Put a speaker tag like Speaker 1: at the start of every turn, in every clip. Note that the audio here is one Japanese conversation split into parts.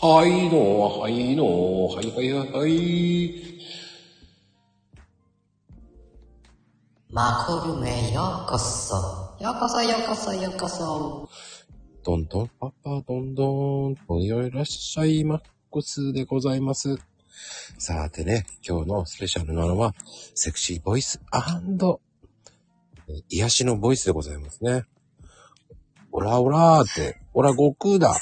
Speaker 1: はいの、はいの、はいはいはいはい。
Speaker 2: マコルメへようこそ。ようこそ、ようこそ、ようこそ。
Speaker 1: どんどんパパ、どんどん、といらっしゃいマックスでございます。さてね、今日のスペシャルなのは、セクシーボイスえー癒しのボイスでございますね。オラオラーって、オラ悟空だ。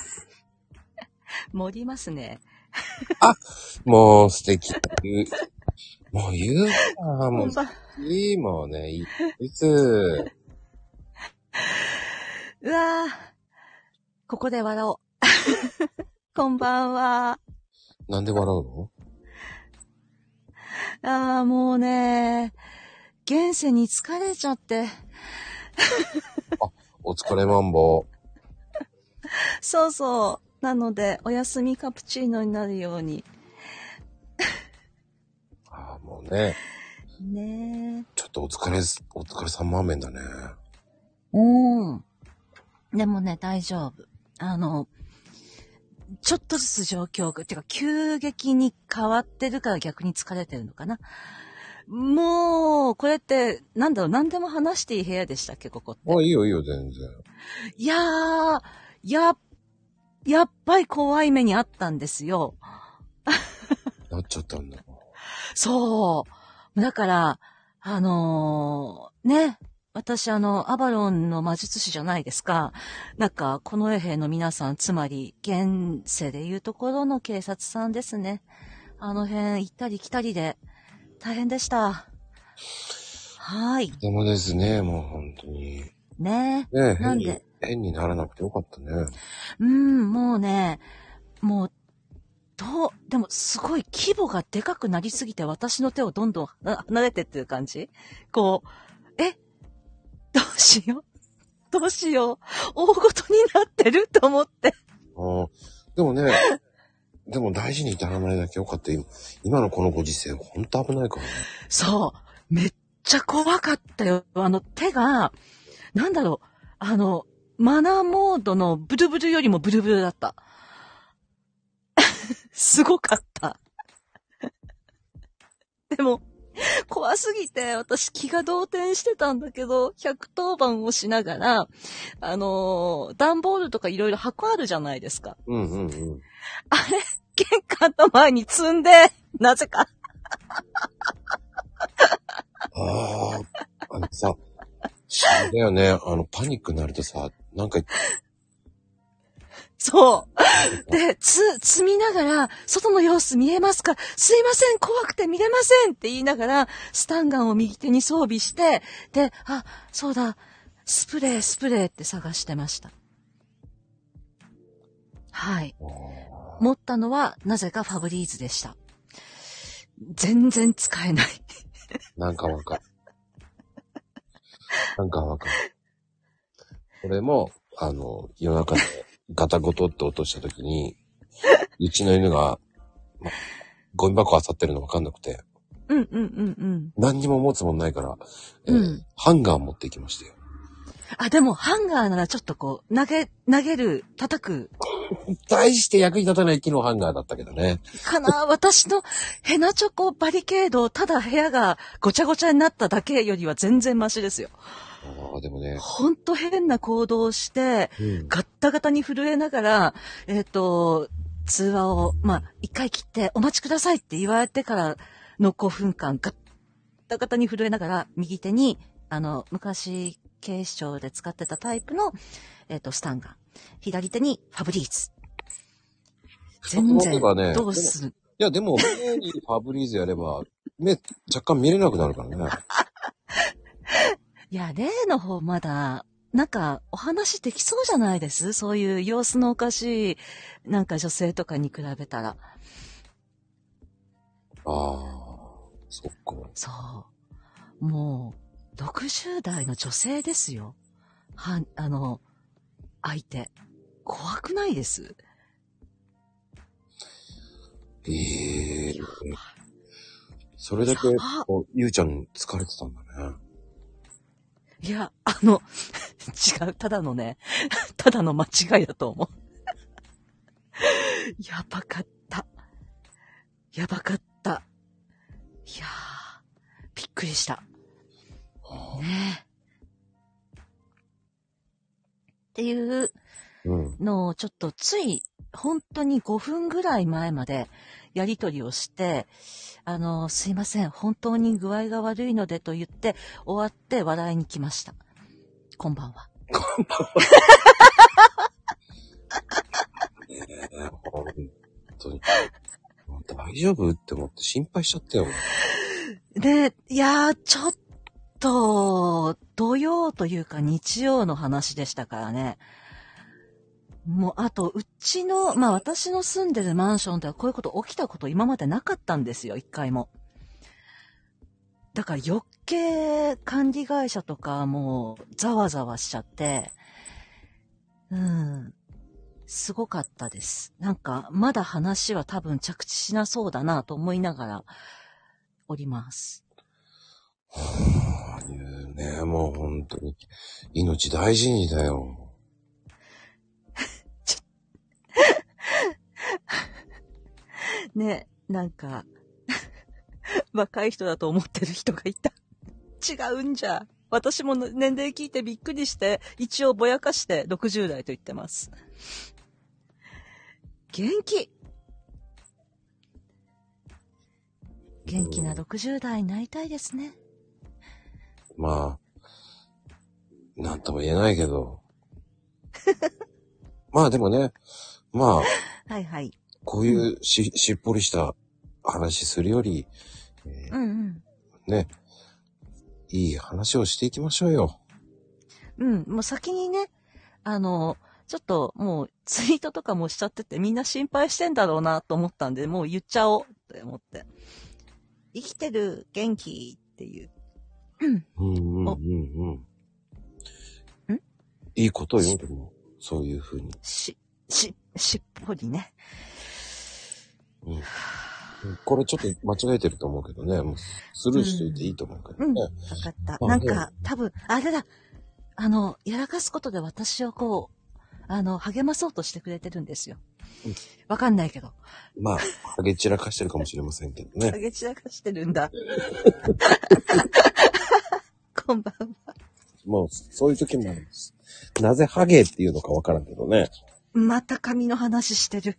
Speaker 3: 盛りますね。
Speaker 1: もう素敵。言うもう言うな、もう
Speaker 3: 本番
Speaker 1: いい、もうね、いいつ。
Speaker 3: うわぁ。ここで笑おう。 こんばんは。
Speaker 1: なんで笑うの
Speaker 3: ああ、もうね、現世に疲れちゃって。
Speaker 1: お疲れマンボウ。
Speaker 3: そうそう。なので、お休みカプチーノになるように。
Speaker 1: ああ、もうね、
Speaker 3: ね
Speaker 1: ちょっとお疲れす、お疲れ三万面だね。
Speaker 3: え。うん。でもね、大丈夫。あの、ちょっとずつ状況が、てか急激に変わってるから逆に疲れてるのかな。もう、これって、なんだろう、何でも話していい部屋でしたっけ、ここって。
Speaker 1: あ、いいよいいよ、全然。
Speaker 3: いやー、や、やっぱり怖い目にあったんですよ。
Speaker 1: なっちゃったんだ。
Speaker 3: そう。だから、あのーね、私あの、アバロンの魔術師じゃないですか。なんか、この衛兵の皆さん、つまり、現世でいうところの警察さんですね。あの辺、行ったり来たりで、大変でした。はい。
Speaker 1: でもですね、もう本当に。
Speaker 3: ね
Speaker 1: ね
Speaker 3: な
Speaker 1: 変
Speaker 3: ん
Speaker 1: に
Speaker 3: で、
Speaker 1: 変にならなくてよかったね。
Speaker 3: うん、もうね、もう、どう、でもすごい規模がでかくなりすぎて私の手をどんどんあ離れてっていう感じこう、え どうしようどうしよう大ごとになってると思って。
Speaker 1: あでもね、 でも大事に至らないだけよかった。今今のこのご時世、本当危ないからね。
Speaker 3: そう。めっちゃ怖かったよ。あの手が、なんだろう、あの、マナーモードのブルブルよりもブルブルだった。 すごかった。 でも、怖すぎて、私気が動転してたんだけど、110番をしながら、あのー段ボールとかいろいろ箱あるじゃないですか。
Speaker 1: うんうんうん。
Speaker 3: あれ、玄関の前に積んで、なぜか。
Speaker 1: ああ、あのさ、不思議だよね。あの、パニックになるとさ、なんか、
Speaker 3: そう。で、つ、積みながら、外の様子見えますかすいません、怖くて見れませんって言いながら、スタンガンを右手に装備して、で、あ、そうだ、スプレー、スプレーって探してました。はい。
Speaker 1: あー
Speaker 3: 持ったのは、なぜかファブリーズでした。全然使えない。
Speaker 1: なんかわかる。なんかわかる。俺も、あの、夜中でガタゴトって落とした時に、うちの犬が、ま、ゴミ箱漁ってるのわかんなくて、
Speaker 3: うんうんうんうん。
Speaker 1: 何にも持つもんないから、えー
Speaker 3: うん
Speaker 1: ハンガー持ってきましたよ。
Speaker 3: あ、でも、ハンガーならちょっとこう、投げ、投げる、叩く、
Speaker 1: 大して役に立たない木のハンガーだったけどね。
Speaker 3: かな私のヘナチョコバリケード、ただ部屋がごちゃごちゃになっただけよりは全然マシですよ。
Speaker 1: ああ、でもね。
Speaker 3: ほんと変な行動をして、
Speaker 1: うん
Speaker 3: ガッタガタに震えながら、えっ、と、通話を、まあ、一回切ってお待ちくださいって言われてからの5分間、ガッタガタに震えながら、右手に、あの、昔、警視庁で使ってたタイプの、えっ、と、スタンガン。左手にファブリーズ。全
Speaker 1: そう
Speaker 3: 然
Speaker 1: 思えばね、
Speaker 3: どうする
Speaker 1: いや、でも、目にファブリーズやれば、目、若干見れなくなるからね。
Speaker 3: いや、例の方まだ、なんか、お話できそうじゃないですそういう様子のおかしい、なんか女性とかに比べたら。
Speaker 1: ああ、そっか。
Speaker 3: そう。もう、60代の女性ですよ。は、あの、相手。怖くないです
Speaker 1: ええそれだけ
Speaker 3: やば、
Speaker 1: こうゆうちゃん疲れてたんだね。
Speaker 3: いや、あの、 違う、ただのね、ただの間違いだと思う。 やばかった。やばかった。いやー、びっくりした。ねえ。っていう
Speaker 1: うん。
Speaker 3: のをちょっとつい、本当に5分ぐらい前までやりとりをして、あの、すいません、本当に具合が悪いのでと言って、終わって笑いに来ました。こんばんは。
Speaker 1: ねえ本当に。もう大丈夫って思って心配しちゃったよ。
Speaker 3: で、いやー、ちょっと、土曜というか日曜の話でしたからね。もう、あと、うちの、まあ私の住んでるマンションではこういうこと起きたこと今までなかったんですよ、一回も。だから余計管理会社とかもうざわざわしちゃって、うん。すごかったです。なんか、まだ話は多分着地しなそうだなと思いながらおります。
Speaker 1: ああいうね、もう本当に。命大事にだよ。
Speaker 3: ね、なんか、 若い人だと思ってる人がいた。違うんじゃ。私も年齢聞いてびっくりして、一応ぼやかして60代と言ってます。元気元気な60代になりたいですね。
Speaker 1: まあ、なんとも言えないけど。 まあでもね、まあ、
Speaker 3: はいはい。
Speaker 1: こういうし、しっぽりした話するより、え
Speaker 3: うんうん。
Speaker 1: ーね、いい話をしていきましょうよ。
Speaker 3: うん、もう先にね、あの、ちょっともうツイートとかもしちゃっててみんな心配してんだろうなと思ったんで、もう言っちゃおうって思って。生きてる元気っていう。
Speaker 1: うんうんうんうん。
Speaker 3: ん
Speaker 1: いいことよ、でも。そういうふうに。
Speaker 3: し、し、しっぽりね。
Speaker 1: うんこれちょっと間違えてると思うけどね。もうスルーしていていいと思うけどね。
Speaker 3: わかった。
Speaker 1: ま
Speaker 3: な
Speaker 1: あ
Speaker 3: ん
Speaker 1: ね
Speaker 3: か、多分、あれだ。あの、やらかすことで私をこう、あの、励まそうとしてくれてるんですよ
Speaker 1: うん。
Speaker 3: わかんないけど。
Speaker 1: まあ、ハゲ散らかしてるかもしれませんけどね。
Speaker 3: げ散らかしてる んだ。こんばんは。
Speaker 1: もう、そういう時もあるんです。なぜハゲっていうのかわからんけどね。
Speaker 3: また髪の話してる。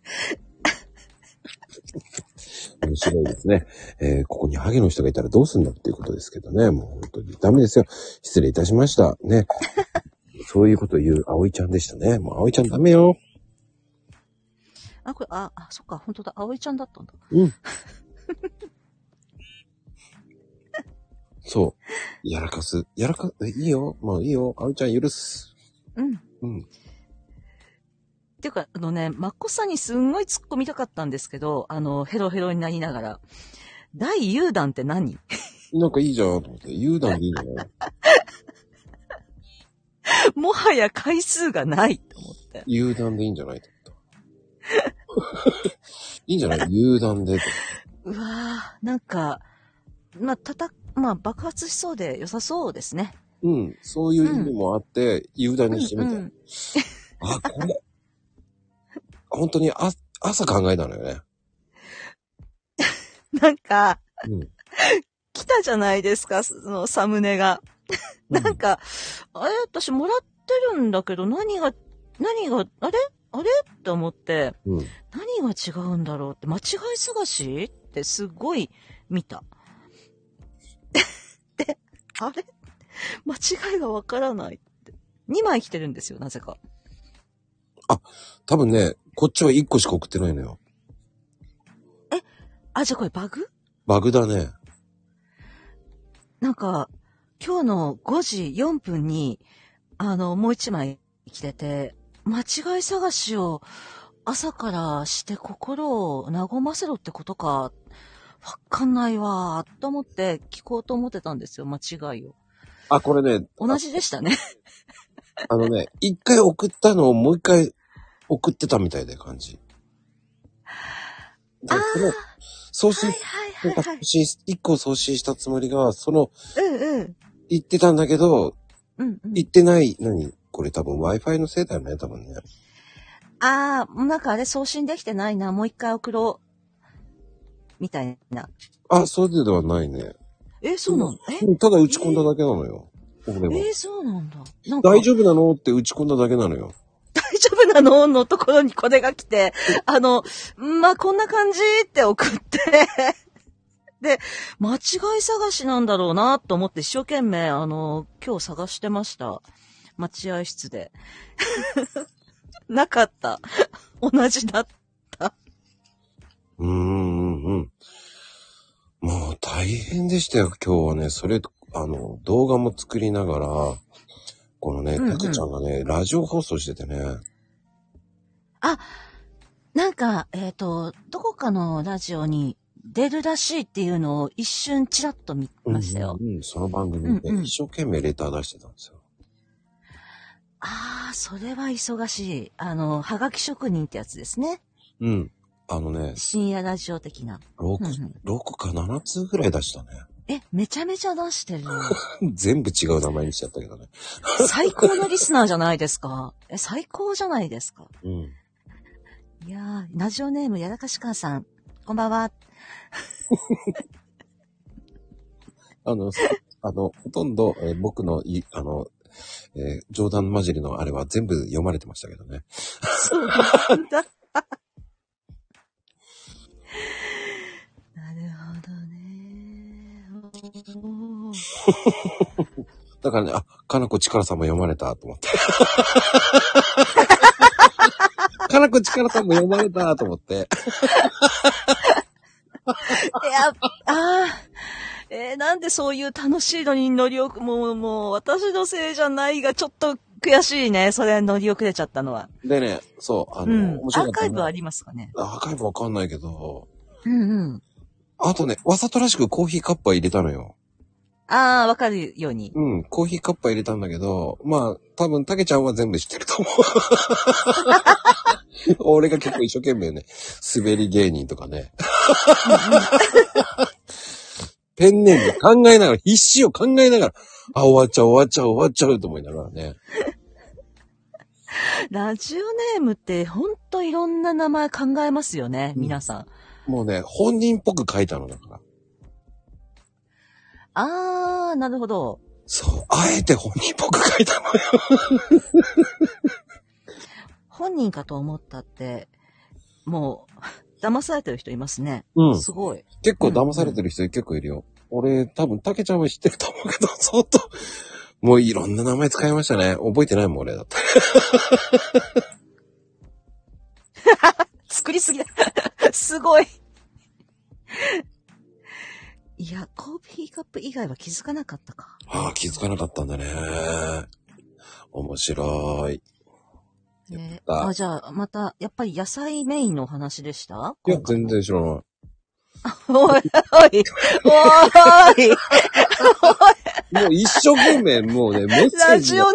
Speaker 1: 面白いですね。えーここにハゲの人がいたらどうすんだっていうことですけどね。もう本当にダメですよ。失礼いたしました。 ね。そういうことを言う葵ちゃんでしたね。もう葵ちゃんダメよ。
Speaker 3: あ、これ、あ、あ、そっか、本当だ、葵ちゃんだったんだ。
Speaker 1: うん。そう。やらかす。やらか、えいいよ。もういいよ。葵ちゃん許す。
Speaker 3: うん。っ
Speaker 1: うん。
Speaker 3: ていうか、あのね、まっこさんにすんごい突っ込みたかったんですけど、あの、ヘロヘロになりながら。第有弾って何
Speaker 1: なんかいいじゃん。と思って。言うなんでいいのよ。
Speaker 3: もはや回数がないと思って。
Speaker 1: 油断でいいんじゃないと思 った。いいんじゃない油断で。
Speaker 3: うわぁ、なんか、まあ、たた、まあ、爆発しそうで良さそうですね。
Speaker 1: うん。そういう意味もあって、油断にしてみて。
Speaker 3: うんうん
Speaker 1: あ、これ。本当にあ朝考えたのよね。
Speaker 3: なんか、
Speaker 1: うん。
Speaker 3: 来たじゃないですか、そのサムネが。なんか、あれ私もらってるんだけど、何が、何が、あれあれって思って、
Speaker 1: うん。
Speaker 3: 何が違うんだろうって、間違い探しってすごい見た。 で、あれ間違いがわからないって。2枚来てるんですよ、なぜか。
Speaker 1: 多分ね、こっちは1個しか送ってないのよ。
Speaker 3: あ、じゃあこれバグ
Speaker 1: バグだね。
Speaker 3: なんか、今日の5時4分に、あの、もう一枚来てて、間違い探しを朝からして心を和ませろってことか、わかんないわー、と思って聞こうと思ってたんですよ、間違いを。
Speaker 1: あ、これね、
Speaker 3: 同じでしたね。
Speaker 1: ああのね、1回送ったのをもう1回送ってたみたいな感じ。で
Speaker 3: あー
Speaker 1: その送
Speaker 3: は
Speaker 1: 信
Speaker 3: い、はいはいはい
Speaker 1: 送。信1個送信したつもりが、その、
Speaker 3: うんうん。
Speaker 1: 言ってたんだけど、
Speaker 3: うんうん
Speaker 1: 行っ。てない、何これ多分 Wi-Fi のせいだよね、多分ね。
Speaker 3: ああ、なんかあれ送信できてないな。もう一回送ろう。みたいな。
Speaker 1: あ、それではないね。
Speaker 3: え、そうなのえ
Speaker 1: うんただ打ち込んだだけなのよ。俺も。
Speaker 3: えー、そうなんだ。なんか
Speaker 1: 大丈夫なのって打ち込んだだけなのよ。
Speaker 3: 大丈夫なののところにこれが来て、あの、まあ、こんな感じって送って、で、間違い探しなんだろうなと思って一生懸命、あの、今日探してました。待合室で。なかった。同じだ。
Speaker 1: うーん、うん、うん。もう大変でしたよ、今日はね。それ、あの、動画も作りながら、このね、
Speaker 3: うんう
Speaker 1: た
Speaker 3: ん
Speaker 1: けちゃんがね、ラジオ放送しててね。
Speaker 3: なんか、えっ、と、どこかのラジオに出るらしいっていうのを一瞬チラッと見ましたよ。
Speaker 1: うんうん、その番組で
Speaker 3: うんうん
Speaker 1: 一生懸命レター出してたんですよ。
Speaker 3: ああ、それは忙しい。あの、はがき職人ってやつですね。
Speaker 1: うん。あのね、
Speaker 3: 深夜ラジオ的な。
Speaker 1: 6、
Speaker 3: うんうん
Speaker 1: 6か7通ぐらい出したね。
Speaker 3: え、めちゃめちゃ出してる。
Speaker 1: 全部違う名前にしちゃったけどね。
Speaker 3: 最高のリスナーじゃないですか。え、最高じゃないですか。
Speaker 1: うん。
Speaker 3: いやー、ラジオネームやらかしかんさん。こんばんは。
Speaker 1: あの、さあの、ほとんど、えー僕のい、あの、えー冗談交じりのあれは全部読まれてましたけどね。
Speaker 3: そうなんだ。なるほどね。おー
Speaker 1: だからね、あ、かなこちからさんも読まれたと思って。 かなこちからさんも読まれたと思って。
Speaker 3: いや、あーえーなんでそういう楽しいのに乗り遅、もう、もう、私のせいじゃないが、ちょっと悔しいね。それ乗り遅れちゃったのは。
Speaker 1: でね、そう、あ
Speaker 3: う
Speaker 1: の、
Speaker 3: ん。ア
Speaker 1: 面白か
Speaker 3: ー
Speaker 1: った
Speaker 3: カイブあ
Speaker 1: は
Speaker 3: りますかね。
Speaker 1: アーカイブわかんないけど、
Speaker 3: うんうん。
Speaker 1: あとね、わざとらしくコーヒーカップは入れたのよ。
Speaker 3: ああ、わかるように。
Speaker 1: うん、コーヒーカップは入れたんだけど、まあ、多分、たけちゃんは全部知ってると 思う。俺が結構一生懸命ね、滑り芸人とかね。ペンネーム考えながら、必死を考えながら、あ、終わっちゃう、終わっちゃう、終わっちゃうと思いながらね。
Speaker 3: ラジオネームってほんといろんな名前考えますよね、
Speaker 1: うん
Speaker 3: 皆さん。
Speaker 1: もうね、本人っぽく書いたのだから。
Speaker 3: ああ、なるほど。
Speaker 1: そう、あえて本人っぽく書いたのよ。
Speaker 3: 本人かと思ったって、もう、騙されてる人いますね。
Speaker 1: うん。
Speaker 3: すごい。
Speaker 1: 結構騙されてる人結構いるよ。俺、多分、たけちゃんは知ってると思うけど、相当。もういろんな名前使いましたね。覚えてないもん、俺だって。
Speaker 3: 作りすぎだ。 すごい。いや、コーヒーカップ以外は気づかなかったか。
Speaker 1: ああ、気づかなかったんだね。面白い。
Speaker 3: え
Speaker 1: た
Speaker 3: ーあ、じゃあ、また、やっぱり野菜メインのお話でした
Speaker 1: いや、全。然知らない。
Speaker 3: おい、おい、おい、
Speaker 1: もう一生懸命、もう ね、メッセー
Speaker 3: ラ
Speaker 1: ジ
Speaker 3: ジ
Speaker 1: の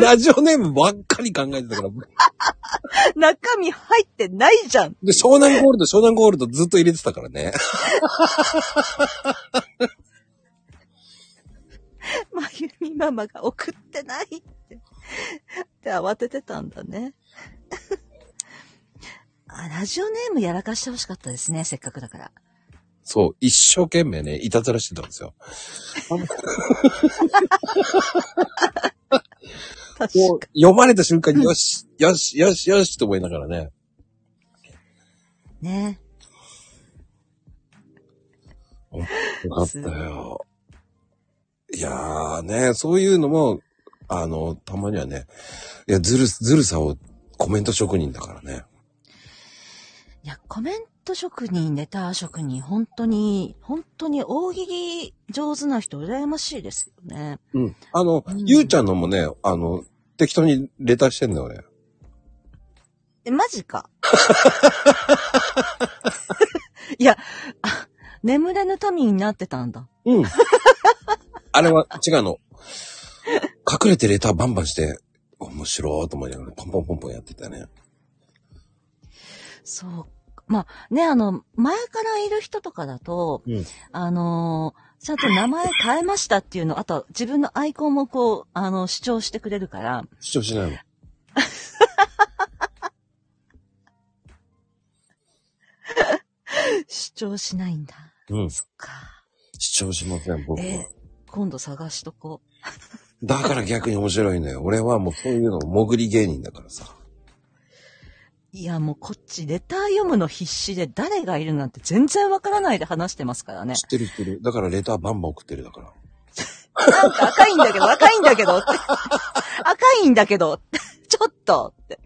Speaker 1: ラジオネームばっかり考えてたから。
Speaker 3: 中身入ってないじゃん。
Speaker 1: で、湘南ゴールド、湘南ゴールドずっと入れてたからね。
Speaker 3: まゆみママが送ってないって。で、慌ててたんだね。あ、ラジオネームやらかしてほしかったですね、せっかくだから。
Speaker 1: そう、一生懸命ね、いたずらしてたんですよ。
Speaker 3: 確
Speaker 1: もう
Speaker 3: か
Speaker 1: 読まれた瞬間に、よ し、よし、よし、よし、と思いながらね。
Speaker 3: にね。
Speaker 1: よかったよ。いやーね、そういうのも、あの、たまにはね、いや、ずる、ずるさをコメント職人だからね。
Speaker 3: いや、コメント職人、ネタ職人、本当に、本当に大喜利上手な人、羨ましいですよね。
Speaker 1: うん。あの、
Speaker 3: うん
Speaker 1: ゆうちゃんのもね、あの、適当にレターしてんだよ、俺。
Speaker 3: え、マジ か。いや、あ、眠れぬ民になってたんだ。
Speaker 1: うん。 あれは、違うの。隠れてレターバンバンして、面白いと思いながら、ポンポンポンポンやってたね。
Speaker 3: そう。まあね、あの、前からいる人とかだと、
Speaker 1: うん
Speaker 3: あのーちゃんと名前変えましたっていうの、あと自分のアイコンもこう、あの、主張してくれるから、
Speaker 1: 主張しないの。
Speaker 3: 主張しないんだ。
Speaker 1: うん。
Speaker 3: そっか。
Speaker 1: 主張しません、僕は
Speaker 3: え。、今度探しとこう。
Speaker 1: だから逆に面白いのよ。俺はもうそういうの潜り芸人だからさ。
Speaker 3: いや、もうこっちレター読むの必死で誰がいるなんて全然わからないで話してますからね。
Speaker 1: 知ってる知ってる。だからレターバンバン送ってるだから。
Speaker 3: なんか赤いんだけど、赤いんだけどって。赤いんだけどって。ちょっとって。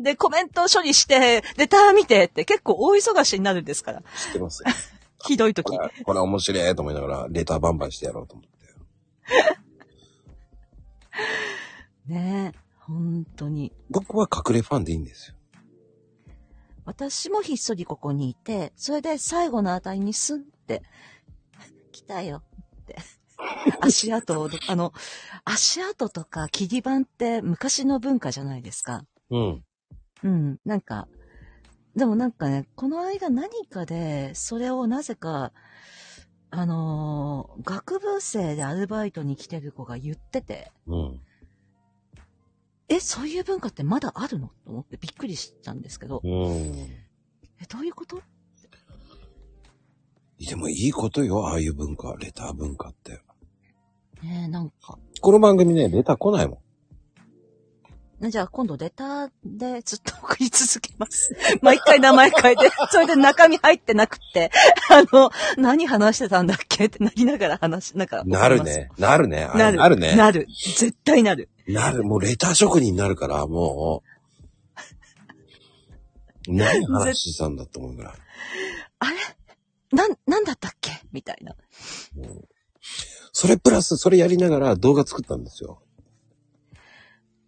Speaker 3: で、コメント処理して、レター見てって結構大忙しになるんですから。
Speaker 1: 知ってますよ。
Speaker 3: ひどい時
Speaker 1: こ。れ、これ面白いと思いながら、レターバンバンしてやろうと思って。
Speaker 3: ねえ、本当に。
Speaker 1: 僕は隠れファンでいいんですよ。
Speaker 3: 私もひっそりここにいて、それで最後のあたりにスンって、来たよって。足跡を、あの、足跡とか切り板って昔の文化じゃないですか。
Speaker 1: うん。
Speaker 3: うん、なんか、でもなんかね、この間何かで、それをなぜか、あのー学部生でアルバイトに来てる子が言ってて、
Speaker 1: うん。
Speaker 3: え、そういう文化ってまだあるのと思ってびっくりしたんですけど、
Speaker 1: うん。
Speaker 3: え、どういうこと
Speaker 1: でもいいことよ、ああいう文化、レター文化って。
Speaker 3: ねえ、なんか。
Speaker 1: この番組ね、レター来ないもん。
Speaker 3: ねじゃあ今度レターでずっと送り続けます。 毎回名前変えて、 それで中身入ってなくって、 あの、何話してたんだっけってなりながら話、なんか。
Speaker 1: なるね。。なるね。あれ
Speaker 3: なる。
Speaker 1: なるね。
Speaker 3: なる。絶対なる。
Speaker 1: なる、もうレター職人になるから、もう。何話してたんだと思うぐらい。
Speaker 3: あれなん、なんだったっけみたいな。
Speaker 1: それプラス、それやりながら動画作ったんですよ。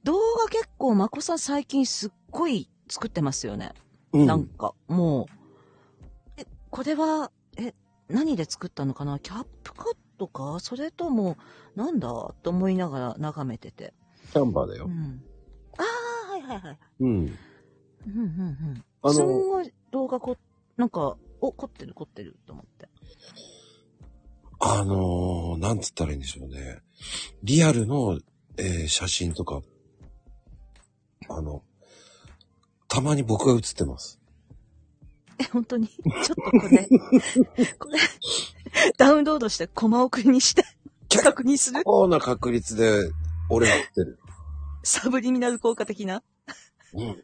Speaker 3: 動画結構、まこさん最近すっごい作ってますよね。
Speaker 1: う
Speaker 3: なん
Speaker 1: ん。
Speaker 3: か、もう。え、これは、え、何で作ったのかなキャップカットかそれとも、なんだと思いながら眺めてて。
Speaker 1: キャンバーだ
Speaker 3: う
Speaker 1: よ。
Speaker 3: ん。ああ、はいはいはい。
Speaker 1: うん。
Speaker 3: うんうんうん。
Speaker 1: あ
Speaker 3: す
Speaker 1: の、
Speaker 3: んごい動画こ、なんか、お、凝ってる凝ってると思って。
Speaker 1: あのーなんつったらいいんでしょうね。リアルの、えー写真とか、あの、たまに僕が写ってます。
Speaker 3: え、本当にちょっとこれ、これ、 ダウンロードして、コマ送りにして、確認する
Speaker 1: こんな確率で、俺が写ってる。
Speaker 3: サブリミナル効果的な
Speaker 1: うん。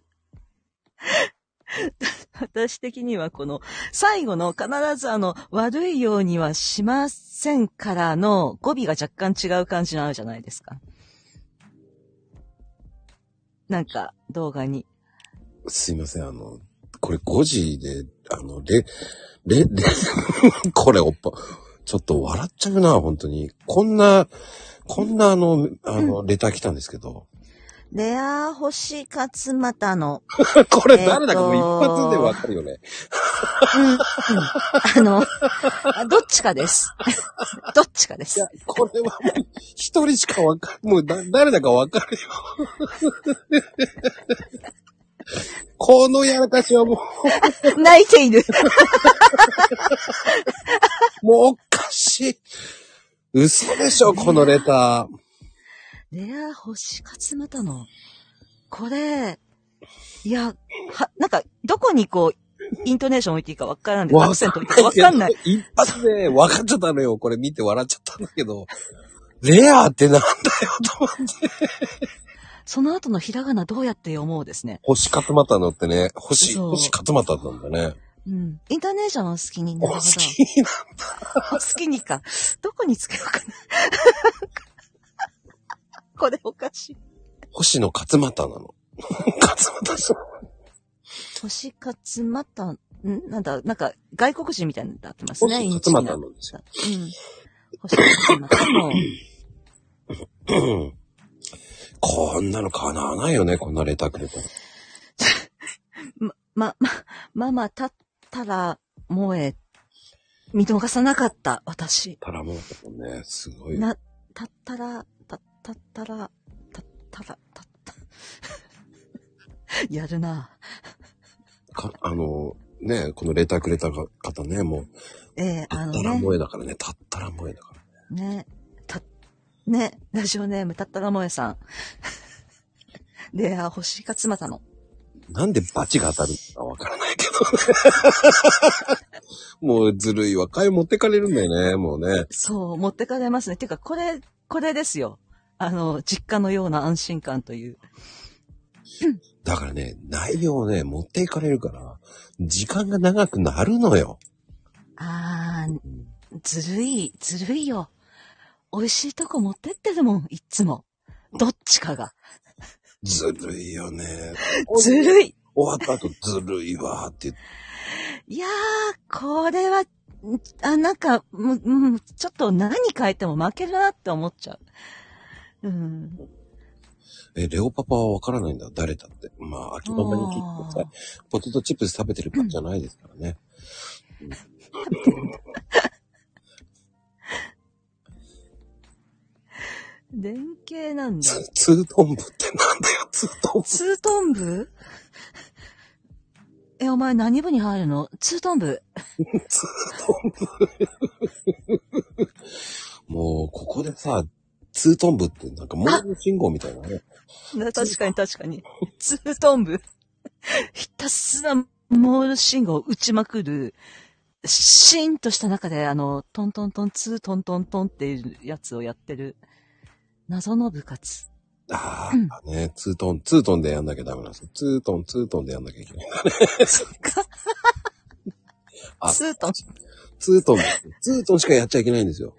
Speaker 3: 私的にはこの、最後の必ずあの、悪いようにはしませんからの語尾が若干違う感じのあるじゃないですか。なんか、動画に。
Speaker 1: すいません、あの、これ5時で、あの、れ、れ、れ、 これおっぱ、ちょっと笑っちゃうな、本当に。こんな、こんなあの、あの、レター来たんですけど。
Speaker 3: レア星勝又の、
Speaker 1: これ誰だかもう一
Speaker 3: えーと
Speaker 1: 発でわかるよね。
Speaker 3: うん、うん、あの、あどっちかです。 どっちかで
Speaker 1: い
Speaker 3: す
Speaker 1: や。、これはもう、一人しかわかもうだ誰だかわかるよ。このやらかしはも
Speaker 3: 泣いている。
Speaker 1: う、もうおかしい。嘘でしょ、このレター。
Speaker 3: レア星勝又の、これ、いや、は、なんか、どこにこう、イントネーション置いていいかわからんで、アクセント置いていいかわかんない。。
Speaker 1: 一発で分かっちゃったのよ。これ見て笑っちゃったんだけど。レアってなんだよ、と思って。
Speaker 3: その後のひらがなどうやって読もうですね。
Speaker 1: 星勝又のってね、星、
Speaker 3: そう
Speaker 1: 星勝又なんだね。
Speaker 3: うん。イントネーションを好き
Speaker 1: お
Speaker 3: になるほ
Speaker 1: 好
Speaker 3: ど。
Speaker 1: きな。
Speaker 3: お好きにか。どこにつけようかな。 これおかしい。
Speaker 1: 星の勝又なの。勝又じゃん
Speaker 3: 星勝又、んなんだ、なんか、外国人みたいになってますね、
Speaker 1: 星
Speaker 3: イン
Speaker 1: 勝
Speaker 3: チキ
Speaker 1: 又
Speaker 3: な。う
Speaker 1: なん
Speaker 3: ん。
Speaker 1: ですよ。
Speaker 3: 星勝又の、
Speaker 1: うんこんなの叶わないよね、こんなレターくれたら。
Speaker 3: ま、 ま、ママ立ったら、萌え、見逃さなかった、私。
Speaker 1: たらもうね、すごい。
Speaker 3: な、立ったら、立立ったら、立ったら、立った。 やるな
Speaker 1: かあの、ね、このレターくれた方ね、もう、
Speaker 3: ええ
Speaker 1: た
Speaker 3: あ
Speaker 1: っ
Speaker 3: の
Speaker 1: たら
Speaker 3: ね、
Speaker 1: 萌えだからね、たったら萌えだから。
Speaker 3: ね、た、ね、 ラジオネーム、たったら萌えさん。レア、星勝又の。
Speaker 1: なんでバチが当たるのかわからないけど。もうずるいわ。買い持ってかれるんだよね、もうね。
Speaker 3: そう、持ってかれますね。てか、これ、これですよ。あの、実家のような安心感という。
Speaker 1: だからね、内容をね、持っていかれるから、時間が長くなるのよ。
Speaker 3: あー、ずるい、ずるいよ。美味しいとこ持ってってるもん、いっつも。どっちかが。
Speaker 1: ずるいよね。
Speaker 3: ずるい
Speaker 1: 終わった後、ずるいわーって言って。
Speaker 3: いやー、これは、んあ、なんか、もううん、ちょっと何書いても負けるなって思っちゃう。うん。
Speaker 1: え、レオパパはわからないんだ。誰だって。まあ、秋葉原に聞いてください。ポテトチップス食べてるからじゃないですからね。
Speaker 3: 連携なんだ。
Speaker 1: ツツートン部ってなんだよ、ツートン部。
Speaker 3: ツートン部 え、お前何部に入るのツートン部。
Speaker 1: ツートン部。もう、ここでさ、ツートン部ってなんかモール信号みたいなね。
Speaker 3: な確かに確かに。ツートン部。ひたすらモール信号を打ちまくる、シーンとした中で、あの、トントントンツートントントンっていうやつをやってる、謎の部活。
Speaker 1: ああ、ね、ツートン、ツートンでやんなきゃダメなんですよ。ツートン、ツートンでやんなきゃいけない。
Speaker 3: そっか。
Speaker 1: あ
Speaker 3: ツートン。
Speaker 1: ツートン、ツートンしかやっちゃいけないんですよ。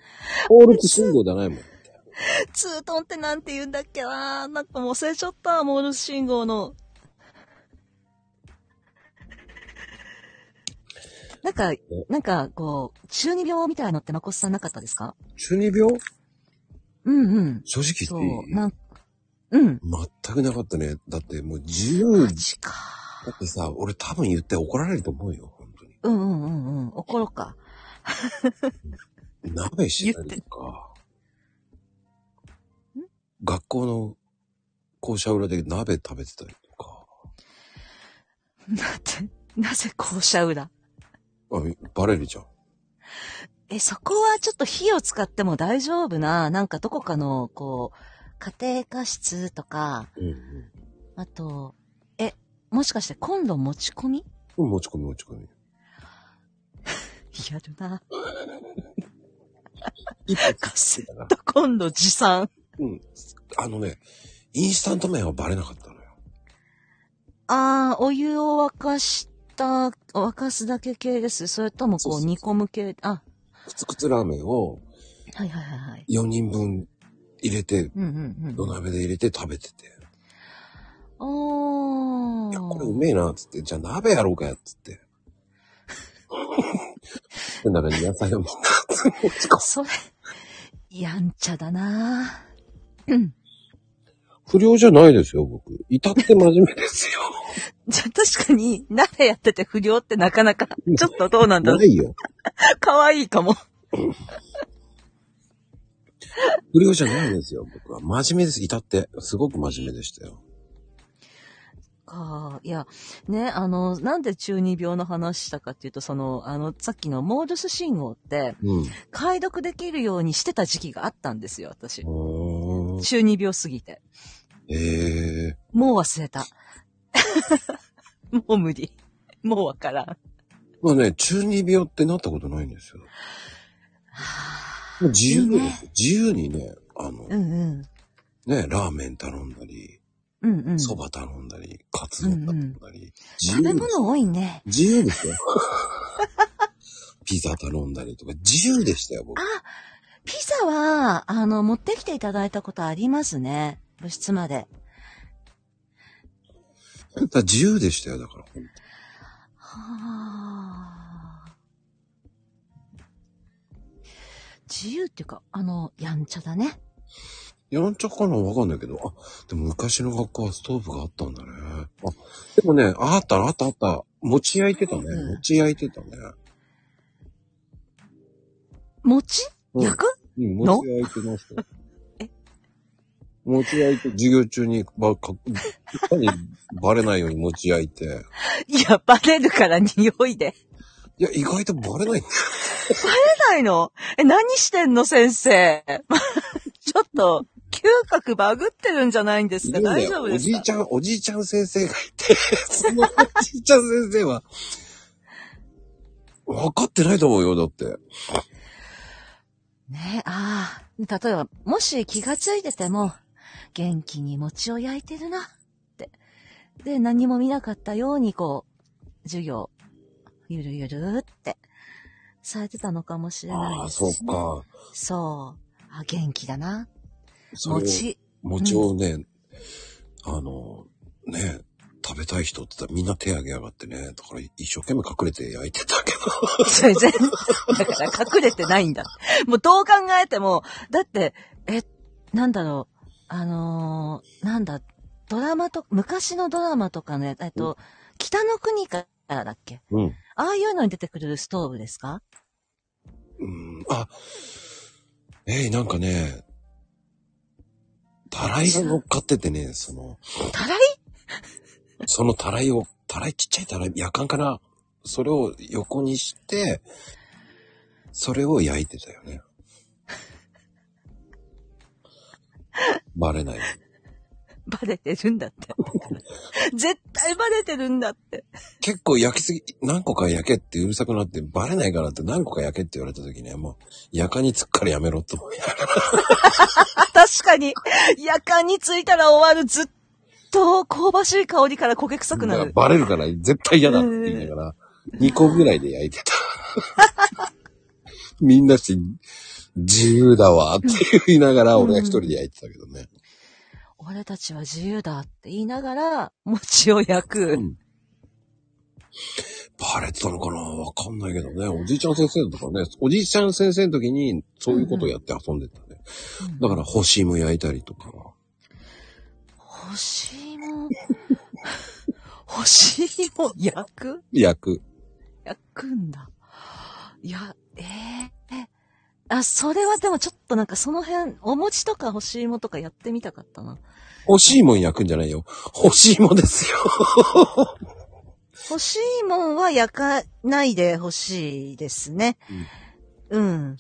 Speaker 1: 法律信号じゃないもん。
Speaker 3: ツートンってなんて言うんだっけななんかもう忘れちゃった、モールス信号の。なんか、なんか、こう、中二病みたいのってマコスさんなかったですか
Speaker 1: 中二病
Speaker 3: うんうん。
Speaker 1: 正直
Speaker 3: そ
Speaker 1: 言って
Speaker 3: う、
Speaker 1: いい
Speaker 3: なん、うん。
Speaker 1: 全くなかったね。だってもう自由
Speaker 3: マ
Speaker 1: だ
Speaker 3: ジか。
Speaker 1: ってさ、俺多分言って怒られると思うよ、本当に。
Speaker 3: うんうんうんうん。怒ろうか。
Speaker 1: 鍋してたりとか。学校の校舎裏で鍋食べてたりとか。
Speaker 3: だって、なぜ校舎裏
Speaker 1: あ、バレるじゃん。
Speaker 3: え、そこはちょっと火を使っても大丈夫な、なんかどこかの、こう、家庭科室とか、
Speaker 1: うんうん。
Speaker 3: あと、え、もしかしてコンロ持ち込み
Speaker 1: うん持ち込み持ち込み。
Speaker 3: やるな。
Speaker 1: 一発
Speaker 3: カセットコンロ持参。
Speaker 1: うん。あのね、インスタント麺はバレなかったのよ。
Speaker 3: あー、お湯を沸かした、沸かすだけ系です。それとも
Speaker 1: そう
Speaker 3: こ
Speaker 1: そう
Speaker 3: う
Speaker 1: そう
Speaker 3: 煮込む系。あ、
Speaker 1: くつくつラーメンを
Speaker 3: はいはいはいはい。
Speaker 1: 4人分入れて、
Speaker 3: うんうん
Speaker 1: 土鍋で入れて食べてて。
Speaker 3: うん。お
Speaker 1: いや、これう
Speaker 3: ー。
Speaker 1: めえな、っつって。じゃあ鍋やろうかや、っつって。で、なんか野菜をみんな持ち込む
Speaker 3: それ、やんちゃだな
Speaker 1: 不良じゃないですよ、僕。至って真面目ですよ。
Speaker 3: じゃ、確かに、鍋やってて不良ってなかなか、ちょっとどうなんだろ
Speaker 1: な
Speaker 3: う。
Speaker 1: いよ。
Speaker 3: かわいいかも。
Speaker 1: 不良じゃないですよ、僕は。真面目です、至って。すごく真面目でしたよ。
Speaker 3: か。いや、ね、あの、なんで中二病の話したかっていうと、その、あの、さっきのモールス信号って、
Speaker 1: うん。
Speaker 3: 解読できるようにしてた時期があったんですよ、私。
Speaker 1: うーん
Speaker 3: 中二病すぎて。
Speaker 1: ええ
Speaker 3: もう忘れた。 もう無理。もうわからん。は
Speaker 1: まあね、中二病ってなったことないんですよ。
Speaker 3: あ
Speaker 1: もう自由
Speaker 3: いい
Speaker 1: で
Speaker 3: ね
Speaker 1: す。自由にね、あの、
Speaker 3: うんうん。
Speaker 1: ね、ラーメン頼んだり、
Speaker 3: うんうん。
Speaker 1: 蕎麦頼んだり、カツ丼頼んだり。自
Speaker 3: 食べ
Speaker 1: 由です。
Speaker 3: 物多いね。
Speaker 1: 自由ですよ。ピザ頼んだりとか、自由でしたよ、僕。
Speaker 3: ピザは、あの、持ってきていただいたことありますね。部室まで。
Speaker 1: だから自由でしたよ、だから。
Speaker 3: はあ。自由っていうか、あの、やんちゃだね。
Speaker 1: やんちゃかなわかんないけど。あ、でも昔の学校はストーブがあったんだね。あ、でもね、ああったあったあった。餅焼いてたね。
Speaker 3: うん
Speaker 1: 餅焼いてたね。
Speaker 3: 餅
Speaker 1: うん
Speaker 3: 焼く、
Speaker 1: うん、
Speaker 3: の
Speaker 1: 餅焼いてましたよ
Speaker 3: え
Speaker 1: 餅焼いて、授業中に、ば、か、いかにバレないように餅焼いて。
Speaker 3: いや、バレるから匂いで。
Speaker 1: いや、意外とバレないんだよ。
Speaker 3: ないのえ、何してんの先生。ちょっと、警嗅覚バグってるんじゃないんです
Speaker 1: い
Speaker 3: か
Speaker 1: るんだ
Speaker 3: 大
Speaker 1: よ
Speaker 3: 丈夫で
Speaker 1: お
Speaker 3: す
Speaker 1: じい
Speaker 3: か
Speaker 1: ちゃん、おじいちゃん先生がいて、 そのおじいちゃん先生は、分かってないと思うよ、だって。
Speaker 3: ねああ、例えば、もし気がついてても、元気に餅を焼いてるな、って。で、何も見なかったように、こう、授業、ゆるゆるーって、されてたのかもしれない
Speaker 1: ああ、
Speaker 3: です
Speaker 1: そ
Speaker 3: ね。
Speaker 1: う。か。
Speaker 3: そう。あ、元気だな。
Speaker 1: それを
Speaker 3: 餅。
Speaker 1: 餅をね、あの、ね、食べたい人って言ったらみんな手挙げやがってね、だから一生懸命隠れて焼いてたけど。
Speaker 3: それ全然、 だから隠れてないんだ。もうどう考えても、だって、え、なんだろう、あのーなんだ、ドラマと、昔のドラマとかね、えっと、北の国からだっけ
Speaker 1: うん。
Speaker 3: ああいうのに出てくるストーブですか
Speaker 1: うん、あ、えーなんかね、たらいが乗っかっててね、その、
Speaker 3: たらい
Speaker 1: そのたらいを、たらいちっちゃいたらい、やかんかな。それを横にして、それを焼いてたよ ね。バレない。
Speaker 3: バレてるんだって。絶対バレてるんだって。
Speaker 1: 結構焼きすぎ、何個か焼けってうるさくなって、バレないからって何個か焼けって言われた時ね、もう、やかにつっからやめろと思いながら。
Speaker 3: あ、確かに、夜間についたら終わる、ずっと香ばしい香りから焦げ臭くな
Speaker 1: だから
Speaker 3: る。
Speaker 1: バレるから絶対嫌だって言いながら、2個ぐらいで焼いてた。 みんなして、自由だわって言いながら、俺は一人で焼いてたけどね。
Speaker 3: 俺たちは自由だって言いながら、餅を焼く。
Speaker 1: うんバレてたのかなわかんないけどね。おじいちゃん先生とかね、おじいちゃん先生の時にそういうことをやって遊んでたね。
Speaker 3: うん
Speaker 1: だから、星も焼いたりとか。
Speaker 3: 干し 芋。干し芋焼く
Speaker 1: 焼く。
Speaker 3: 焼くんだ。いや、ええあ、それはでもちょっとなんかその辺、お餅とか干し芋とかやってみたかったな。
Speaker 1: 欲しいもん焼くんじゃないよ。欲しいもんですよ。
Speaker 3: 干し芋は焼かないでほしいですね。うん。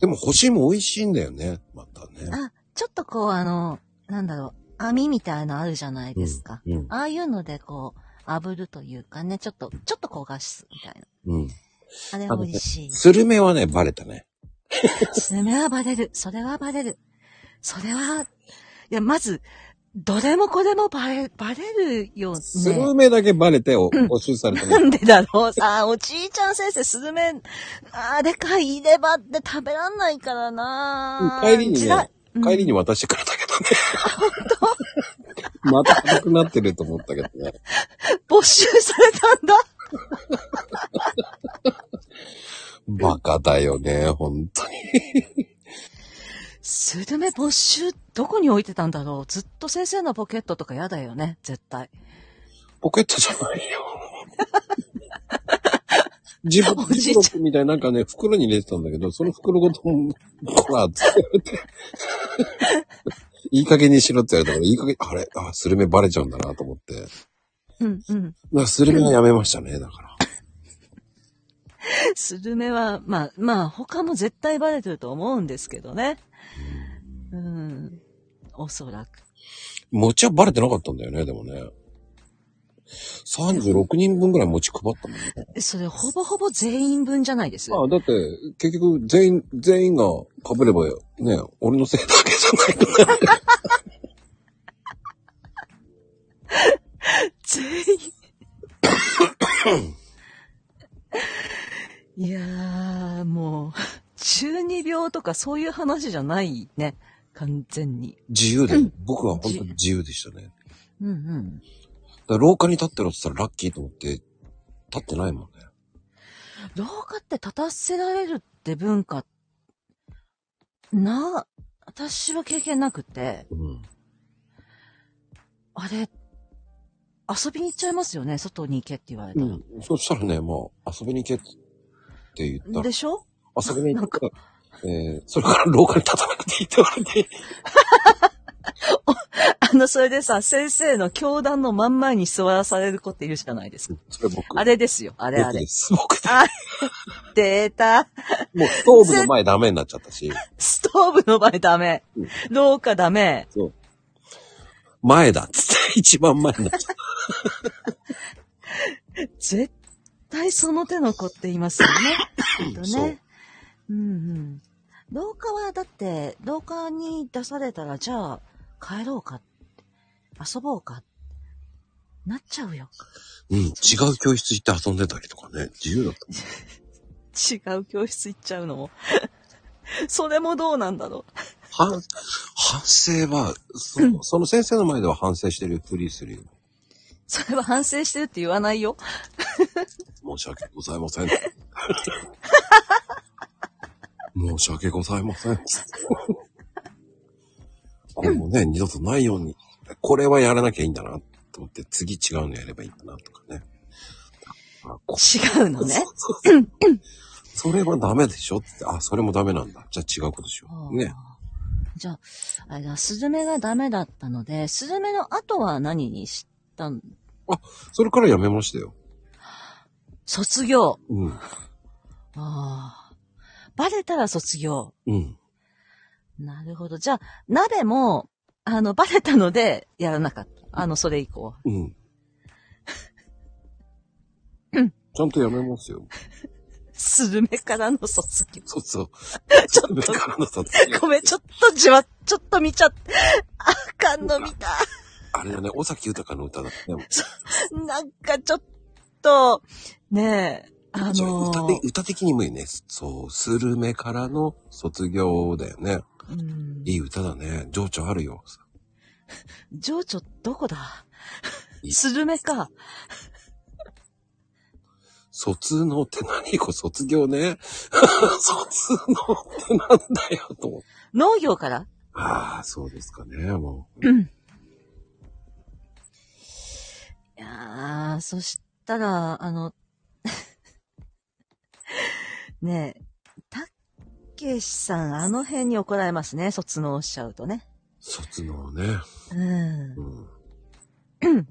Speaker 1: でも欲しいもん美味しいんだよね。またね。
Speaker 3: あ、ちょっとこうあの、なんだろう、網みたいなのあるじゃないですか。
Speaker 1: うん。
Speaker 3: ああいうのでこう、炙るというかね、ちょっと、ちょっと焦がすみたいな。
Speaker 1: うん。
Speaker 3: あれ
Speaker 1: あのね
Speaker 3: 美味しい。
Speaker 1: スルメはね、バレたね。
Speaker 3: それはバレる。それはバレる。それは、いや、まず、どれもこれもバレ、バレるよ
Speaker 1: ス
Speaker 3: ね
Speaker 1: ル。メだけバレて、お募集された
Speaker 3: な
Speaker 1: ね。
Speaker 3: んでだろうさあ、おじいちゃん先生、スルメ、あれか、入れ歯って食べらんないからな
Speaker 1: 帰りに
Speaker 3: 辛
Speaker 1: ね
Speaker 3: い、うん
Speaker 1: 帰りに渡してくれたけどね。また硬くなってると思ったけどね。
Speaker 3: 没収されたんだ。
Speaker 1: バカだよね、本当に。
Speaker 3: スルメ没収、どこに置いてたんだろうずっと先生のポケットとかやだよね、絶対。
Speaker 1: ポケットじゃないよ。自分
Speaker 3: お
Speaker 1: で
Speaker 3: じ
Speaker 1: ジ
Speaker 3: いちゃ
Speaker 1: ロ
Speaker 3: ん
Speaker 1: ックみたいななんかね、袋に入れてたんだけど、その袋ごと、こら、つって言われて。いい加減にしろって言われたから、いい加減、あれ、あ、スルメバレちゃうんだなと思って。だか
Speaker 3: うん、うん。
Speaker 1: らスルメはやめましたね、だから。
Speaker 3: スルメは、まあ、まあ、他も絶対バレてると思うんですけどね。うん。おそらく。
Speaker 1: 餅はバレてなかったんだよね、でもね。36人分ぐらい餅配ったもんね。
Speaker 3: えそれ、ほぼほぼ全員分じゃないです。
Speaker 1: まあ、だって、結局、全員、全員が被れば、ね、俺のせいだけじゃないから。
Speaker 3: 全 員。いやー、もう、中二病とかそういう話じゃないね。完全に。
Speaker 1: 自由で、僕は本当に自由でしたね。
Speaker 3: うんうん。
Speaker 1: だから廊下に立ってろって言ったらラッキーと思って、立ってないもんね。
Speaker 3: 廊下って立たせられるって文化、な、私は経験なくて、
Speaker 1: うん。
Speaker 3: あれ、遊びに行っちゃいますよね。外に行けって言われたら。
Speaker 1: そしたらね、もう遊びに行けって言ったら
Speaker 3: で、しょ
Speaker 1: 遊びに行
Speaker 3: な
Speaker 1: っ
Speaker 3: ん
Speaker 1: た、
Speaker 3: から
Speaker 1: えー、それから廊下に立たなくていいって言われて、
Speaker 3: あの、それでさ、先生の教団の真ん前に座らされる子っているじゃないですか。
Speaker 1: それ僕。
Speaker 3: あれですよ。あれあ
Speaker 1: 僕
Speaker 3: れ
Speaker 1: で。す。僕で
Speaker 3: データ、
Speaker 1: もうストーブの前ダメになっちゃったし、
Speaker 3: ストーブの前ダメ
Speaker 1: うん。
Speaker 3: 廊下ダメ。
Speaker 1: 前だっ つって一番前になっちゃっ
Speaker 3: 絶対その手の子っていますよ ね。きっと
Speaker 1: そう
Speaker 3: ね。うんうん。廊下はだって、廊下に出されたら、じゃあ帰ろうかって遊ぼうかってなっちゃうよ。
Speaker 1: た。うん、違う教室行って遊んでたりとかね、自由だった。
Speaker 3: 違う教室行っちゃうのも。 それもどうなんだろ
Speaker 1: 反、反省は、そその先生の前では反省してるふりするよ。
Speaker 3: う。それは反省してるって言わないよ。
Speaker 1: 申し訳ございません。申し訳ございません。これもね、二度とないように、これはやらなきゃいいんだなと思って、次違うのやればいいんだなとかね。あこ
Speaker 3: 違うのね。
Speaker 1: そうそうそうそれはダメでしょって、あ、それもダメなんだ。じゃあ違うことしよう。ね。
Speaker 3: あーじゃあ、あれだ、スズメがダメだったので、スズメの後は何にしたん
Speaker 1: それからやめましたよ。
Speaker 3: 卒業。
Speaker 1: うん。
Speaker 3: ああ。バレたら卒業。
Speaker 1: うん。
Speaker 3: なるほど。じゃあ、鍋も、あの、バレたので、やらなかった。あの、それ以降は。
Speaker 1: うん。
Speaker 3: うん
Speaker 1: ちゃんとやめますよ。
Speaker 3: スズメからの卒業。
Speaker 1: そうそう。
Speaker 3: ちょっと
Speaker 1: 自分からの卒業
Speaker 3: ごめん、ちょっとじわ、ちょっと見ちゃって。あかんの見た。
Speaker 1: あれだね、尾崎豊の歌だね。
Speaker 3: なんかちょっと、ねえ、あ
Speaker 1: じゃあ
Speaker 3: の
Speaker 1: 歌
Speaker 3: ー
Speaker 1: 的、歌的にもいいね。そう、スルメからの卒業だよね。
Speaker 3: うん
Speaker 1: いい歌だね。情緒あるよ。
Speaker 3: 情緒どこだ
Speaker 1: い
Speaker 3: スルメか。
Speaker 1: 卒のって何これ卒業ね。 卒のってなんだよ、と思って。
Speaker 3: 農業から
Speaker 1: ああ、そうですかね、もう。
Speaker 3: いやー、そしたら、あの、 ねえ、たっけしさん、あの辺に怒られますね、卒農しちゃうとね。
Speaker 1: 卒のね。
Speaker 3: うん
Speaker 1: う。ん。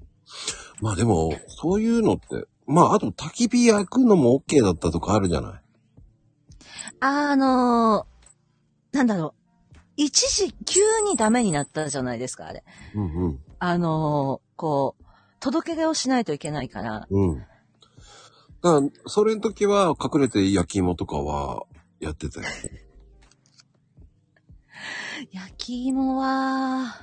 Speaker 1: まあでも、そういうのって、まああと焚き火焼くのも OK だったとかあるじゃない。
Speaker 3: あのー、なんだろう、一時急にダメになったじゃないですか、あれ。
Speaker 1: うんうん。
Speaker 3: あのー、こう、届け出をしないといけないから、
Speaker 1: うん。だから、それの時は隠れて焼き芋とかはやってたよ。
Speaker 3: 焼き芋は、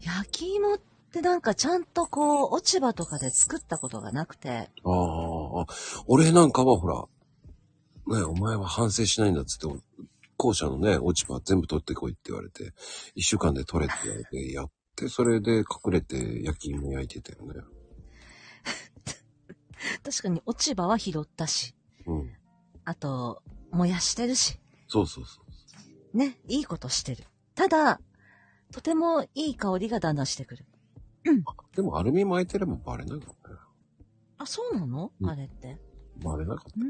Speaker 3: 焼き芋ってなんかちゃんとこう、落ち葉とかで作ったことがなくて、
Speaker 1: ああ、俺なんかはほら、ねお前は反省しないんだっつって、校舎のね、落ち葉全部取ってこいって言われて、一週間で取れって言われて、やって、それで隠れて焼き芋焼いてたよね。
Speaker 3: 確かに落ち葉は拾ったし、
Speaker 1: うん。
Speaker 3: あと、燃やしてるし、
Speaker 1: そうそうそう。
Speaker 3: ね、いいことしてる。ただ、とてもいい香りがだんだんしてくる。
Speaker 1: でもアルミ巻いてればバレないからね。
Speaker 3: あ、そうなの
Speaker 1: うん
Speaker 3: あれって。
Speaker 1: バレなかっ
Speaker 3: うーん。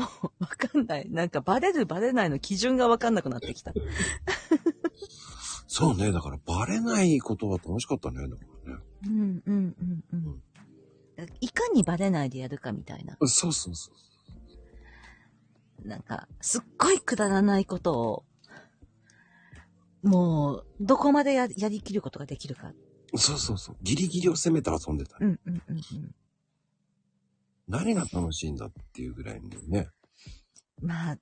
Speaker 3: もう、わかんない。なんか、バレるバレないの基準がわかんなくなってきた。
Speaker 1: た。そうね、だからバレないことは楽しかったね、だからね。
Speaker 3: うん、うん、うん、うん。いかにバレないでやるかみたいな。
Speaker 1: そうそうそう。
Speaker 3: なんか、すっごいくだらないことを、もう、どこまでややりきることができるか。
Speaker 1: そうそうそう。ギリギリを攻めて遊んでた。
Speaker 3: うん、うん、うん、うん。
Speaker 1: 何が楽しいんだっていうぐらいのね。
Speaker 3: まあ、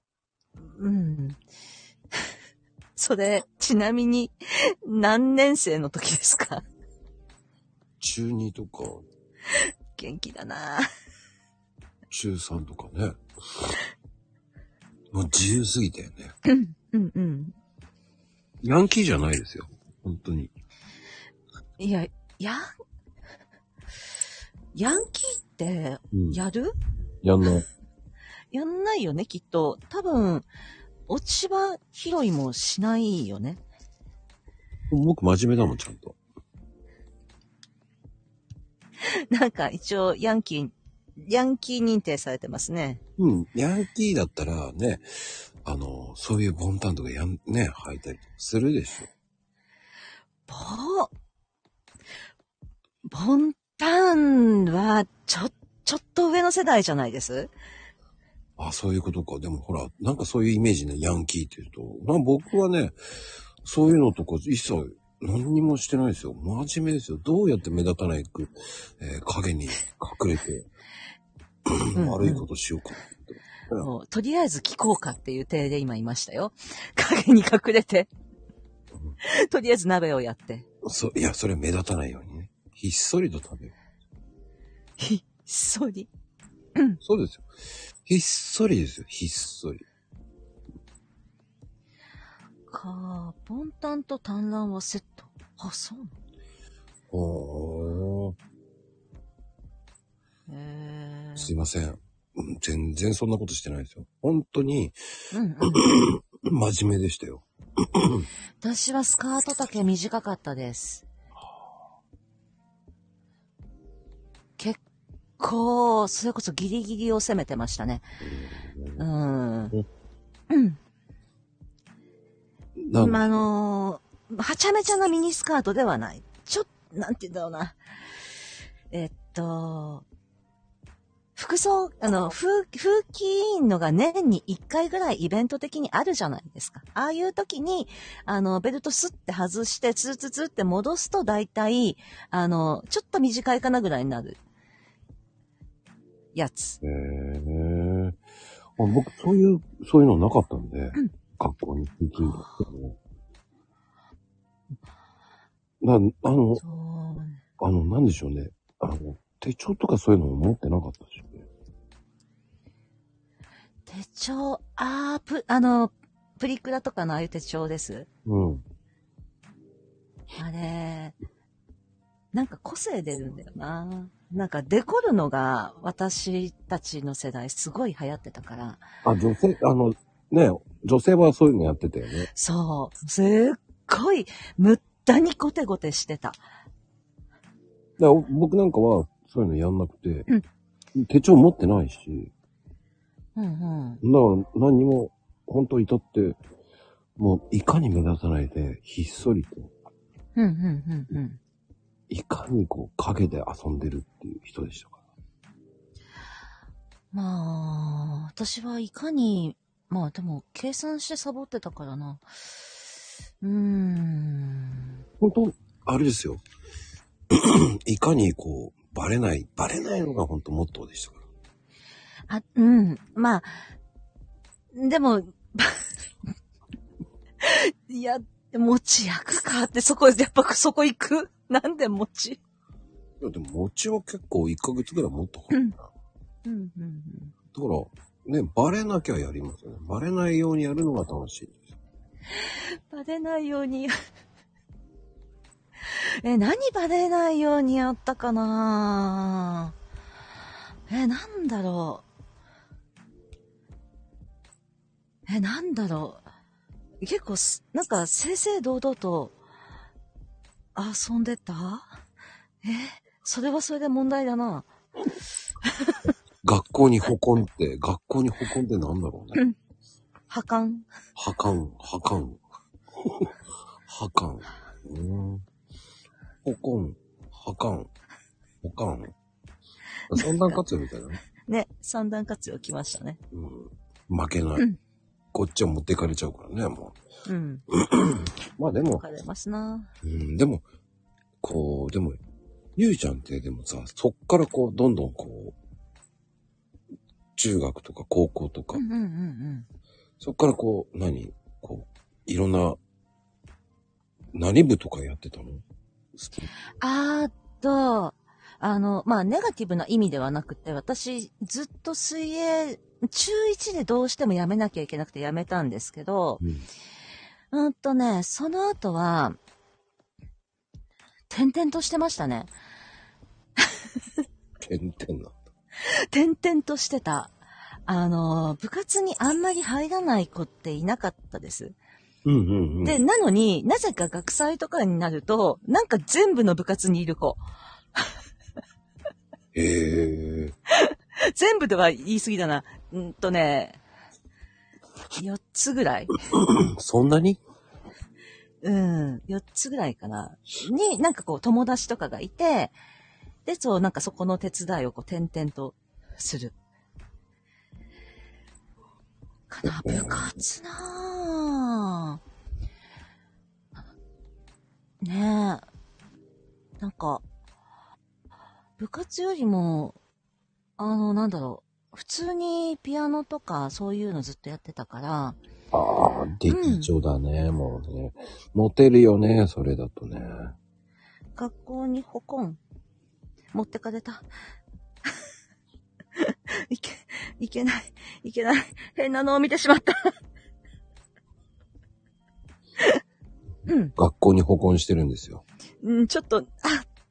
Speaker 3: うん。 それ、ちなみに、何年生の時ですか
Speaker 1: 中2とか、
Speaker 3: 元気だな
Speaker 1: 中3とかね。もう自由すぎたよね。
Speaker 3: うんうん。
Speaker 1: ヤンキーじゃないですよ。本当に。
Speaker 3: いや、やん、ヤンキーって、
Speaker 1: うん
Speaker 3: やる
Speaker 1: やんない。
Speaker 3: やんないよね、きっと。多分、落ち葉拾いもしないよね。
Speaker 1: 僕真面目だもん、ちゃんと。
Speaker 3: なんか、一応、ヤンキー、ヤンキー認定されてますね。
Speaker 1: うん。ヤンキーだったらね、あの、そういうボンタンとかやん、ね、履いたりするでしょ。
Speaker 3: ぼ、ボンタンは、ちょ、ちょっと上の世代じゃないです
Speaker 1: あ、そういうことか。でもほら、なんかそういうイメージね、ヤンキーっていうと。なんか僕はね、そういうのとか一切何にもしてないですよ。真面目ですよ。どうやって目立たないく、えー影に隠れて、
Speaker 3: んう ん
Speaker 1: 悪いことしようかって。うん
Speaker 3: もう、とりあえず聞こうかっていう体で今いましたよ。 影に隠れて。 とりあえず鍋をやって。
Speaker 1: そいや、それ目立たないようにね。ひっそりと食べる。
Speaker 3: ひっそり。
Speaker 1: そうですよ。ひっそりですよ、ひっそり。
Speaker 3: かー、ボンタンと単卵はセット。あ、そうな
Speaker 1: おー、
Speaker 3: のへ
Speaker 1: すいません。うん全然そんなことしてないですよ。本当に
Speaker 3: え。うんうん。
Speaker 1: 真面目でしたよ。
Speaker 3: 私はスカート丈短かったです。結構、それこそギリギリを攻めてましたね。うん。うん。
Speaker 1: な
Speaker 3: まあ、あのーはちゃめちゃなミニスカートではない。ちょっ、なんて言うんだろうな。えっと、服装、あの、風、風紀委員のが年に1回ぐらいイベント的にあるじゃないですか。ああいう時に、あの、ベルトスって外して、ツーツーツーって戻すと大体、あの、ちょっと短いかなぐらいになる。やつ。
Speaker 1: へえ。僕、そういう、そういうのなかったんで、
Speaker 3: ん
Speaker 1: 学校に行くんだけどね。な、あの、
Speaker 3: そう
Speaker 1: あの、なんでしょうね。あの、手帳とかそういうのも持ってなかったしね。
Speaker 3: 手帳、あー、プ、あの、プリクラとかのああいう手帳です。
Speaker 1: うん。
Speaker 3: あれ、なんか個性出るんだよな。なんかデコるのが私たちの世代すごい流行ってたから、
Speaker 1: あ、女性、あの、ね、女性はそういうのやってたよね。
Speaker 3: そう、すっごいむったにゴテゴテしてた。
Speaker 1: だから僕なんかは、そういうのやんなくて、
Speaker 3: う
Speaker 1: 手帳持ってないし、
Speaker 3: うんうん。
Speaker 1: だから何にも、本当至って、もう、いかに目立たないで、ひっそりと、
Speaker 3: うんうんうんうん。
Speaker 1: いかにこう、影で遊んでるっていう人でしたから。
Speaker 3: まあ、私はいかに、まあでも計算してサボってたからな。うーん。
Speaker 1: 本当あれですよ。 いかにこう、バレない、バレないのが本当モットーでしたから。
Speaker 3: あ、うん。まあ、でも、 いや、餅焼くかって、そこ、やっぱそこ行く なんで餅
Speaker 1: いや、でも餅は結構1ヶ月ぐらい持ったから、だか
Speaker 3: うん、うん、
Speaker 1: ら、ね、バレなきゃやりますよね。バレないようにやるのが楽しいです。
Speaker 3: バレないように。 え、何バレないようにやったかなえ、なんだろう。え、なんだろう。結構す、なんか、正々堂々と遊んでたえ、それはそれで問題だな。
Speaker 1: 学校に誇んって、学校に誇んってなんだろうね。
Speaker 3: 破壊。
Speaker 1: はかん、はかん。はかん。うーん。ほこん、はかん、ほかん。三段活用みたいなね。
Speaker 3: ね、三段活用来ましたね。
Speaker 1: うん。負けない。こっちは持ってかれちゃうからね、も
Speaker 3: うん。
Speaker 1: う。まあでも
Speaker 3: わ、かれますな。
Speaker 1: うん、でも、こう、でも、ゆうちゃんってでもさ、そっからこう、どんどんこう、中学とか高校とか、
Speaker 3: うんうんうんうん。
Speaker 1: そっからこう、何こう、いろんな、何部とかやってたのスポーツ
Speaker 3: あーっと、あの、まあ、ネガティブな意味ではなくて、私、ずっと水泳、中1でどうしてもやめなきゃいけなくてやめたんですけど、
Speaker 1: うん
Speaker 3: うんとね、その後は、点々としてましたね。
Speaker 1: 点々なんだ。
Speaker 3: 点々としてた。あの、部活にあんまり入らない子っていなかったです。
Speaker 1: うんうんうん。
Speaker 3: で、なのになぜか学祭とかになると、なんか全部の部活にいる子。
Speaker 1: へえ。
Speaker 3: 全部では言い過ぎだな。うんとね、4つぐらい。
Speaker 1: そんなに
Speaker 3: うん、4つぐらいかな。に、なんかこう友達とかがいて、で、そう、なんかそこの手伝いをこう転々とする。かな、部活なぁ。ねえ。なんか、部活よりも、あの、なんだろう。普通にピアノとかそういうのずっとやってたから、
Speaker 1: ああ、できちょだね、もうね。モテるよね、それだとね。
Speaker 3: 学校にほこん。持ってかれた。 いけ、いけない、いけない。変なのを見てしまった。うん
Speaker 1: 学校に保婚してるんですよ。
Speaker 3: うん、ちょっと、あっ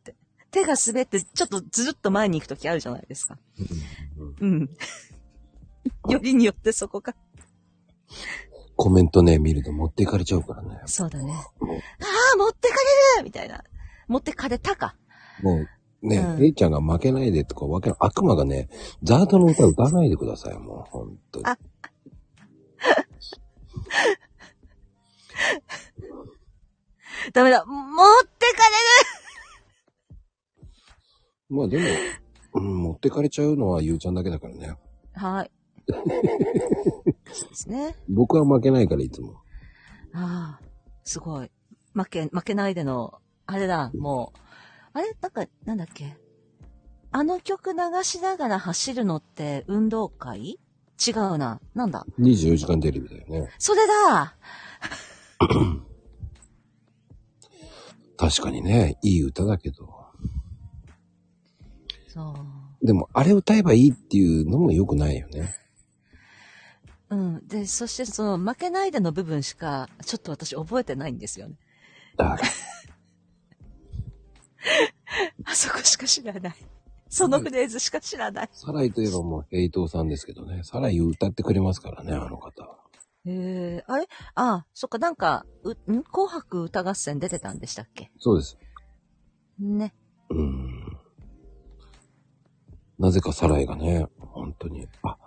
Speaker 3: て。手が滑って、ちょっとずるっと前に行くときあるじゃないですか。
Speaker 1: うん
Speaker 3: うん。 よりによってそこか。
Speaker 1: コメントね、見ると持っていかれちゃうからね。
Speaker 3: そうだね。あ
Speaker 1: も
Speaker 3: あ、持ってかれるみたいな。持ってかれたか。
Speaker 1: う、もうね、
Speaker 3: うん
Speaker 1: えいちゃんが負けないでとか、わけの悪魔がね、ザートの歌歌わないでください、もう、ほんとに。
Speaker 3: あダメだ。持ってか
Speaker 1: まあでも、うん、持ってかれちゃうのはゆうちゃんだけだからね。
Speaker 3: れるはい。 そうですね。
Speaker 1: 僕は負けないから、いつも。
Speaker 3: ああ、すごい。負け、負けないでの、あれだ、もう。あれなんか、なんだっけあの曲流しながら走るのって運動会違うな。なんだ
Speaker 1: 24時間テレビだよね。
Speaker 3: それだ
Speaker 1: 確かにね、いい歌だけど。
Speaker 3: そう。
Speaker 1: でも、あれ歌えばいいっていうのも良くないよね。
Speaker 3: うん。で、そしてその、負けないでの部分しか、ちょっと私覚えてないんですよね。
Speaker 1: だから、
Speaker 3: あそこしか知らない。そのフレーズしか知らない。
Speaker 1: サライといえばもう、ヘイトさんですけどね。サライ歌ってくれますからね、あの方は。
Speaker 3: へえあれあ、そっか、なんか、う、ん紅白歌合戦出てたんでしたっけ
Speaker 1: そうです。
Speaker 3: ね。
Speaker 1: うーん。なぜかサライがね、本当に、あ、好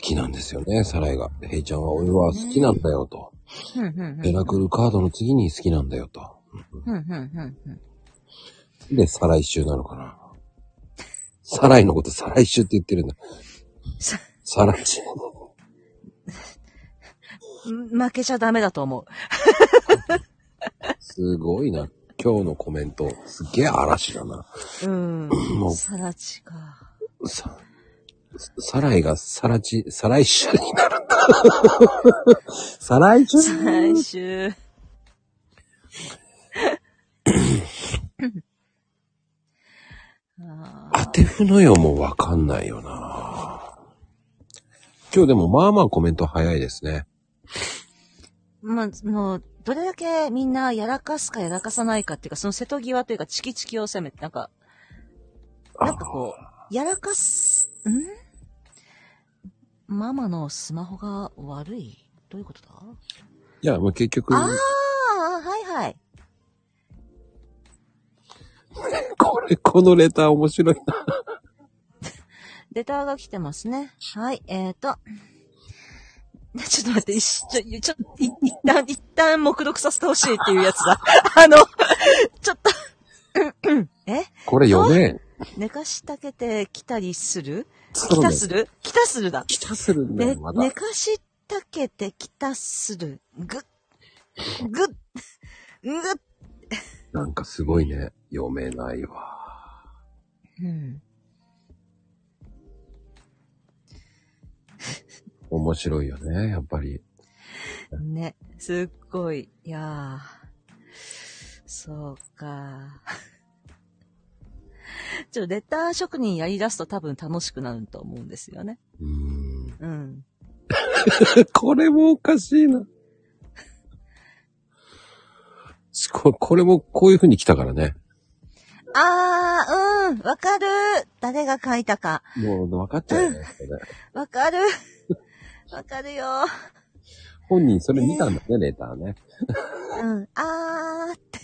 Speaker 1: きなんですよね、サライが。ヘイちゃんは俺は好きなんだよと。
Speaker 3: うん、うん、うん。
Speaker 1: ヘラクルカードの次に好きなんだよと。
Speaker 3: うん、うん、うん、うん。
Speaker 1: で、再来週なのかな。再来のこと再来週って言ってるんだ。
Speaker 3: さ
Speaker 1: 再来週。
Speaker 3: 負けちゃダメだと思う。
Speaker 1: すごいな。今日のコメント、すげえ嵐だな。
Speaker 3: うん
Speaker 1: も。う
Speaker 3: さらちか。
Speaker 1: さ、再来が再来ち、再来週になるんだ。 再来週
Speaker 3: 最終。 あ
Speaker 1: 当てふのよもわかんないよな。今日でもまあまあコメント早いですね。
Speaker 3: ーまあ、その、どれだけみんなやらかすかやらかさないかっていうか、その瀬戸際というか、チキチキを攻めて、なんか、なんかこう、やらかす、んママのスマホが悪いどういうことだ
Speaker 1: いや、もう結局、
Speaker 3: ああ、はいはい。
Speaker 1: これ、このレター面白いな。
Speaker 3: レターが来てますね。はい、えーと。 ちょっと待って、一ちょ、ちょ、い一旦、一旦目読させてほしいっていうやつだ。 あの、ちょっと、うんうんえ
Speaker 1: これ読めん。
Speaker 3: 寝かしたけて来たりする
Speaker 1: そう
Speaker 3: 来
Speaker 1: だよ
Speaker 3: たする来たするだ。
Speaker 1: 来たするんだ
Speaker 3: ね
Speaker 1: よ、ま、だ
Speaker 3: 寝。かしたけて来たする。ぐっ、ぐっ、ぐっ。
Speaker 1: なんかすごいね。読めないわ。
Speaker 3: うん
Speaker 1: 面白いよね、やっぱり。
Speaker 3: ね、すっごい。いやー。そうか。 ちょ、レター職人やり出すと多分楽しくなると思うんですよね。
Speaker 1: うーん。
Speaker 3: うん。
Speaker 1: これもおかしいな。しここれもこういう風に来たからね。
Speaker 3: あー、うん、わかる。誰が書いたか。
Speaker 1: もう分かっちゃうよね。これ
Speaker 3: わかる。 わかるよ。
Speaker 1: 本人それ見たんだね、レターね。
Speaker 3: うん、あーって。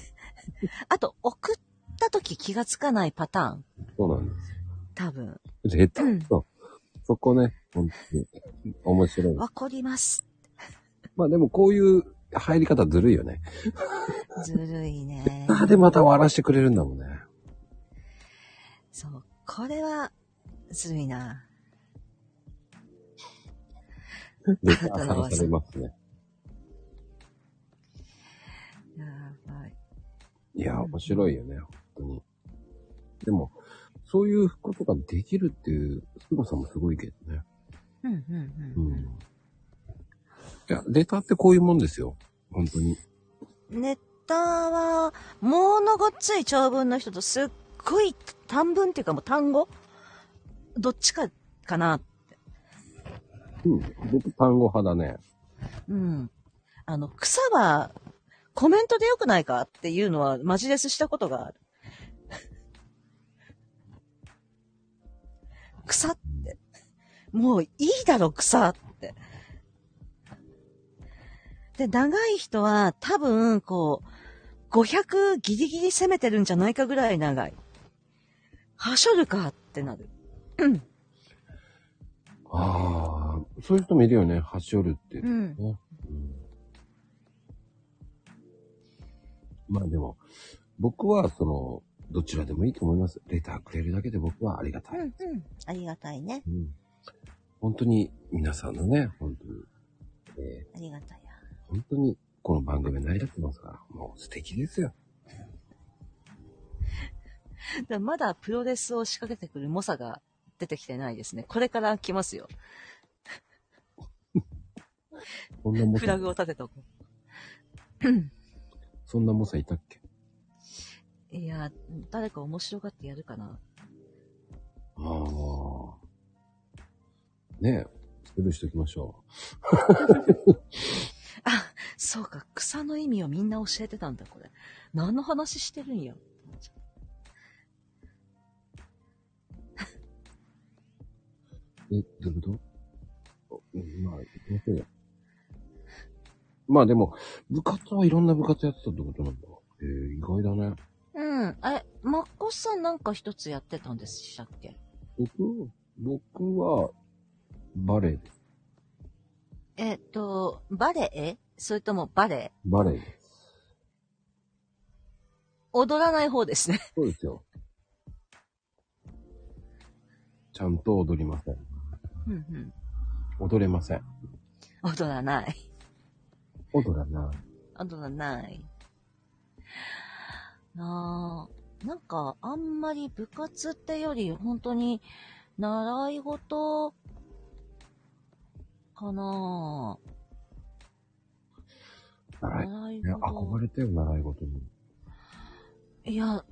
Speaker 3: あと、送った時気がつかないパターン。
Speaker 1: そうなんです。
Speaker 3: 多分。
Speaker 1: レターと、そこね、本当に。面白い。
Speaker 3: わかります。
Speaker 1: まあでもこういう入り方ずるいよね。
Speaker 3: ずるいね。
Speaker 1: あでまた笑わしてくれるんだもんね。
Speaker 3: そう。これは、ずるいな。
Speaker 1: で、さらされますね。
Speaker 3: やばい。
Speaker 1: いや、面白いよね、本当に。でも、そういうことができるっていう凄さもすごいけどね。
Speaker 3: うんうん
Speaker 1: う
Speaker 3: うん
Speaker 1: ん。いや、レターってこういうもんですよ。本当に。
Speaker 3: うん。ネタは、ものごっつい長文の人とすっごい短文っていうかもう単語どっちかかな。
Speaker 1: うん。僕、単語派だね。
Speaker 3: うん。あの、草は、コメントでよくないかっていうのは、マジレスしたことがある。 草って。もういいだろ、草って。で、長い人は、多分、こう、500ギリギリ攻めてるんじゃないかぐらい長い。はしょるかってなる。
Speaker 1: ああ、そういう人もいるよね。端折るって。
Speaker 3: うん。
Speaker 1: うんまあでも、僕は、その、どちらでもいいと思います。レターくれるだけで僕はありがた
Speaker 3: う
Speaker 1: い。
Speaker 3: んうん。ありがたいね。
Speaker 1: うん本当に皆さんのね、本当に、え
Speaker 3: ありがたいや。
Speaker 1: ー本当にこの番組成り立ってますから、もう素敵ですよ。
Speaker 3: だからまだプロレスを仕掛けてくる猛者が出てきてないですね。これから来ますよ。
Speaker 1: そんなも
Speaker 3: フ
Speaker 1: さ
Speaker 3: ラ、グを立てとこ
Speaker 1: そんなもさいたっけ
Speaker 3: う。いや、誰か面白がってやるかな。
Speaker 1: ああ。ねえ、許しときましょ
Speaker 3: あ、そうか、草の意味をみんな教えてたんだ、これ。何の話してるんや。
Speaker 1: う。え、どういうことうんまあ、行きましょうよ。まあでも、部活はいろんな部活やってたってことなんだ。えー、意外だね。
Speaker 3: うん。え、マッコさんなんか一つやってたんでしたっけ
Speaker 1: 僕、僕は、バレエです。
Speaker 3: えっと、バレエそれともバレエ
Speaker 1: バレエです。
Speaker 3: 踊らない方ですね。
Speaker 1: そうですよ。ちゃんと踊りません。
Speaker 3: うん
Speaker 1: 踊れません。
Speaker 3: うん。踊らない。
Speaker 1: 踊らない。
Speaker 3: 踊らない。なあ、なんかあんまり部活ってより本当に習い事かなあ。
Speaker 1: 習い、
Speaker 3: 習い
Speaker 1: ね、憧
Speaker 3: 事。
Speaker 1: れたよ、習い事に。
Speaker 3: いや、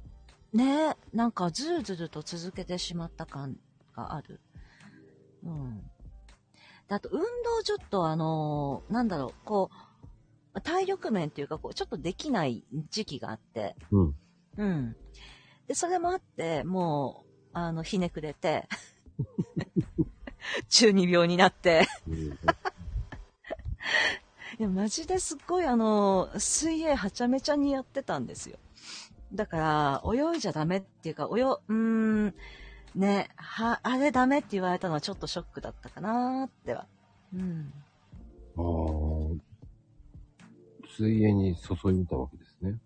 Speaker 3: ねえ、なんかずるずると続けてしまった感がある。うん。であと運動ちょっとあのなんだろう、こう、体力面っていうか、こう、ちょっとできない時期があって、
Speaker 1: うん。
Speaker 3: うん。で、それもあって、もう、あの、ひねく れて、中二病になって、
Speaker 1: うん
Speaker 3: いや、マジですっごいあの、水泳はちゃめちゃにやってたんですよ。だから、泳いじゃダメっていうか、泳、うーん、ね、は、あれダメって言われたのはちょっとショックだったかなーっては。うん。
Speaker 1: あー水泳に注いでたわけですね。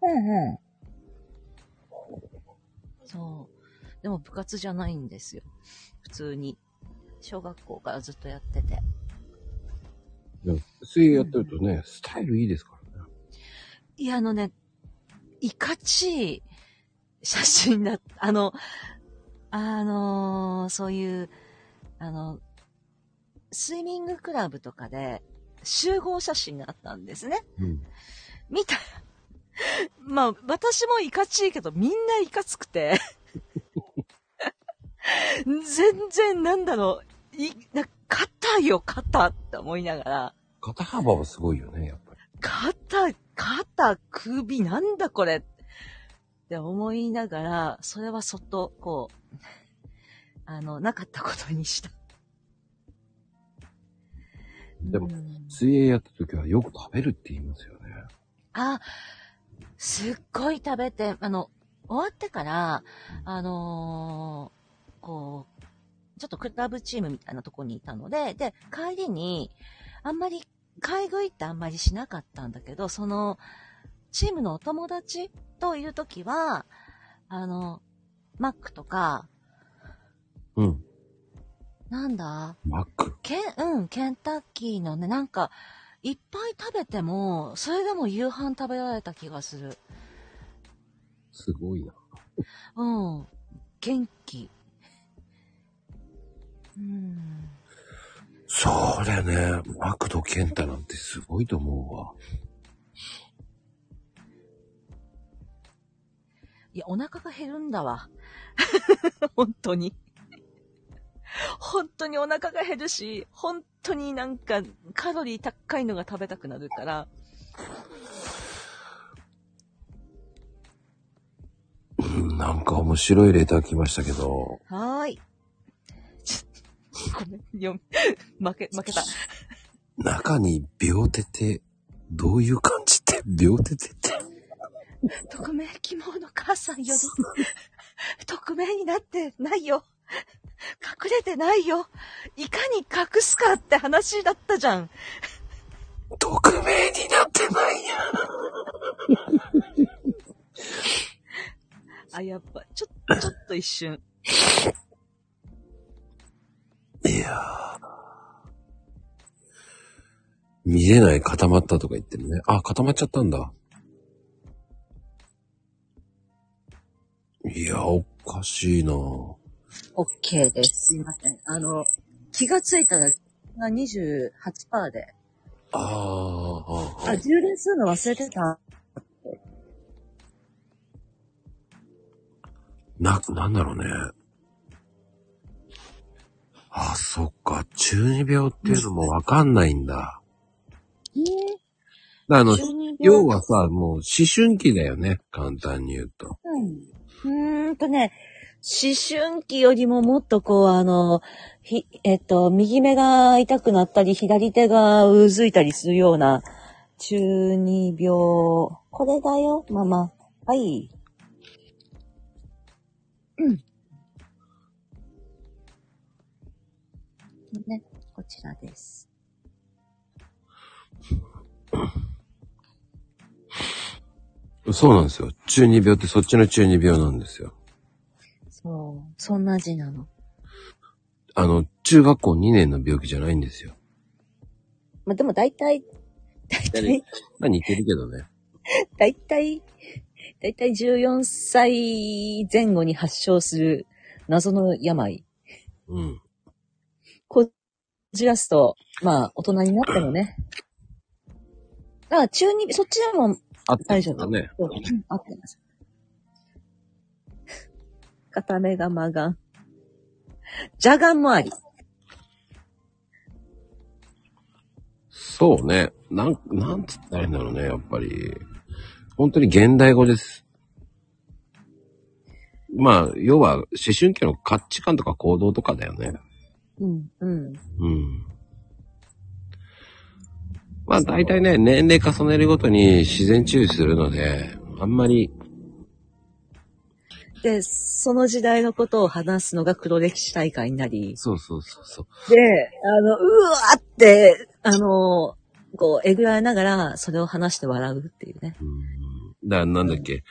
Speaker 3: うんうん。そう。でも部活じゃないんですよ。普通に。小学校からずっとやってて。
Speaker 1: でも水泳やってるとね、スタイルいいですからね。
Speaker 3: いや、あのね、いかちい写真だった。あの、あのーそういう、あの、スイミングクラブとかで集合写真があったんですね。
Speaker 1: うん。
Speaker 3: 見たら、 まあ、私もいかちいけど、みんないかつくて、 全然なんだろう、い、な、硬いよ、肩って思いながら、
Speaker 1: 肩幅はすごいよね、やっぱり。
Speaker 3: 肩、肩、首、なんだこれって思いながら、それはそっと、こう、あの、なかったことにした。
Speaker 1: でも
Speaker 3: うん
Speaker 1: 水泳やった時はよく食べるって言いますよね。
Speaker 3: あ、すっごい食べて、あの、終わってから、あのーこう、ちょっとクラブチームみたいなとこにいたので、で、帰りに、あんまり買い食いってあんまりしなかったんだけど、その、チームのお友達といるときは、あの、マックとか、
Speaker 1: うん。
Speaker 3: なんだ
Speaker 1: マック。
Speaker 3: ケン、うん、ケンタッキーのね、なんか、いっぱい食べても、それでも夕飯食べられた気がする。
Speaker 1: すごいな。
Speaker 3: うん。元気。うん。
Speaker 1: そうだよね。マクドケンタなんてすごいと思うわ。
Speaker 3: いや、お腹が減るんだわ。 本当に。本当にお腹が減るし、本当になんかカロリー高いのが食べたくなるから。
Speaker 1: うん、なんか面白いレター来ましたけど。
Speaker 3: はーい。ちょごめん、読み、負け、負けた。
Speaker 1: 中に秒手って、どういう感じって秒手ってって。
Speaker 3: 匿名希望の母さんより、匿名になってないよ。隠れてないよ。いかに隠すかって話だったじゃん。
Speaker 1: 匿名になってないやん。
Speaker 3: あ、やっぱ、ちょっと、ちょっと一瞬。
Speaker 1: いやー。見れない固まったとか言ってるね。あ、固まっちゃったんだ。いや、おかしいな
Speaker 3: OK です。すいません。あの、気がついたら、が28%で。
Speaker 1: あーあー、
Speaker 3: あ、充電するの忘れてた。
Speaker 1: な、なんだろうね。あ、そっか。中二病っていうのもわかんないんだ。
Speaker 3: えぇ、
Speaker 1: だあの、
Speaker 3: 12秒
Speaker 1: 要はさ、もう思春期だよね。簡単に言うと。
Speaker 3: うん。うーんとね、思春期よりももっとこう、あの、ひ、えっと、右目が痛くなったり、左手がうずいたりするような、中二病。これだよ、ママ。はい。うん。ね、こちらです。
Speaker 1: そうなんですよ。中二病ってそっちの中二病なんですよ。
Speaker 3: そう。そんな字なの。
Speaker 1: あの、中学校2年の病気じゃないんですよ。
Speaker 3: まあ、でも大体、大体、
Speaker 1: まあ似てるけどね。
Speaker 3: 大体、大体14歳前後に発症する謎の病。
Speaker 1: うん。
Speaker 3: こじらすと、まあ、大人になってもね。だから中二、そっちでも、
Speaker 1: あって
Speaker 3: 大丈夫
Speaker 1: だね。
Speaker 3: うん合ってます。片目がマガン。ジャガンもあり。
Speaker 1: そうね。なん、なんつったらいいんだろうね、やっぱり。本当に現代語です。まあ、要は、思春期の価値観とか行動とかだよね。
Speaker 3: うん、うん。
Speaker 1: うん。まあ、大体ね、年齢重ねるごとに自然注意するので、あんまり、
Speaker 3: で、その時代のことを話すのが黒歴史大会になり。
Speaker 1: そうそうそうそう。
Speaker 3: で、あの、うわーって、あの、こう、えぐられながら、それを話して笑うっていうね。
Speaker 1: うん、だからなんだっけ。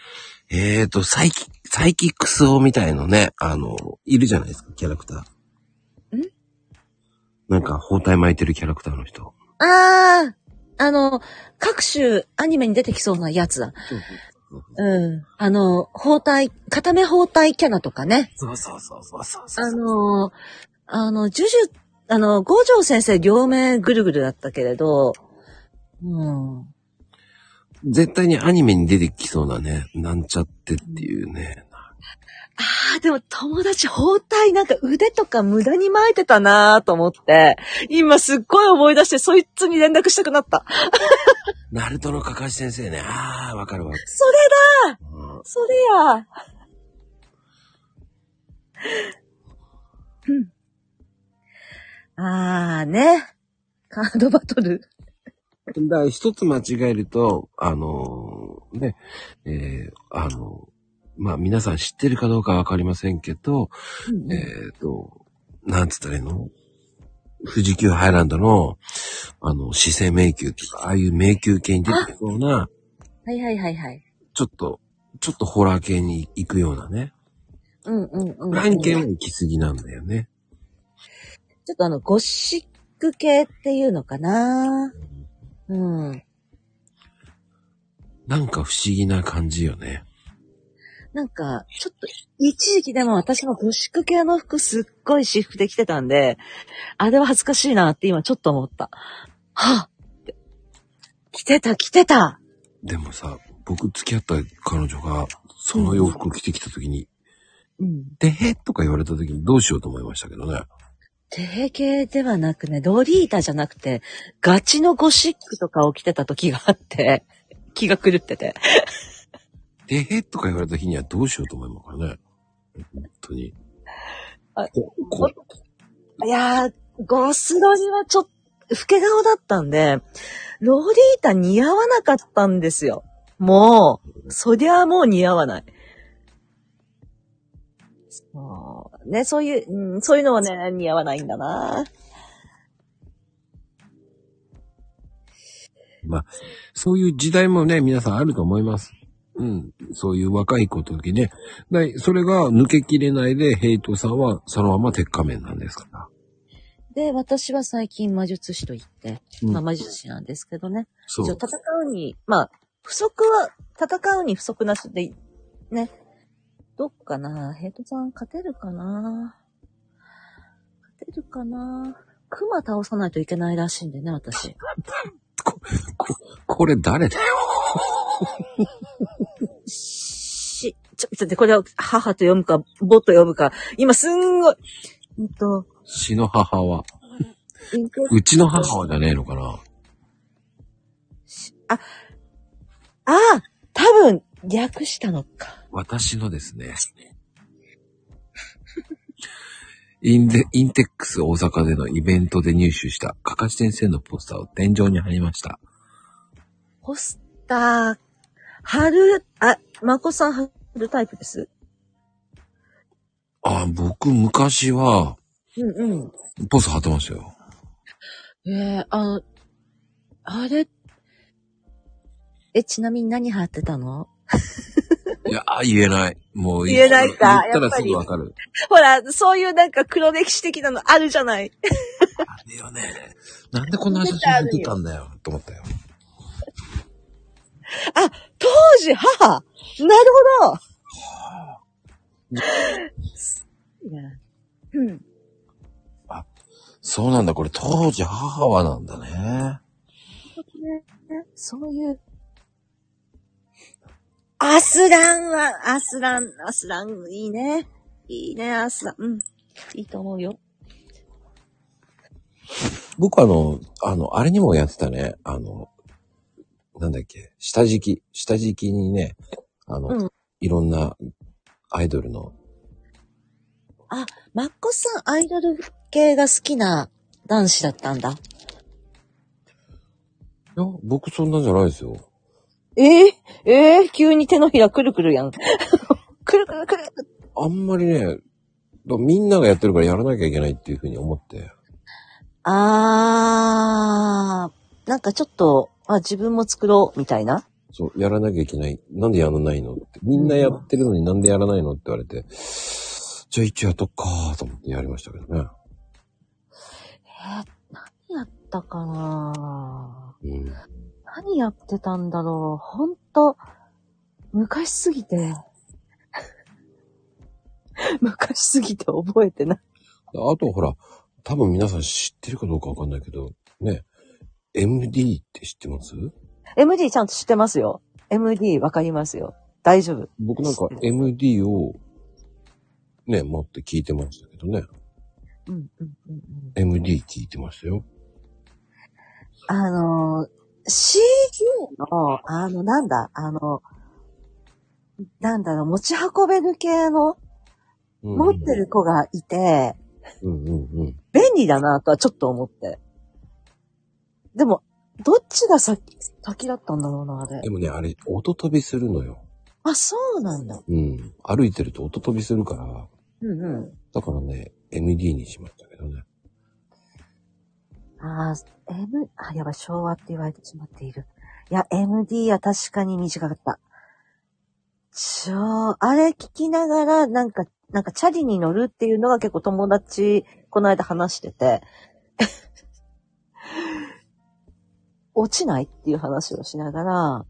Speaker 1: えーと、サイキ、サイキックス王みたいのね、あの、いるじゃないですか、キャラクター。
Speaker 3: ん
Speaker 1: なんか、包帯巻いてるキャラクターの人。
Speaker 3: あー、あの、各種アニメに出てきそうなやつだ。うん。あの、包帯、片目包帯キャラとかね。
Speaker 1: そうそうそうそうそうそう。
Speaker 3: あの、あの、ジュジュ、あの、五条先生両目ぐるぐるだったけれど、うん。
Speaker 1: 絶対にアニメに出てきそうなね、なんちゃってっていうね。
Speaker 3: あーでも友達包帯なんか腕とか無駄に巻いてたなーと思って、今すっごい思い出してそいつに連絡したくなった。
Speaker 1: ナルトのカカシ先生ね。あー、わかるわ。
Speaker 3: それ
Speaker 1: うん
Speaker 3: それや。うん。あーね。カードバトル。
Speaker 1: だから一つ間違えると、あのーね、えーあのまあ、皆さん知ってるかどうかわかりませんけど、えっ、と、なんつったらいいの富士急ハイランドの、あの、四川迷宮とか、ああいう迷宮系に出てくような、
Speaker 3: はいはいはいはい。
Speaker 1: ちょっと、ちょっとホラー系に行くようなね。
Speaker 3: うんうんうん、うん。
Speaker 1: 案件は行き過ぎなんだよね。
Speaker 3: ちょっとあの、ゴシック系っていうのかなうん。
Speaker 1: なんか不思議な感じよね。
Speaker 3: なんか、ちょっと、一時期でも私もゴシック系の服すっごい私服で着てたんで、あれは恥ずかしいなって今ちょっと思った。はぁって着てた着てた
Speaker 1: でもさ、僕付き合った彼女が、その洋服を着てきた時に、
Speaker 3: うん。
Speaker 1: でへとか言われた時にどうしようと思いましたけどね。
Speaker 3: 定型ではなくね、ロリータじゃなくて、ガチのゴシックとかを着てた時があって、 気が狂ってて。
Speaker 1: でへとか言われた日にはどうしようと思いますからね。本当に。
Speaker 3: あ
Speaker 1: ここ
Speaker 3: いやー、ゴスロリはちょっと、老け顔だったんで、ロリータ似合わなかったんですよ。もう、そりゃもう似合わない。そう、ね、そういう、うん、そういうのはね、似合わないんだな
Speaker 1: そういう時代もね、皆さんあると思います。うん。そういう若い子ときね。でそれが抜けきれないで、ヘイトさんはそのまま鉄仮面なんですから。
Speaker 3: で、私は最近魔術師と言って、
Speaker 1: うん
Speaker 3: まあ魔術師なんですけどね。
Speaker 1: そ
Speaker 3: 一応
Speaker 1: う。
Speaker 3: 戦うに、まあ、不足は、戦うに不足なしで、ね。どっかなヘイトさん勝てるかな勝てるかなクマ倒さないといけないらしいんでね、私。
Speaker 1: ここれ誰だよ。
Speaker 3: し、ちょ、ちょっと待って、これは母と読むか、母と読むか。今すんごい。えっと、
Speaker 1: 死の母は。
Speaker 3: インク
Speaker 1: うちの母はじゃねえのかな。
Speaker 3: ああ多分、略したのか。
Speaker 1: 私のですね。インデ、インテックス大阪でのイベントで入手した、かかし先生のポスターを天井に貼りました。
Speaker 3: ポスター、貼る、あ、まこさん貼るタイプです
Speaker 1: あ、僕昔は、
Speaker 3: うんうん。
Speaker 1: ポスター貼ってましたよ。
Speaker 3: ええあの、あれ、え、ちなみに何貼ってたの
Speaker 1: いや、あ言えない。もう
Speaker 3: 言えないか
Speaker 1: 言った
Speaker 3: や
Speaker 1: ら
Speaker 3: っぱ
Speaker 1: す
Speaker 3: り
Speaker 1: ぐわかる。
Speaker 3: ほら、そういうなんか黒歴史的なのあるじゃない。
Speaker 1: あれよね。なんでこんな写真出てたんだよ、と思ったよ。
Speaker 3: 当時、母なるほどいや、うん。
Speaker 1: そうなんだ、これ当時母はなんだね。
Speaker 3: そういう。アスランは、アスラン、アスラン、いいね。いいね、アスラン。うん。いいと思うよ。
Speaker 1: 僕あの、あの、あれにもやってたね。あの、なんだっけ、下敷き、下敷きにね、あの、
Speaker 3: うん
Speaker 1: いろんなアイドルの、
Speaker 3: マッコさん、アイドル系が好きな男子だったんだ。
Speaker 1: いや、僕そんなんじゃないですよ。
Speaker 3: ええええ急に手のひらく るくるやん。くるくるくる。
Speaker 1: あんまりね、だからみんながやってるからやらなきゃいけないっていうふうに思って。
Speaker 3: あー、なんかちょっと、あ、自分も作ろう、みたいな。
Speaker 1: そう、やらなきゃいけない。なんでやらないのって。みんなやってるのになんでやらないのって言われて、じゃあ一応やっとくかーと思ってやりましたけどね。
Speaker 3: えー、何やったかな
Speaker 1: うん。
Speaker 3: 何やってたんだろう。ほんと、昔すぎて。 昔すぎて覚えてない。
Speaker 1: あとほら、多分皆さん知ってるかどうかわかんないけど、ね、MD って知ってます
Speaker 3: MD ちゃんと知ってますよ。MD わかりますよ。大丈夫。
Speaker 1: 僕なんか MD を、ね、持って聞いてましたけどね。
Speaker 3: うん、うん、うん。うん
Speaker 1: MD 聞いてましたよ。
Speaker 3: あのー、CD の、あの、なんだ、あの、なんだろう、持ち運べる系の
Speaker 1: うん
Speaker 3: 持って。る子がいて、
Speaker 1: うんうんうん。
Speaker 3: 便利だなとはちょっと思って。でも、どっちが先、先だったんだろうな、あれ
Speaker 1: で。もね、あれ、音飛びするのよ。
Speaker 3: あ、そうなんだ。
Speaker 1: うん。歩いてると音飛びするから、
Speaker 3: うんうん。
Speaker 1: だからね、MD にしましたけどね。
Speaker 3: ああ、M、あ、やばい、昭和って言われてしまっている。いや、MD は確かに短かった。ちょ、あれ聞きながら、なんか、なんかチャリに乗るっていうのが結構友達、この間話してて、 落ちないっていう話をしながら、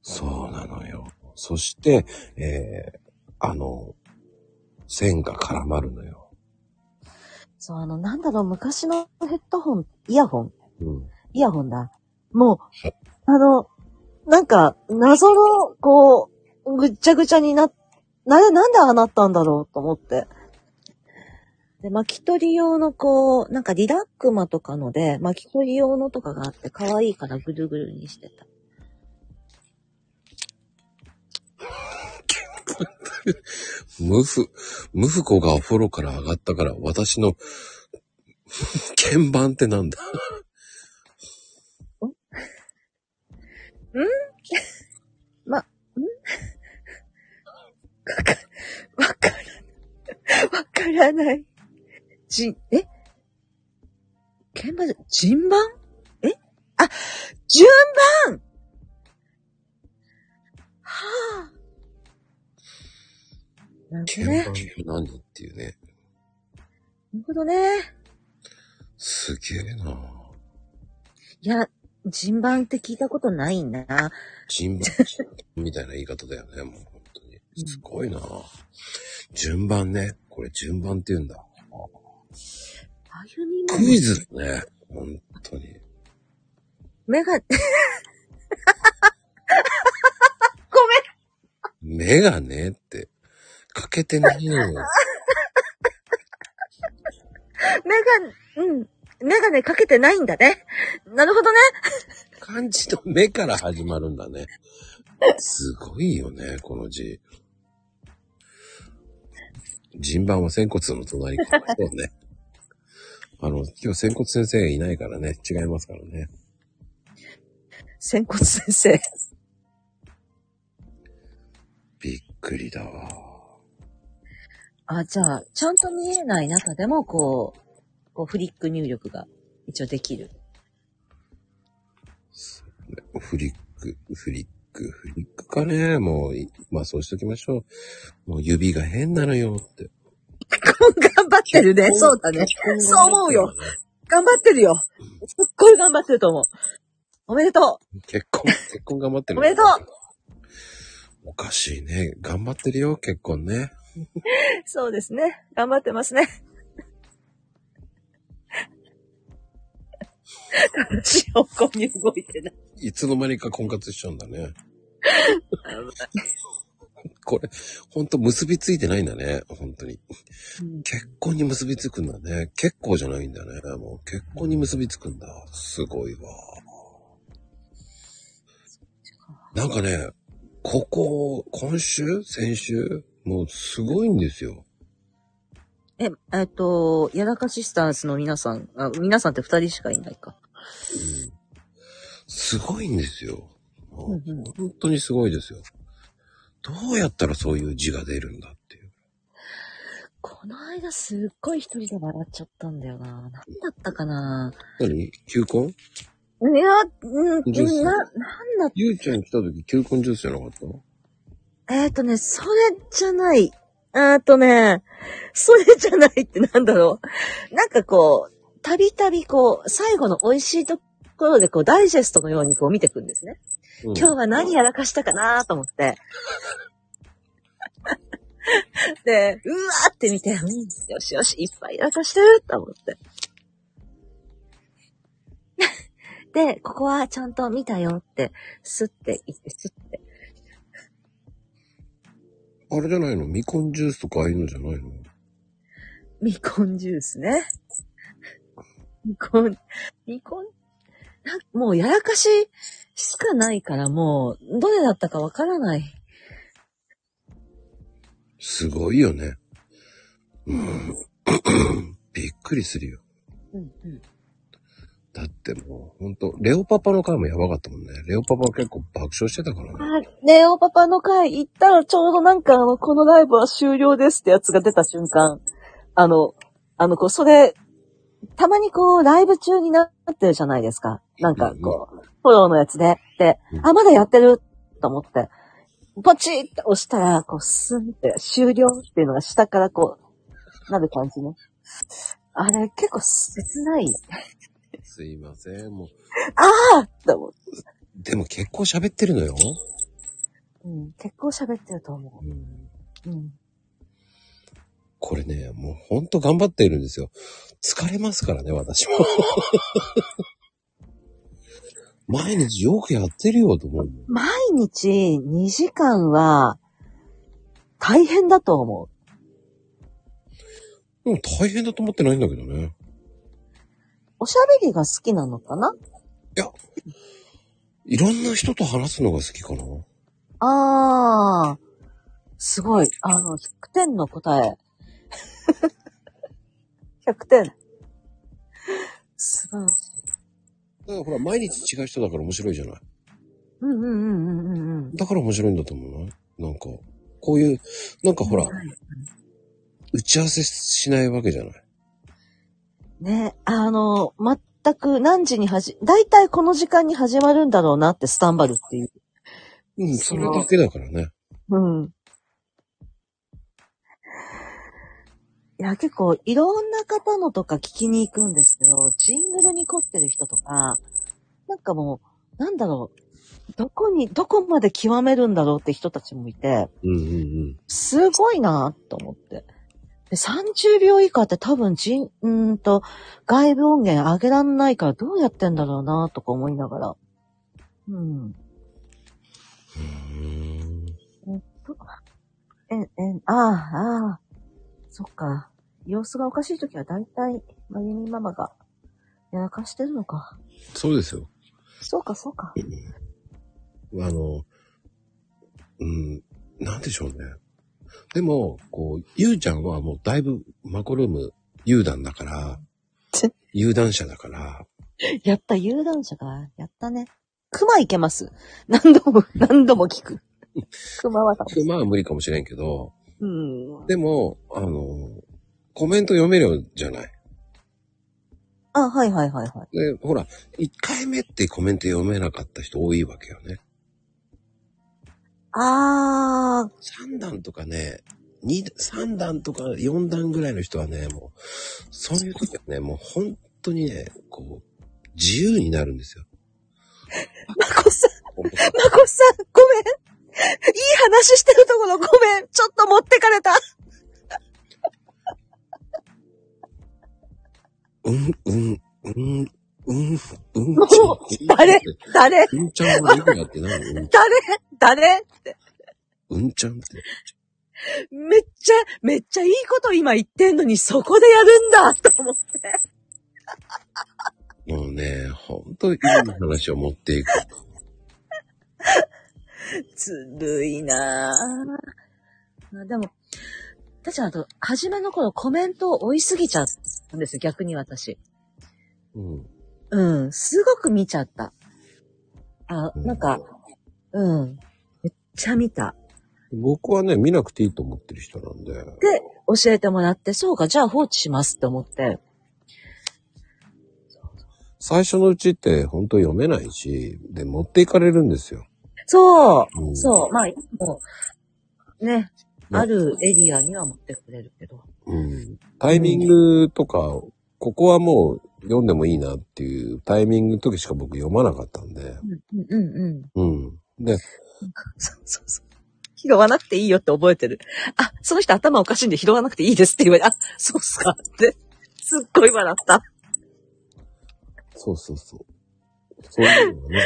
Speaker 1: そうなのよ。そして、えー、あの、線が絡まるのよ。
Speaker 3: そう、あの、なんだろう、昔のヘッドホン、イヤホン
Speaker 1: うん。
Speaker 3: イヤホンだ。もう、あの、なんか、謎の、こう、ぐっちゃぐちゃにな、なれ、なんでああなったんだろうと思って。で、巻き取り用のこう、なんかリラックマとかので、巻き取り用のとかがあって、可愛いからぐるぐるにしてた。
Speaker 1: ムフ、ムフコがフォローから上がったから、私の 鍵盤ってなんだ
Speaker 3: わか、わから、わからない。じん、え鍵盤じゃ、順番えあ、順番はあ。なるほ
Speaker 1: 鍵
Speaker 3: どね。
Speaker 1: 盤って何っていうね。
Speaker 3: なるほどね。
Speaker 1: すげえない
Speaker 3: や、順番って聞いたことないな。
Speaker 1: 人番みたいな言い方だよね、もう本当に。すごいな順番ね。これ順番って言うんだ。
Speaker 3: あゆみ
Speaker 1: ク
Speaker 3: も、
Speaker 1: イズだね。本当に。
Speaker 3: 目が、ごめん。
Speaker 1: 目がねって。欠けてないのよ。
Speaker 3: 目が、うん。メガネかけてないんだね。なるほどね。
Speaker 1: 漢字の目から始まるんだね。すごいよね、この字。人番は仙骨の隣に。そうね。あの、今日仙骨先生がいないからね、違いますからね。
Speaker 3: 仙骨先生。
Speaker 1: びっくりだわ。
Speaker 3: あ、じゃあ、ちゃんと見えない中でも、こう、こうフリック入力が一応できる。
Speaker 1: フリック、フリック、フリックかね。もうい、まあそうしときましょう。もう指が変なのよって。
Speaker 3: 頑張ってるね。そうだね。そう思うよ。頑張ってるよ。すっごい頑張ってると思う。おめでと
Speaker 1: 結婚、結婚頑張ってる。
Speaker 3: おめでとう
Speaker 1: おかしいね。頑張ってるよ、結婚ね。
Speaker 3: うそうですね。頑張ってます ね。正しい方向に動いてない。
Speaker 1: いつの間にか婚活しちゃうんだね。 これ、ほんと結びついてないんだね。本当に。
Speaker 3: うん
Speaker 1: 結婚に結びつくんだね。結構じゃないんだね。もう結婚に結びつくんだ。すごいわ。なんかね、ここ、今週先週もうすごいんですよ。
Speaker 3: え、えっと、やらかシスターズの皆さん、あ皆さんって二人しかいない
Speaker 1: う
Speaker 3: か。
Speaker 1: んすごいんですよ。もう
Speaker 3: うんうん
Speaker 1: 本当にすごいですよ。どうやったらそういう字が出るんだっていう。
Speaker 3: この間すっごい一人で笑っちゃったんだよな。なんだったかな。
Speaker 1: 何求婚
Speaker 3: いや、うん、
Speaker 1: ジュース
Speaker 3: な、なんだっ
Speaker 1: ゆうちゃん来た時求婚ジュースじゃなかった
Speaker 3: えっ、とね、それじゃない。えーっとね、それじゃないってなんだろう。なんかこう、たびたびこう、最後の美味しいところでこう、ダイジェストのようにこう見てくんですね。
Speaker 1: 今
Speaker 3: 今日は何やらかしたかなと思って。 で、うわーって見て、うん、よしよし、いっぱいやらかしてると思って。 で、ここはちゃんと見たよって、スッて言って、スッて。
Speaker 1: あれじゃないの未婚ジュースとかああいうのじゃないの
Speaker 3: 未婚ジュースね。未婚、未婚なんかもうやらかししかないからもう、どれだったかわからない。
Speaker 1: すごいよね。うん、びっくりするよ。
Speaker 3: うんうん。
Speaker 1: だってもう、ほんと、レオパパの回もやばかったもんね。レオパパは結構爆笑してたからね。
Speaker 3: あ、レオパパの会行ったらちょうどなんかあの、このライブは終了ですってやつが出た瞬間、あの、あの、こう、それ、たまにこう、ライブ中になってるじゃないですか。なんかこう、フォローのやつで。で
Speaker 1: う、ん
Speaker 3: あ、まだやってると思って、ポチッと押したら、こう、スンって、終了っていうのが下からこう、なる感じね。あれ、結構切ない。
Speaker 1: すいません。もう、
Speaker 3: ああと思って。
Speaker 1: でも結構喋ってるのよ。
Speaker 3: うん、結構喋ってると思
Speaker 1: うん
Speaker 3: う。うん。
Speaker 1: これね、もうほんと頑張っているんですよ。疲れますからね、私も。 毎日よくやってるよ、と思う。
Speaker 3: 毎日2時間は、大変だと思う。
Speaker 1: でも大変だと思ってないんだけどね。
Speaker 3: おしゃべりが好きなのかない
Speaker 1: ろんな人と話すのが好きかな。
Speaker 3: ああ、すごい。あの、100点の答え。100点。すごい。
Speaker 1: だからほら、毎日違う人だから面白いじゃない。
Speaker 3: うんうんうんうんうんうん。
Speaker 1: だから面白いんだと思うな。なんか、こういう、なんかほら、打ち合わせしないわけじゃない。
Speaker 3: ね、あの、全く何時に始、だいたいこの時間に始まるんだろうなってスタンバルっていう。
Speaker 1: うん、それだけだからね。
Speaker 3: うん。いや、結構、いろんな方のとか聞きに行くんですけど、ジングルに凝ってる人とか、なんかもう、なんだろう、どこに、どこまで極めるんだろうって人たちもいて、
Speaker 1: うんうんうん。
Speaker 3: すごいなと思って。で30秒以下って多分ジン、うーんと、外部音源上げらんないからどうやってんだろうなとか思いながら。うん。
Speaker 1: うーん
Speaker 3: えん、えん、ああ、ああ、そっか。様子がおかしいときは大体、まゆみママが、やらかしてるのか。
Speaker 1: そうですよ。
Speaker 3: そうか、そうか。
Speaker 1: あの、うん、なんでしょうね。でも、こう、ゆうちゃんはもうだいぶマコルーム、有段だから
Speaker 3: ち、
Speaker 1: 有段者だから、
Speaker 3: やった、有段者が、やったね。熊いけます。 何度も、何度も聞く。熊は多分。
Speaker 1: まあ無理かもしれんけど、
Speaker 3: うん。
Speaker 1: でも、あの、コメント読めるじゃない。
Speaker 3: あ、はいはいはいはい。
Speaker 1: で、ほら、1回目ってコメント読めなかった人多いわけよね。
Speaker 3: ああ、
Speaker 1: 3段とかね、2、3段とか4段ぐらいの人はね、もう、そういう時はね、もう本当にね、こう、自由になるんですよ。
Speaker 3: まこさん、まこさん、ごめん。いい話してるところごめん。ちょっと持ってかれた。
Speaker 1: うん、うん、うん、うん、うん。
Speaker 3: も誰誰
Speaker 1: うんちゃんはレギュラーって何うん
Speaker 3: 誰誰
Speaker 1: うんちゃんって。
Speaker 3: めっちゃ、めっちゃいいこと今言ってんのに、そこでやるんだと思って。
Speaker 1: もうね、本当にいい話を持っていく。
Speaker 3: ずるいなぁ。あでも、たちゃんあと、初めの頃コメントを追いすぎちゃったんですよ、逆に私。
Speaker 1: うん。
Speaker 3: うん、すごく見ちゃった。あ、
Speaker 1: うん
Speaker 3: なんか、うん、めっちゃ見た。
Speaker 1: 僕はね、見なくていいと思ってる人なんで。
Speaker 3: で、教えてもらって、そうか、じゃあ放置しますって思って。
Speaker 1: 最初のうちって本当読めないし、で、持っていかれるんですよ。
Speaker 3: そうう、
Speaker 1: ん
Speaker 3: そう、まあ、もう、ね、
Speaker 1: まあ
Speaker 3: あるエリアには持ってくれるけど。
Speaker 1: うん。タイミングとか、ここはもう読んでもいいなっていうタイミングの時しか僕読まなかったんで。
Speaker 3: うん、うん、うん。
Speaker 1: うん。で、
Speaker 3: そうそうそう。 拾わなくていいよって覚えてる。あ、その人頭おかしいんで拾わなくていいですって言われて、あ、そうっすかって。すっごい笑った。
Speaker 1: そうそうそう。そういうのがね、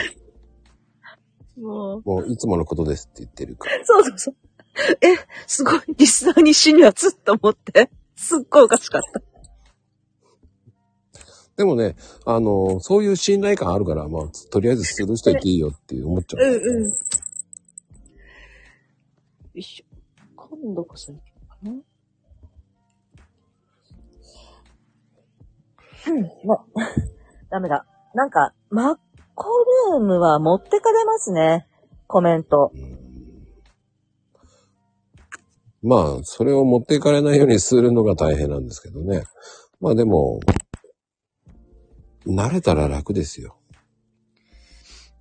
Speaker 3: もう。
Speaker 1: もういつものことですって言ってるから。
Speaker 3: そうそうそう。え、すごい、リスナーに死にはつっと思って。すっごいおかしかった。
Speaker 1: でもね、あの、そういう信頼感あるから、まあ、とりあえずする人いていいよって思っちゃう。
Speaker 3: うんうん。よいしょ。今度こそ行こうかな。うん、 ま、ダメだ。なんか、マッコルームは持ってかれますね。コメント。
Speaker 1: うんまあ、それを持っていかれないようにするのが大変なんですけどね。まあでも、慣れたら楽ですよ。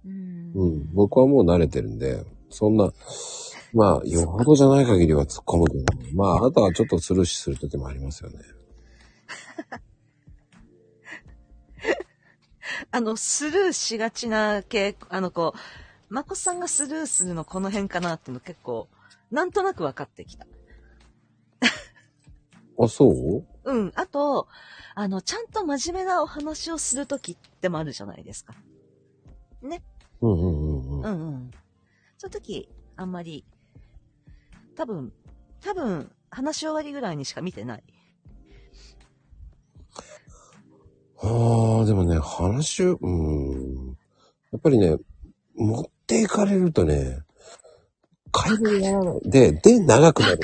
Speaker 3: うん
Speaker 1: うん。僕はもう慣れてるんで、そんな、まあ、よほどじゃない限りは突っ込むけど、まあ、あとはちょっとスルーする時もありますよね。
Speaker 3: あの、スルーしがちな系、あの、こう、まこさんがスルーするのこの辺かなっていうの結構、なんとなく分かってきた。
Speaker 1: あ、そう
Speaker 3: うん。あと、あの、ちゃんと真面目なお話をするときってもあるじゃないですか。
Speaker 1: うんうんうんう。
Speaker 3: うんんうん。その時、あんまり、多分、多分、話し終わりぐらいにしか見てない。
Speaker 1: ああ、でもね、話を、うん。やっぱりね、持っていかれるとね、会話にならない。で、で、長くなる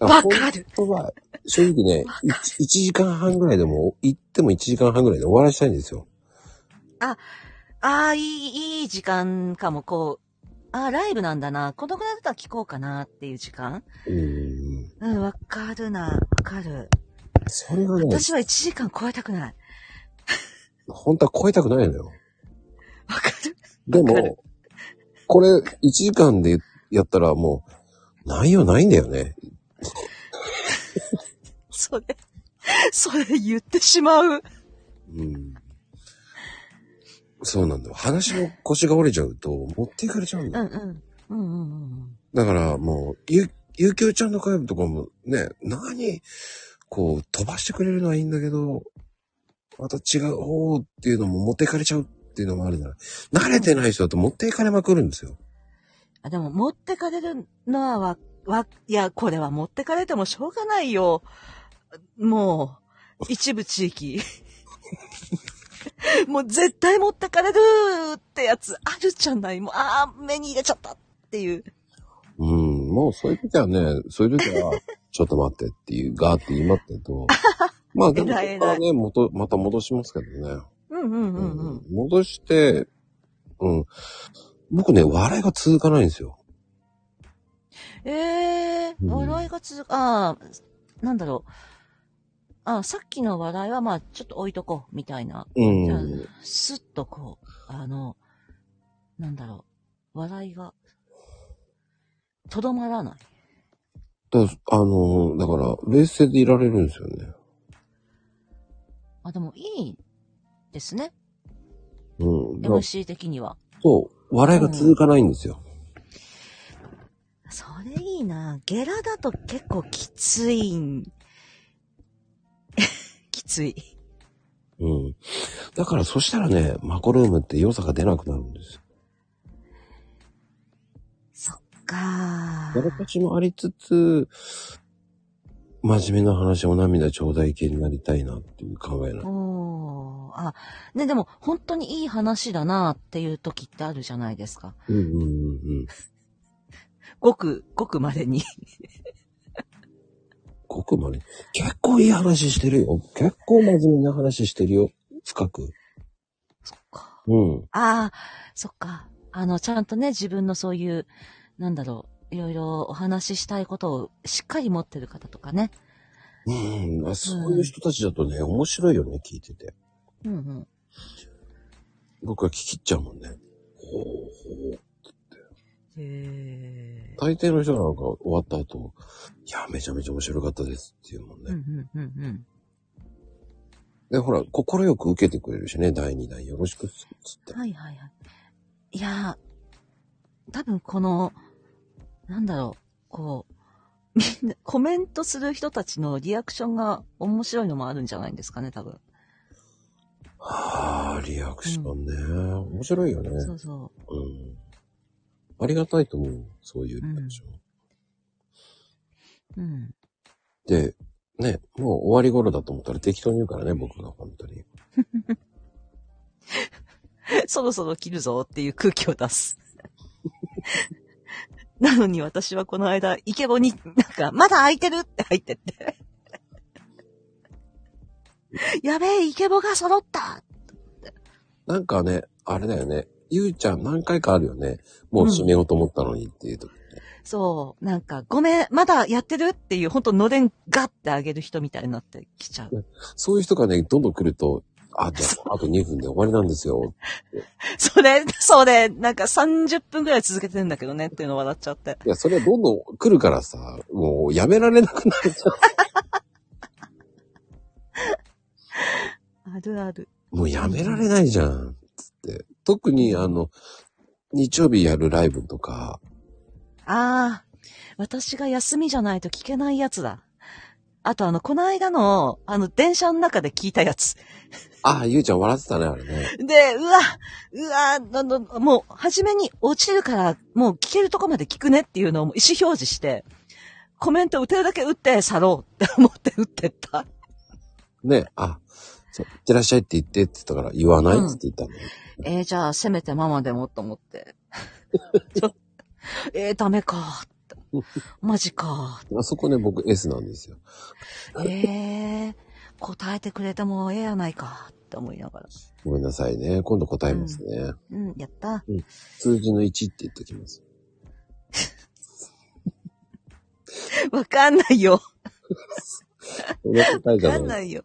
Speaker 1: の。だ
Speaker 3: わ
Speaker 1: から
Speaker 3: かる
Speaker 1: 本当は、正直ね、1時間半ぐらいでも、行っても1時間半ぐらいで終わらしたいんですよ。
Speaker 3: ああ、いい、いい時間かも、こう。ああ、ライブなんだな。このぐらいだったら聞こうかなっていう時間
Speaker 1: うん。
Speaker 3: うん、わかるな。わかる。
Speaker 1: それがね、
Speaker 3: 私は1時間超えたくない。
Speaker 1: 本当は超えたくないのよ。
Speaker 3: わかる
Speaker 1: で
Speaker 3: わかる
Speaker 1: も、これ、1時間でやったらもう、内容ないんだよね。
Speaker 3: それ、それ言ってしまう。
Speaker 1: うん。そうなんだよ。話の腰が折れちゃうと、持っていかれちゃうん
Speaker 3: う
Speaker 1: だ
Speaker 3: ん
Speaker 1: よ。
Speaker 3: うん。うんうんうん
Speaker 1: だからもう、ゆ、ゆうきょうちゃんの会部とかもね、何、こう、飛ばしてくれるのはいいんだけど、また違う方っていうのも持っていかれちゃうっていうのもあるじゃない。慣れてない人だと持っていかれまくるんですよ。
Speaker 3: あ。でも、持ってかれるのはわ、わ、いや、これは持ってかれてもしょうがないよ。もう、一部地域。 もう絶対持ってかれるってやつあるじゃない。もう、ああ、目に入れちゃったっていう。
Speaker 1: うん、もうそういう時はね、そういう時は、 ちょっと待ってっていう、ガーって言いまって と。まあでも、そ
Speaker 3: 偉い偉い
Speaker 1: こからね、元、また戻しますけどね。
Speaker 3: うんうんうんうん。
Speaker 1: 戻して、うん。僕ね、笑いが続かないんですよ。
Speaker 3: ええ
Speaker 1: うん
Speaker 3: 笑いが続く、ああ、なんだろう。ああ、さっきの笑いはまあ、ちょっと置いとこう、みたいな。
Speaker 1: うん。
Speaker 3: じゃあスッとこう、あの、なんだろう、笑いが、とどまらない。
Speaker 1: だあの、だから、冷静でいられるんですよね。
Speaker 3: あ、でもいいですね。
Speaker 1: うん。だから
Speaker 3: MC 的には。
Speaker 1: そう、笑いが続かないんですよ。
Speaker 3: それいいなゲラだと結構きついん。 きつい。
Speaker 1: うん。だから、そしたらね、マコルームって良さが出なくなるんですよ。
Speaker 3: そっか
Speaker 1: やらかしもありつつ、真面目な話、お涙頂戴系になりたいなっていう考えなの。
Speaker 3: おーあ、ね、でも本当にいい話だなっていう時ってあるじゃないですか。
Speaker 1: うんうんうんうん。
Speaker 3: ごく、ごく稀に。
Speaker 1: ごくまね。結構いい話してるよ。結構真面目な話してるよ。深く。
Speaker 3: そっか。
Speaker 1: うん。
Speaker 3: ああ、そっか。あの、ちゃんとね、自分のそういう、なんだろう、いろいろお話ししたいことをしっかり持ってる方とかね。
Speaker 1: うん、あそういう人たちだとね、面白いよね、聞いてて。
Speaker 3: うんうん。
Speaker 1: 僕は聞き入っちゃうもんね。ほうほう。
Speaker 3: へ
Speaker 1: 大抵の人なんか終わった後、いや、めちゃめちゃ面白かったですっていうもんね。
Speaker 3: うんうんうんうん。
Speaker 1: で、ほら、心よく受けてくれるしね、第2弾よろしくっつって。
Speaker 3: はいはいはい。いやー、多分この、なんだろう、こう、みんな、コメントする人たちのリアクションが面白いのもあるんじゃないんですかね、多分。
Speaker 1: ああ、リアクションね。面白いよね。
Speaker 3: そうそう。
Speaker 1: うん。ありがたいと思う。そういうリアクション。
Speaker 3: うん。
Speaker 1: で、ね、もう終わり頃だと思ったら適当に言うからね、僕が本当に。
Speaker 3: そろそろ切るぞっていう空気を出す。 なのに私はこの間、イケボに、なんか、まだ空いてるって入ってって。 やべえ、イケボが揃った
Speaker 1: なんかね、あれだよね。ゆうちゃん何回かあるよね。もう締めようと思ったのにっていうと、
Speaker 3: そう、なんか、ごめん、まだやってるっていう、ほんとのれんガッてあげる人みたいになってきちゃう。
Speaker 1: そういう人がね、どんどん来ると、あと、あと2分で終わりなんですよ。
Speaker 3: それ、それ、なんか30分くらい続けてるんだけどねっていうの笑っちゃって。
Speaker 1: いや、それはどんどん来るからさ、もうやめられなくなるじゃ
Speaker 3: あるある。
Speaker 1: ん。もうやめられないじゃん。つって。特にあの、日曜日やるライブとか、
Speaker 3: ああ、私が休みじゃないと聞けないやつだ。あとあの、この間の、あの、電車の中で聞いたやつ。
Speaker 1: ああ、ゆうちゃん笑ってたね、あれね。
Speaker 3: で、うわ、うわ、なんだもう、初めに落ちるから、もう聞けるとこまで聞くねっていうのを意思表示して、コメント打てるだけ打って去ろうって思って打ってった。
Speaker 1: ね、あ、そう、いってらっしゃいって言ってって言ったから、言わないっ
Speaker 3: うん
Speaker 1: つって言ったの、
Speaker 3: えー、じゃあ、せめてママでもと思って。 ちょえー、ダメかって。マジか。
Speaker 1: あそこね、僕 S なんですよ。
Speaker 3: えー、答えてくれてもええやないかって思いながら。
Speaker 1: ごめんなさいね。今度答えますね。
Speaker 3: うん、やった。
Speaker 1: 数字の1って言っときます。
Speaker 3: わかんないよ。
Speaker 1: その答えじ
Speaker 3: わか
Speaker 1: ゃ
Speaker 3: ん
Speaker 1: な。
Speaker 3: ないいよ。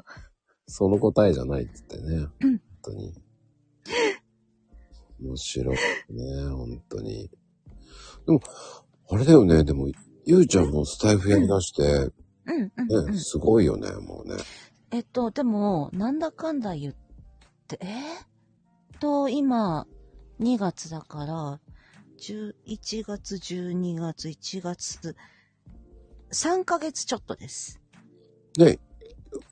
Speaker 1: その答えじゃないって言ってね。本当に。面白いね、本当に。でも、あれだよね、でも、ゆうちゃんもスタイフやりだして、
Speaker 3: うん、うん、うん
Speaker 1: ね、。すごいよね、もうね。
Speaker 3: えっと、でも、なんだかんだ言って、えー、と、今、2月だから、11月、12月、1月、3ヶ月ちょっとです。
Speaker 1: ね、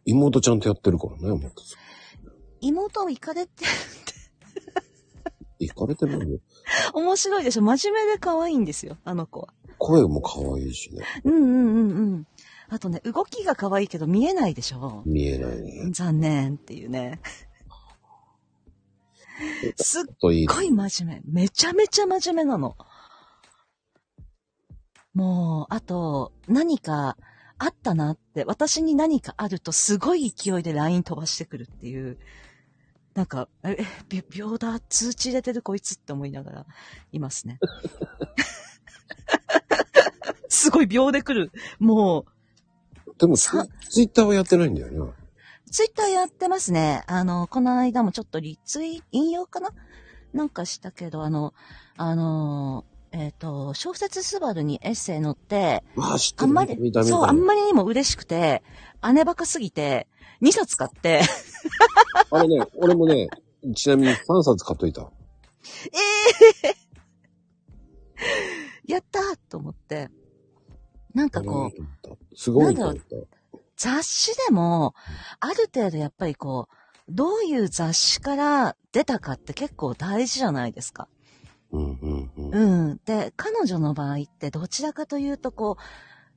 Speaker 1: 妹ちゃんとやってるからね、もう。
Speaker 3: 妹をイカれって、
Speaker 1: 行かれてるのに、
Speaker 3: 面白いでしょ真面目で可愛いんですよ、あの子は。
Speaker 1: 声も可愛いしね。
Speaker 3: うんうんうんうん。あとね、動きが可愛いけど見えないでしょ
Speaker 1: 見えないね。
Speaker 3: 残念っていうね。すっ
Speaker 1: といい
Speaker 3: すっごい真面目。めちゃめちゃ真面目なの。もう、あと、何かあったなって、私に何かあるとすごい勢いで LINE 飛ばしてくるっていう。なんか、え、び秒だ、通知入れてるこいつって思いながら、います ね。すごい秒で来る。も
Speaker 1: でもツ
Speaker 3: さ
Speaker 1: イ、ツイッターはやってないんだよね。
Speaker 3: う、ツイッターやってますね。あの、この間もちょっとリツイ、引用かななんかしたけど、あの、あの、えっ、と、小説スバルにエッセイ載って、
Speaker 1: まあ、知って
Speaker 3: あ
Speaker 1: る。
Speaker 3: んまり
Speaker 1: 見た、見た
Speaker 3: そう、あんまりにも嬉しくて、姉バカすぎて、2冊買って、
Speaker 1: あれね、俺もね、ちなみに3冊買っといた。
Speaker 3: ええやったー と思って。なんかこう、
Speaker 1: う。すごいと
Speaker 3: な
Speaker 1: 思っ
Speaker 3: んだ
Speaker 1: た。
Speaker 3: 雑誌でも、ある程度やっぱりこう、どういう雑誌から出たかって結構大事じゃないですか。
Speaker 1: うんうんうん。
Speaker 3: うん。で、彼女の場合ってどちらかというと、こう、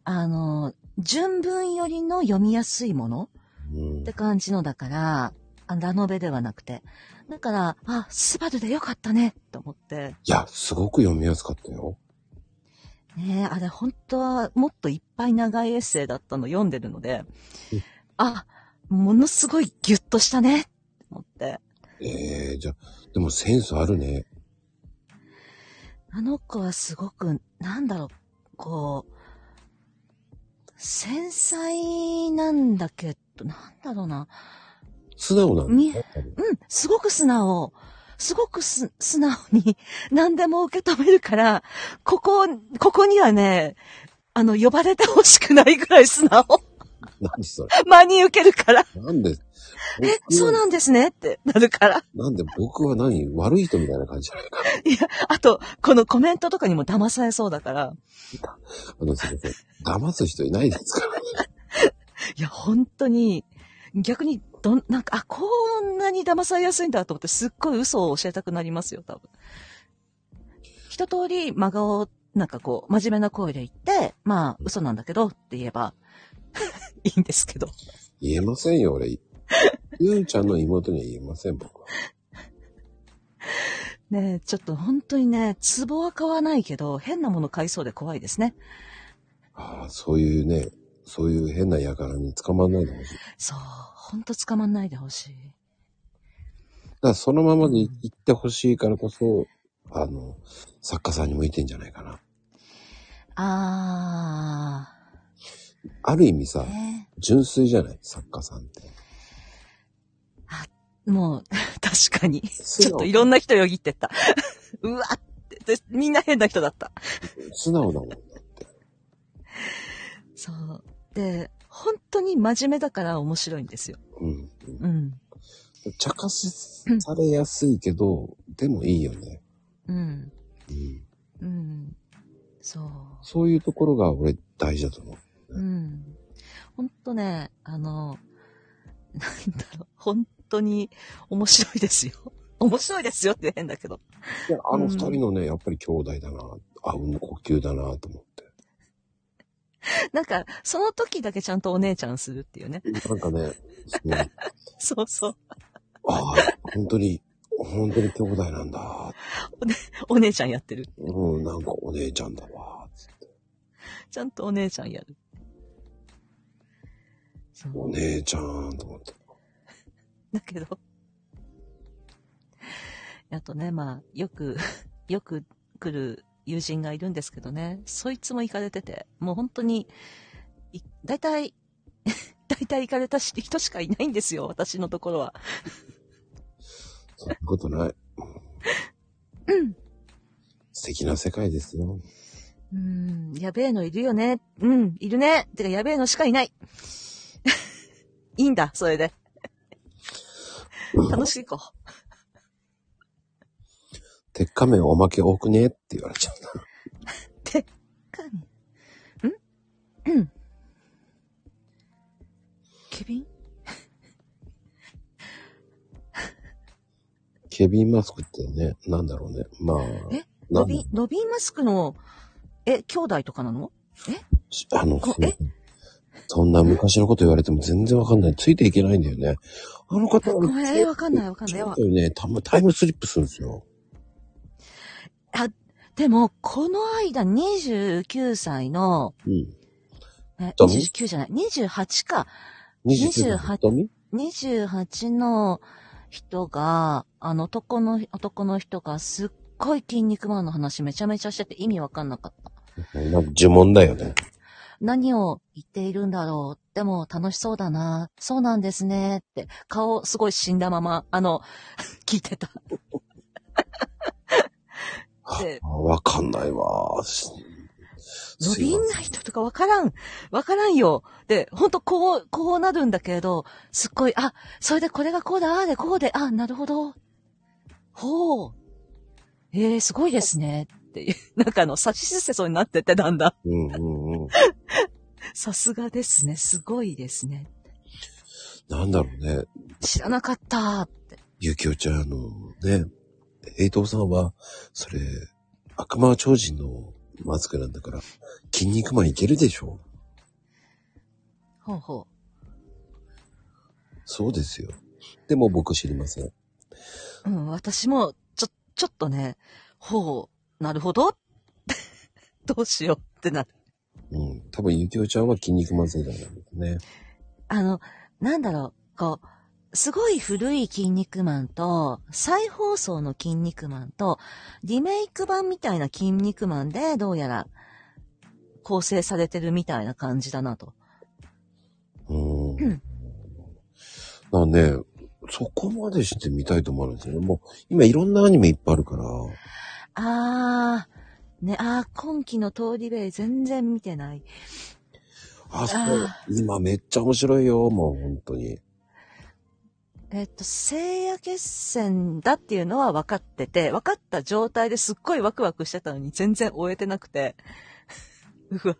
Speaker 3: あの、純文よりの読みやすいもの
Speaker 1: うん
Speaker 3: って感じのだから、あラノベではなくて。だから、あ、スバルでよかったねと思って。
Speaker 1: いや、すごく読みやすかったよ。
Speaker 3: ねえ、あれ本当はもっといっぱい長いエッセイだったの読んでるので
Speaker 1: うん、
Speaker 3: あ、ものすごいギュッとしたねと思って。
Speaker 1: ええじゃあ、でもセンスあるね。
Speaker 3: あの子はすごく、なんだろう、こう、繊細なんだけど、なんだろうな。
Speaker 1: 素直なんだ
Speaker 3: み
Speaker 1: ね。多分
Speaker 3: うん、すごく素直。すごくす素直に何でも受け止めるから、ここ、ここにはね、あの、呼ばれてほしくないぐらい素直。
Speaker 1: 何それ。
Speaker 3: 真に受けるから。
Speaker 1: なんで、
Speaker 3: え、そうなんですねってなるから。
Speaker 1: なんで僕は何悪い人みたいな感じじゃないか。
Speaker 3: あと、このコメントとかにも騙されそうだから。
Speaker 1: あの、すいません。騙す人いないですからね。
Speaker 3: いや、本当に、逆に、どん、なんか、あ、こんなに騙されやすいんだと思って、すっごい嘘を教えたくなりますよ、多分。一通り真顔、なんかこう、真面目な声で言って、まあ、嘘なんだけどって言えば、 いいんですけど。
Speaker 1: 言えませんよ、俺。ゆうちゃんの妹には言えません、僕は。
Speaker 3: ねえ、ちょっと本当にね、壺は買わないけど、変なもの買いそうで怖いですね。
Speaker 1: ああ、そういうね、そういう変な輩に捕まんないでほしい。
Speaker 3: そう、本当捕まんないでほしい。
Speaker 1: だからそのままでい行ってほしいからこそ、あの、作家さんに向いてんじゃないかな。
Speaker 3: あ
Speaker 1: ある意味さ
Speaker 3: ー、、ね
Speaker 1: 純粋じゃない作家さんって。
Speaker 3: えもう、 確かに。
Speaker 1: 素
Speaker 3: ちょっ
Speaker 1: 直
Speaker 3: といろんな人よぎってった。 うわって、でみんな変な人だった。
Speaker 1: 素直だもん。
Speaker 3: そう。で、本当に真面目だから面白いんですよ。
Speaker 1: うん。
Speaker 3: うん。
Speaker 1: 茶化しされやすいけど、でもいいよね。
Speaker 3: うん。
Speaker 1: うん。
Speaker 3: うん。そう。
Speaker 1: そういうところが俺大事だと思う。
Speaker 3: うん。ほんとね、あの、なんだろう、本当に面白いですよ。 面白いですよって変だけど。
Speaker 1: いや、あの
Speaker 3: うん
Speaker 1: 二人のね、やっぱり兄弟だな、あうんの呼吸だなと思って。
Speaker 3: なんか、その時だけちゃんとお姉ちゃんするっていうね。
Speaker 1: なんかね、そのあ
Speaker 3: そうそう。
Speaker 1: あ、本当に、本当に兄弟なんだ。
Speaker 3: お姉ちゃんやってる。
Speaker 1: うん、なんかお姉ちゃんだわ。
Speaker 3: ちゃんとお姉ちゃんやる。そう
Speaker 1: お姉ちゃんと思って。
Speaker 3: だけど。あとね、まあ、よく、 よく来る友人がいるんですけどね、そいつも行かれてて、もう本当に、い大体、 大体行かれたし人しかいないんですよ、私のところは。
Speaker 1: そんなことない。素敵な世界ですよ。
Speaker 3: うーん、やべえのいるよね。うん、いるね。てか、やべえのしかい ない。いいんだ、それ で。楽しい子。
Speaker 1: 鉄仮面おまけ多くねって言われちゃった。
Speaker 3: てっかに。んうん。ケビン
Speaker 1: ケビン・マスクってね、なんだろうね。まあ、
Speaker 3: え
Speaker 1: な
Speaker 3: ロ
Speaker 1: ん
Speaker 3: ビン、ロビンマスクの、え、兄弟とかなの
Speaker 1: あの、
Speaker 3: こ
Speaker 1: そ
Speaker 3: え
Speaker 1: そんな昔のこと言われても全然わかんない。ついていけないんだよね。あの方
Speaker 3: ごめん
Speaker 1: ちょっと
Speaker 3: わかんないわかんないわ
Speaker 1: ちょっとね、たまタイムスリップするんですよ。
Speaker 3: でも、この間29歳の、
Speaker 1: うん。
Speaker 3: え
Speaker 1: ダメ
Speaker 3: 29じゃない、28か。
Speaker 1: 29
Speaker 3: 28
Speaker 1: ダメ
Speaker 3: 28の人が、あの男の、男の人がすっごい筋肉マンの話めちゃめちゃしてて意味わかんなかった。
Speaker 1: なんか呪文だよね。
Speaker 3: 何を言っているんだろう。でも楽しそうだな。そうなんですね。って、顔すごい死んだまま、あの、 聞いてた。で
Speaker 1: あわかんないわ。す
Speaker 3: ロ
Speaker 1: すい
Speaker 3: ビ
Speaker 1: ま
Speaker 3: ン
Speaker 1: せん
Speaker 3: な人とかわからん。わからんよ。で、ほんとこう、こうなるんだけど、すっごい、あ、それでこれがこうだ、ああでこうで、あ、なるほど。ほう。えー、すごいですね。っていう、なんかあの、差し出せそうになってて、だんだん。
Speaker 1: うんうんうん。
Speaker 3: さすがですね。すごいですね。
Speaker 1: なんだろうね。
Speaker 3: 知らなかった。
Speaker 1: ゆきおちゃんあのね、平藤さんは、それ、悪魔超人のマスクなんだから、筋肉マンいけるでしょ
Speaker 3: ほうほ
Speaker 1: そうですよ。でも僕知りません。
Speaker 3: う。うん、私も、ちょ、ちょっとね、ほう、なるほど。 どうしようってなる
Speaker 1: うん。多分、ゆきおちゃんは筋肉マン世代なんですね。
Speaker 3: あの、なんだろう、こう、すごい古い筋肉マンと、再放送の筋肉マンと、リメイク版みたいな筋肉マンで、どうやら、構成されてるみたいな感じだなと。
Speaker 1: うん。
Speaker 3: うん
Speaker 1: なんで、そこまでして見たいと思うんですよね。もう、今いろんなアニメいっぱいあるから。
Speaker 3: あー、ね、あー、今期の通り部全然見てない。
Speaker 1: あ、そ
Speaker 3: あ
Speaker 1: う。今めっちゃ面白いよ、もう本当に。
Speaker 3: えっと、聖夜決戦だっていうのは分かってて、分かった状態ですっごいワクワクしてたのに全然終えてなくて。 うわ。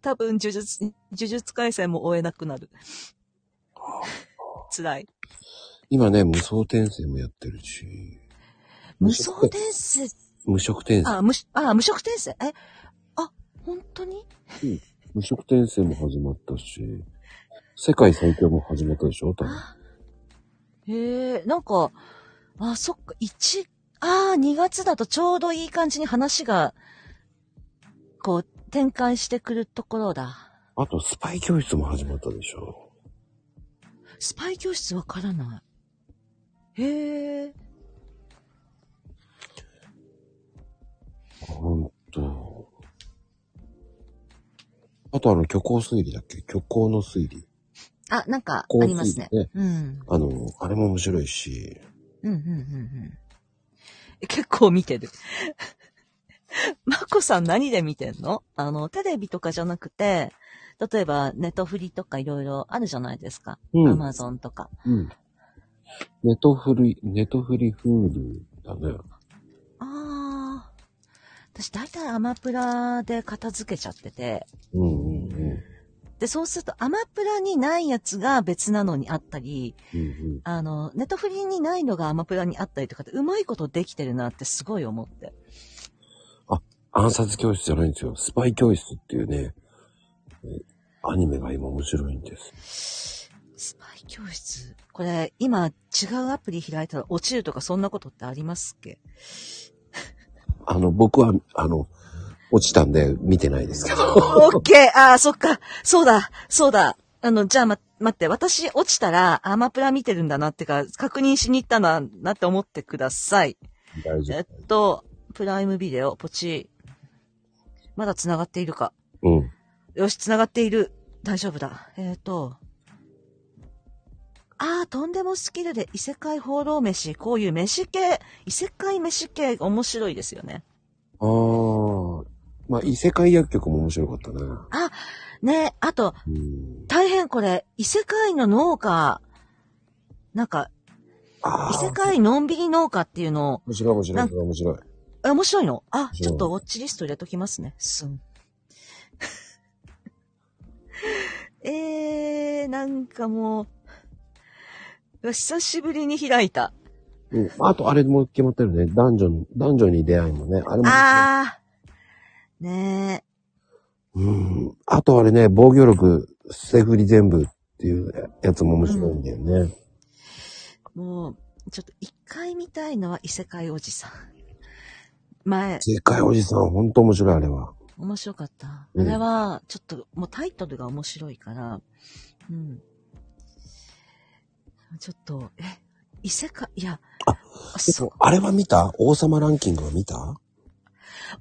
Speaker 3: 多分、呪術、呪術回戦も終えなくなる。辛い。
Speaker 1: 今ね、無双転生もやってるし。
Speaker 3: 無双転生、
Speaker 1: 無職転生。
Speaker 3: あ、無、あ、無職転生、え、あ、本当に
Speaker 1: 無職転生も始まったし。世界最強も始まったでしょ多分。
Speaker 3: あへえ、なんか、あ、そっか、1、ああ、2月だとちょうどいい感じに話が、こう、展開してくるところだ。
Speaker 1: あと、スパイ教室も始まったでしょ
Speaker 3: スパイ教室わからない。へえ。
Speaker 1: ほんと。あとあの、虚構推理だっけ虚構の推理。
Speaker 3: あ、なんか、
Speaker 1: コー
Speaker 3: あ
Speaker 1: ヒ
Speaker 3: り
Speaker 1: ー
Speaker 3: ますね。
Speaker 1: ね
Speaker 3: うん。
Speaker 1: あの、あれも面白いし、
Speaker 3: うん、うん、うん、うん。結構見てる。 まこさん何で見てんのあの、テレビとかじゃなくて、例えば、ネトフリとかいろいろあるじゃないですか。
Speaker 1: うん
Speaker 3: アマゾンとか。
Speaker 1: うん。ネトフリ、ネトフリフールだね。
Speaker 3: ああ。私、大体アマプラで片付けちゃってて。
Speaker 1: うんうんうん。
Speaker 3: で、そうすると、アマプラにないやつが別なのにあったり、
Speaker 1: うんうん、
Speaker 3: あの、ネットフリーにないのがアマプラにあったりとかって、うまいことできてるなってすごい思って。
Speaker 1: 暗殺教室じゃないんですよ。スパイ教室っていうね、えアニメが今面白いんです。
Speaker 3: スパイ教室。これ、今、違うアプリ開いたら落ちるとかそんなことってありますっ け
Speaker 1: あの、僕は、あの、落ちたんで見てないですけど。
Speaker 3: オッケーああ、そっか。そうだ、そうだ。あの、じゃあ、ま、待って、私落ちたらアマプラ見てるんだなってか、確認しに行ったな、なって思ってください。
Speaker 1: 大丈
Speaker 3: えっと、プライムビデオ、ポチ。まだ繋がっているか。
Speaker 1: 夫。うん。
Speaker 3: よし、繋がっている。大丈夫だ。えっ、ー、と。ああ、とんでもスキルで異世界放浪飯。こういう飯系、異世界飯系面白いですよね。
Speaker 1: ああ、まあ、異世界薬局も面白かったね。
Speaker 3: ねあと、
Speaker 1: うん。
Speaker 3: 大変これ、異世界の農家、なんか、
Speaker 1: あ
Speaker 3: 異世
Speaker 1: あ、
Speaker 3: 界のんびり農家っていうのを、
Speaker 1: 面白い面白い面白い面白い。
Speaker 3: え面白いのあ、
Speaker 1: 白い
Speaker 3: ちょっとウォッチリスト入れときますね。すん。 えー、なんかもう、久しぶりに開いた。
Speaker 1: うん。あと、あれも決まってるね。男女の、男女に出会いもね。あれも。
Speaker 3: ああ。ね
Speaker 1: うん。あと、あれね、防御力、捨て振り全部っていうやつも面白いんだよね。
Speaker 3: え。もう、ちょっと一回見たいのは異世界おじさん。前、
Speaker 1: 世界おじさん、ほんと面白い、あれは。
Speaker 3: 面白かった。あ
Speaker 1: うん
Speaker 3: れは、ちょっと、もうタイトルが面白いから、うん。ちょっと、え、異世界、いや、あそう。
Speaker 1: あれは見た王様ランキングは見た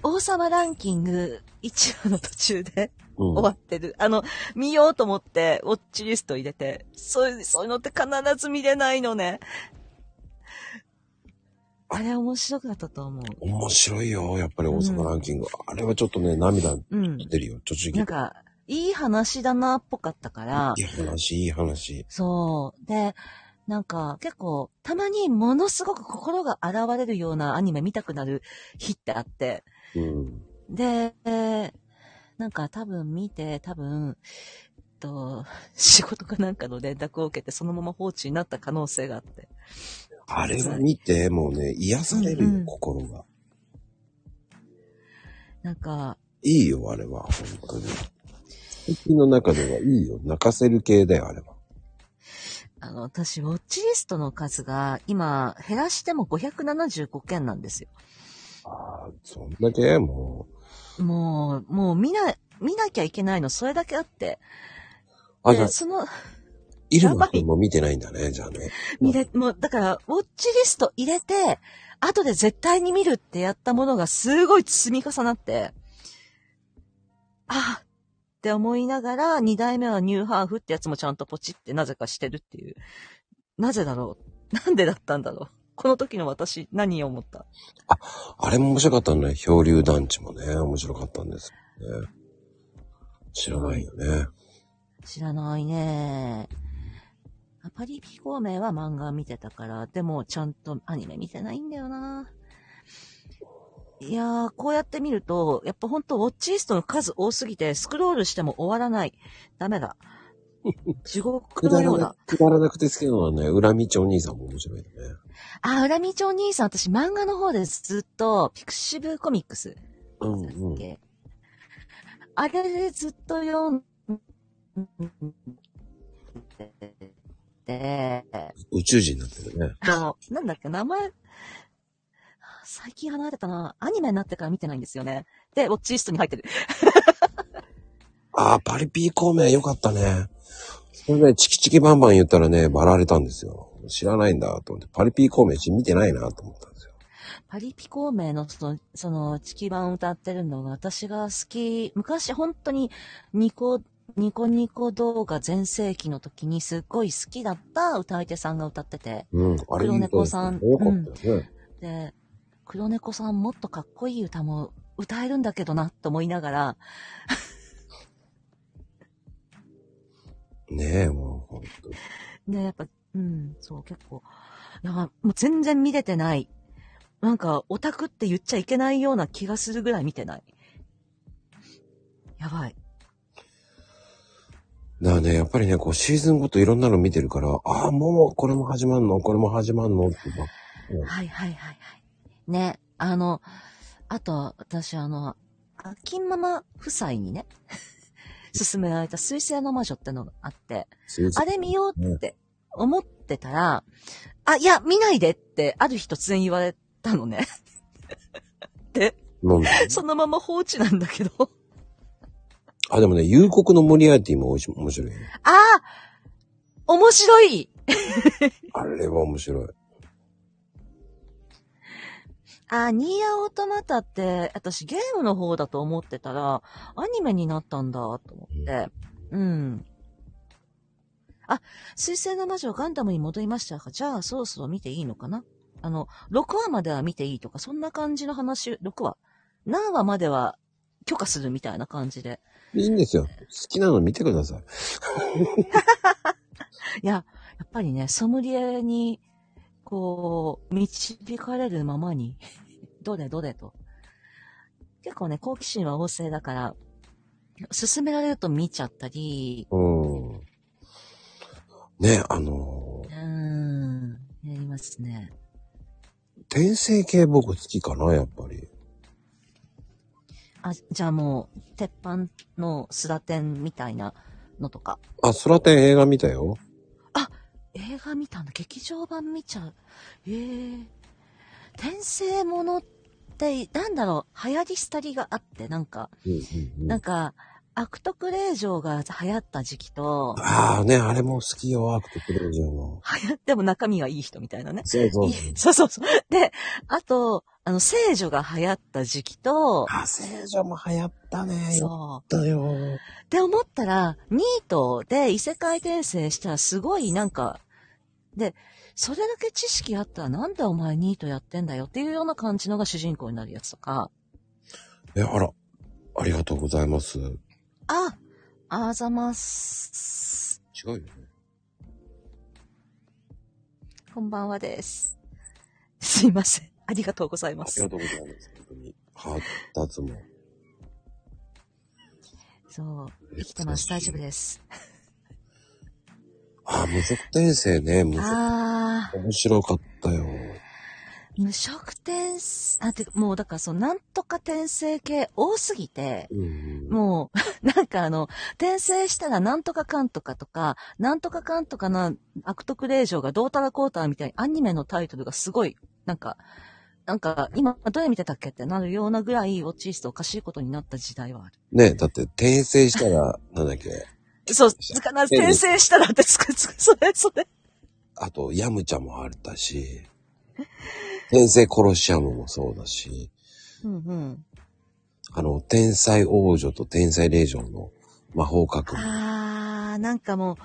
Speaker 3: 王様ランキング1話の途中で
Speaker 1: うん
Speaker 3: 終わってる。あの、見ようと思って、ウォッチリスト入れて、そういう、そういうのって必ず見れないのね。あれ面白かったと思う。
Speaker 1: 面白いよ、やっぱり王様ランキング。あれはちょっとね、涙
Speaker 3: うん。
Speaker 1: 出るよ、ちょちぎ
Speaker 3: なん。か、いい話だなっぽかったから
Speaker 1: い、い話、いい話。
Speaker 3: そう。で、なんか、結構、たまにものすごく心が現れるようなアニメ見たくなる日ってあって、
Speaker 1: うん。
Speaker 3: で、なんか多分見て、多分、えっと、 仕事かなんかの連絡を受けて、そのまま放置になった可能性があって。
Speaker 1: あれは見て、もうね、癒されるよ、
Speaker 3: うんうん
Speaker 1: 心が。
Speaker 3: なんか、
Speaker 1: いいよ、あれは、本当に。最近の中ではいいよ、泣かせる系だよ、あれは。
Speaker 3: あの、私、ウォッチリストの数が、今、減らしても575件なんですよ。
Speaker 1: ああ、そんだけ、もう。
Speaker 3: もう、もう見な、見なきゃいけないの、それだけあって。
Speaker 1: あ、じゃあ
Speaker 3: で、、その、
Speaker 1: イル
Speaker 3: やば
Speaker 1: マ
Speaker 3: い
Speaker 1: 君も見てないんだね、じゃあね。
Speaker 3: 見れ、もう、だから、ウォッチリスト入れて、後で絶対に見るってやったものがすごい積み重なって、ああって思いながら、二代目はニューハーフってやつもちゃんとポチってなぜかしてるっていう。なぜだろうなんでだったんだろうこの時の私、何を思った
Speaker 1: あれも面白かったね。漂流団地もね、面白かったんですよね。知らないよね。
Speaker 3: 知らないねあパリピ孔明は漫画見てたから、でもちゃんとアニメ見てないんだよな。いやー、こうやって見ると、やっぱほんとウォッチリストの数多すぎて、スクロールしても終わらない。ダメだ。地獄
Speaker 1: くだ
Speaker 3: の
Speaker 1: ら
Speaker 3: よう
Speaker 1: な
Speaker 3: だ。
Speaker 1: くだらなくて好きなのはね、裏道お兄さんも面白いよね。
Speaker 3: あ、裏道お兄さん、私漫画の方でずっと、ピクシブコミックス。
Speaker 1: うんうん。
Speaker 3: あれでずっと読んで、
Speaker 1: 宇宙人になってるね。
Speaker 3: の、なんだっけ、名前、最近離れたな。アニメになってから見てないんですよね。で、ウォッチリストに入ってる。
Speaker 1: ああ、パリピー孔明よかったね。それね、チキチキバンバン言ったらね、バラれたんですよ。知らないんだと思って、パリピー孔明見てないなと思ったんですよ。
Speaker 3: パリピ孔明のその、その、チキ版を歌ってるのが私が好き、昔本当にニコ、ニコニコ動画全盛期の時にすっごい好きだった歌い手さんが歌ってて、
Speaker 1: うん。あれいい
Speaker 3: 黒
Speaker 1: 声
Speaker 3: 猫
Speaker 1: です
Speaker 3: さん
Speaker 1: ね。多かったよね。
Speaker 3: で、黒猫さんもっとかっこいい歌も歌えるんだけどなと思いながら、
Speaker 1: ねえ、もうほんとに。
Speaker 3: ね、やっぱ、うん、そう、結構。いや、もう全然見れてない。なんか、オタクって言っちゃいけないような気がするぐらい見てない。やばい。
Speaker 1: だからね、やっぱりね、こうシーズンごといろんなの見てるから、ああ、もうこれも始まんのこれも始まんのってばっかり
Speaker 3: はいはいはいはい。ね、あの、あと、私あの、秋ママ夫妻にね、 勧められた水星の魔女ってのがあって、
Speaker 1: シーズン
Speaker 3: あれ見ようって思ってたら、あ、いや、見ないでって、ある日突然言われたのね。で、
Speaker 1: なんだ
Speaker 3: そのまま放置なんだけど。
Speaker 1: あ、でもね、夕刻のモリアーティもおいし面白いよ。
Speaker 3: ああ面白い
Speaker 1: あれは面白い。
Speaker 3: あ、ニーアオートマタって、私ゲームの方だと思ってたら、アニメになったんだ、と思って。うん。あ、水星の魔女ガンダムに戻りましたかじゃあ、そろそろ見ていいのかなあの、6話までは見ていいとか、そんな感じの話、6話。何話までは許可するみたいな感じで。
Speaker 1: いいんですよ。好きなの見てください。
Speaker 3: いや、やっぱりね、ソムリエに、こう、導かれるままに、 どれどれと。結構ね、好奇心は旺盛だから、勧められると見ちゃったり、
Speaker 1: うん。ね、あの
Speaker 3: うーん、やりますね。
Speaker 1: ー、転生系僕好きかな、やっぱり。
Speaker 3: あ、じゃあもう、鉄板のスラテンみたいなのとか。
Speaker 1: あ、空天映画見たよ。
Speaker 3: 映画見たんだ、劇場版見ちゃう。ええ転生ものって、なんだろう、流行り廃りがあって、なんか、
Speaker 1: うんうんう
Speaker 3: なん
Speaker 1: ん、
Speaker 3: か、悪徳令嬢が流行った時期と、
Speaker 1: ああね、あれも好きよ、アークとクレイジャーも。
Speaker 3: 流行っても中身がいい人みたい なね。
Speaker 1: そうそうそう。
Speaker 3: そうそうそう。で、あと、あの、聖女が流行った時期と、
Speaker 1: あ、聖女も流行ったね。よ
Speaker 3: そ
Speaker 1: かったよ。
Speaker 3: う。って思ったら、ニートで異世界転生したらすごいなんか、で、それだけ知識あったらなんでお前ニートやってんだよっていうような感じのが主人公になるやつとか、
Speaker 1: え、あら、ありがとうございます。違
Speaker 3: あ、あざます。
Speaker 1: うよね。
Speaker 3: こんばんはです。すいません。ありがとうござい
Speaker 1: あ
Speaker 3: ま
Speaker 1: り
Speaker 3: す
Speaker 1: が。とうございます。本当に。発達も。
Speaker 3: そう。生きてます。大丈夫です。
Speaker 1: あ、無職転生ね。無職。
Speaker 3: ああ、
Speaker 1: 面白かったよ。
Speaker 3: 無職転生、あ、てか、もうだからその、なんとか転生系多すぎて、
Speaker 1: うん。
Speaker 3: もう、 なんかあの、転生したらなんとかかんとかとか、なんとかかんとかな悪徳令嬢がどうたらこうたらみたいにアニメのタイトルがすごい、なんか、なんか、今、どれ見てたっけってなるようなぐらい、ウォッチリストおかしいことになった時代はある。
Speaker 1: ねだって転生したら、 なんだっけ。
Speaker 3: そう、必ず転生したらってつくつく、それ、それ。
Speaker 1: あと、ヤムちゃんもあった し、転生コロシアムもそうだし、
Speaker 3: うんうん。
Speaker 1: あの、天才王女と天才霊嬢の魔法閣も。
Speaker 3: あー、なんかもう、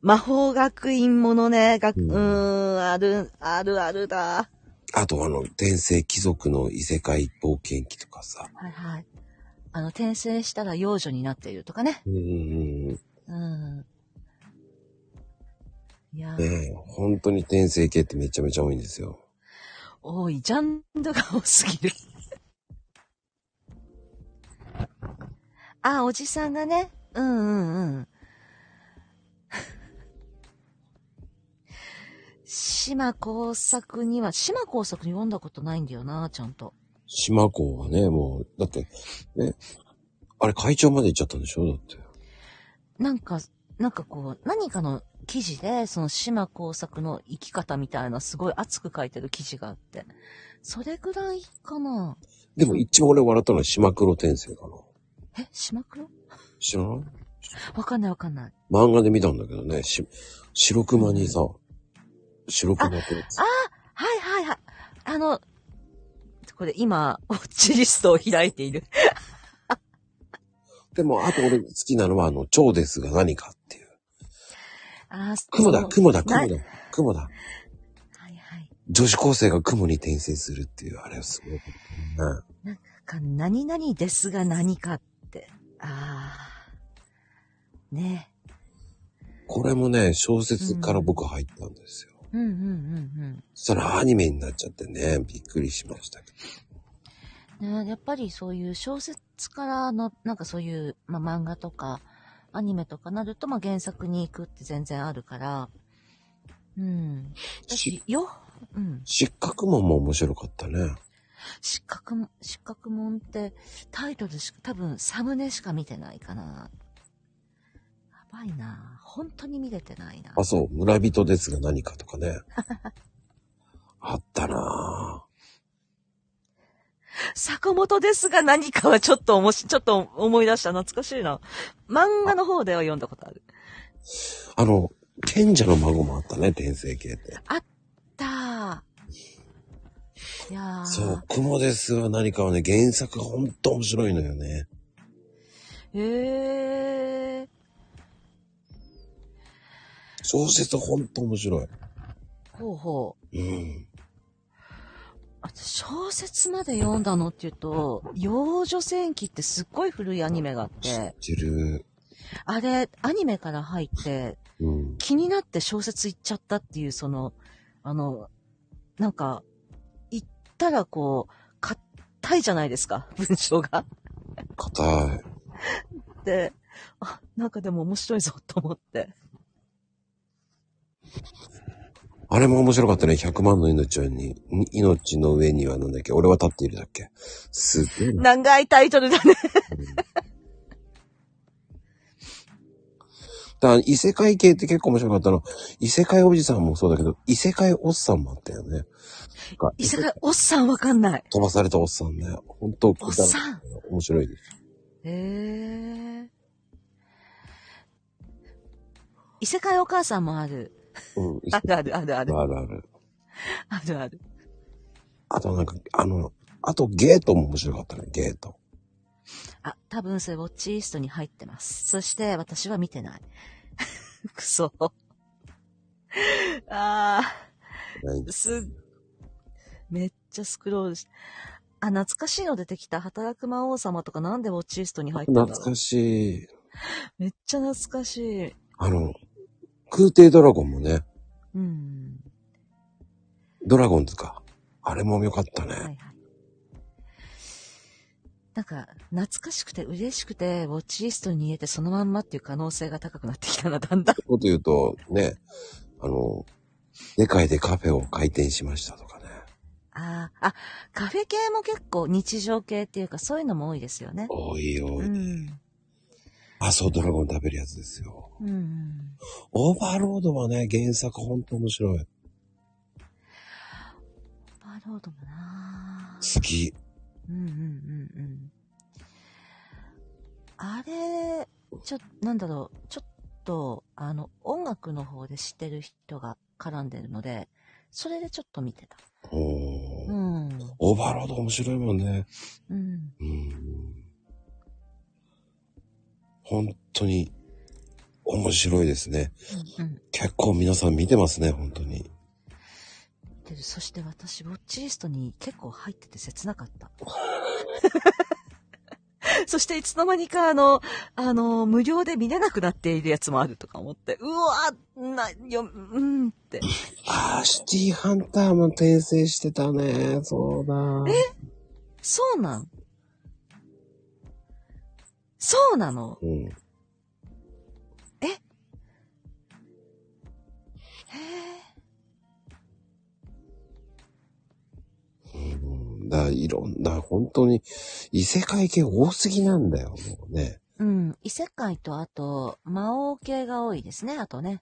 Speaker 3: 魔法学院ものね、学、う
Speaker 1: うん
Speaker 3: ーん、ある、あるあるだ。
Speaker 1: あと、あの、転生貴族の異世界冒険記とかさ。
Speaker 3: はいはい。あの、転生したら幼女になっているとかね。
Speaker 1: うんうんうん。
Speaker 3: うん。いやー、
Speaker 1: ねえ、本当に転生系ってめちゃめちゃ多いんですよ。
Speaker 3: 多い。ジャンルが多すぎる。あ、おじさんがね。うんうんうん。島工作には、島工作に読んだことないんだよな、ちゃんと。
Speaker 1: 島港はね、もう、だって、ね、あれ会長まで行っちゃったんでしょだって。
Speaker 3: なんか、なんかこう、何かの記事で、その島工作の生き方みたいな、すごい熱く書いてる記事があって。それぐらいかな。
Speaker 1: でも一番俺笑ったのは島黒転生かな。
Speaker 3: え、島黒
Speaker 1: 知らない
Speaker 3: わかんないわかんない。
Speaker 1: 漫画で見たんだけどね、し、白熊にさ、白熊ってやつ。
Speaker 3: はいはいはい。あの、これ今、ウォッチリストを開いている。
Speaker 1: でも、あと俺好きなのは、あの、蝶ですが何かっていう。
Speaker 3: あー
Speaker 1: 雲だ、
Speaker 3: そう
Speaker 1: 雲だ、雲
Speaker 3: な
Speaker 1: だ、雲だ。
Speaker 3: はいはい。
Speaker 1: 女子高生が雲に転生するっていう、あれはすごいことだね。
Speaker 3: なんか、何々ですが何かって。ああ。ね。
Speaker 1: これもね、小説から僕入ったんですよ。
Speaker 3: うんうんうん
Speaker 1: そのアニメになっちゃってね、びっくりしましたけど。
Speaker 3: うん。ねやっぱりそういう小説からの、なんかそういう、まあ、漫画とか、アニメとかなると、まあ、原作に行くって全然あるから。うん。私、よ、うん。
Speaker 1: 失格もも面白かったね。
Speaker 3: 失格も、失格もんって、タイトルしか、多分サムネしか見てないかな。やばいな。本当に見れてないな。
Speaker 1: あ、そう、村人ですが何かとか ね。あったなぁ。
Speaker 3: 坂本ですが何かはちょっとおもし、ちょっと思い出した。懐かしいな。漫画の方では読んだことある。
Speaker 1: あの、賢者の孫もあったね、転生系って。
Speaker 3: だー。いやー。
Speaker 1: そう、雲ですが何かはね、原作がほんと面白いのよね。
Speaker 3: へー。
Speaker 1: 小説ほんと面白い。
Speaker 3: ほうほう。
Speaker 1: うん。
Speaker 3: あと小説まで読んだのっていうと、幼女戦記ってすっごい古いアニメがあって、
Speaker 1: 知ってる。
Speaker 3: あれ、アニメから入って、
Speaker 1: うん。
Speaker 3: 気になって小説行っちゃったっていう、その、あの、なんか、行ったらこう、硬いじゃないですか、 文章が。
Speaker 1: 硬い。
Speaker 3: で、あ、なんかでも面白いぞと思って。
Speaker 1: あれも面白かったね。100万の命に、に命の上にはなんだっけ俺は立っているだっけすげえな。
Speaker 3: 長いタイトル だね。
Speaker 1: だから異世界系って結構面白かったの。異世界おじさんもそうだけど、異世界おっさんもあったよね。なんか
Speaker 3: 伊勢がおっさんわかんない。
Speaker 1: 飛ばされたおっさんね。本当
Speaker 3: おっさん。
Speaker 1: 面白いです。
Speaker 3: へえ。異世界お母さんもある。
Speaker 1: うん。異世
Speaker 3: あるあるあるある。
Speaker 1: 界あるある。
Speaker 3: あるある。
Speaker 1: あとなんか、あの、あとゲートも面白かったね、ゲート。
Speaker 3: あ、多分それウォッチイーストに入ってます。そして私は見てない。 くそ。あ
Speaker 1: ない
Speaker 3: ー、すっ、めっちゃスクロールし、あ、懐かしいの出てきた。働く魔王様とかなんでウォッチイーストに入ってた
Speaker 1: 懐
Speaker 3: んだろう
Speaker 1: かしい。
Speaker 3: めっちゃ懐かしい。
Speaker 1: あの、空挺ドラゴンもね、
Speaker 3: うん。
Speaker 1: ドラゴンズか。あれも良かった
Speaker 3: はいは
Speaker 1: ね。
Speaker 3: い。なんか、懐かしくて嬉しくて、ウォッチイーストに入れてそのまんまっていう可能性が高くなってきたな、だんだん。
Speaker 1: こと言うと、ね、あの、世界でカフェを開店しましたとかね。
Speaker 3: ああ、あ、カフェ系も結構日常系っていうかそういうのも多いですよね。
Speaker 1: 多いよ。
Speaker 3: うん。
Speaker 1: あ、そう、ドラゴン食べるやつですよ。
Speaker 3: うん。
Speaker 1: オーバーロードはね、原作ほんと面白い。
Speaker 3: パーロードもな
Speaker 1: 好き。
Speaker 3: うんうんうんうん。あれ、ちょ、なんだろう、ちょっと、あの、音楽の方で知ってる人が絡んでるので、それでちょっと見てた。
Speaker 1: お
Speaker 3: う
Speaker 1: ー
Speaker 3: ん。
Speaker 1: オーバーロード面白いもんね。
Speaker 3: うん。
Speaker 1: うん。本当に面白いですね。
Speaker 3: うん。
Speaker 1: 結構皆さん見てますね、本当に。
Speaker 3: でそして私、ウォッチリストに結構入ってて切なかった。 そしていつの間にか、あの、あの、無料で見れなくなっているやつもあるとか思って、うわな、よ、うんって。
Speaker 1: ああ、シティハンターも転生してたね。そうだ。
Speaker 3: そうなんそうなの
Speaker 1: うん。
Speaker 3: へ
Speaker 1: うんだからいろんな、本当に異世界系多すぎなんだよ、もうね。
Speaker 3: え。うん。異世界と、あと、魔王系が多いですね、あとね。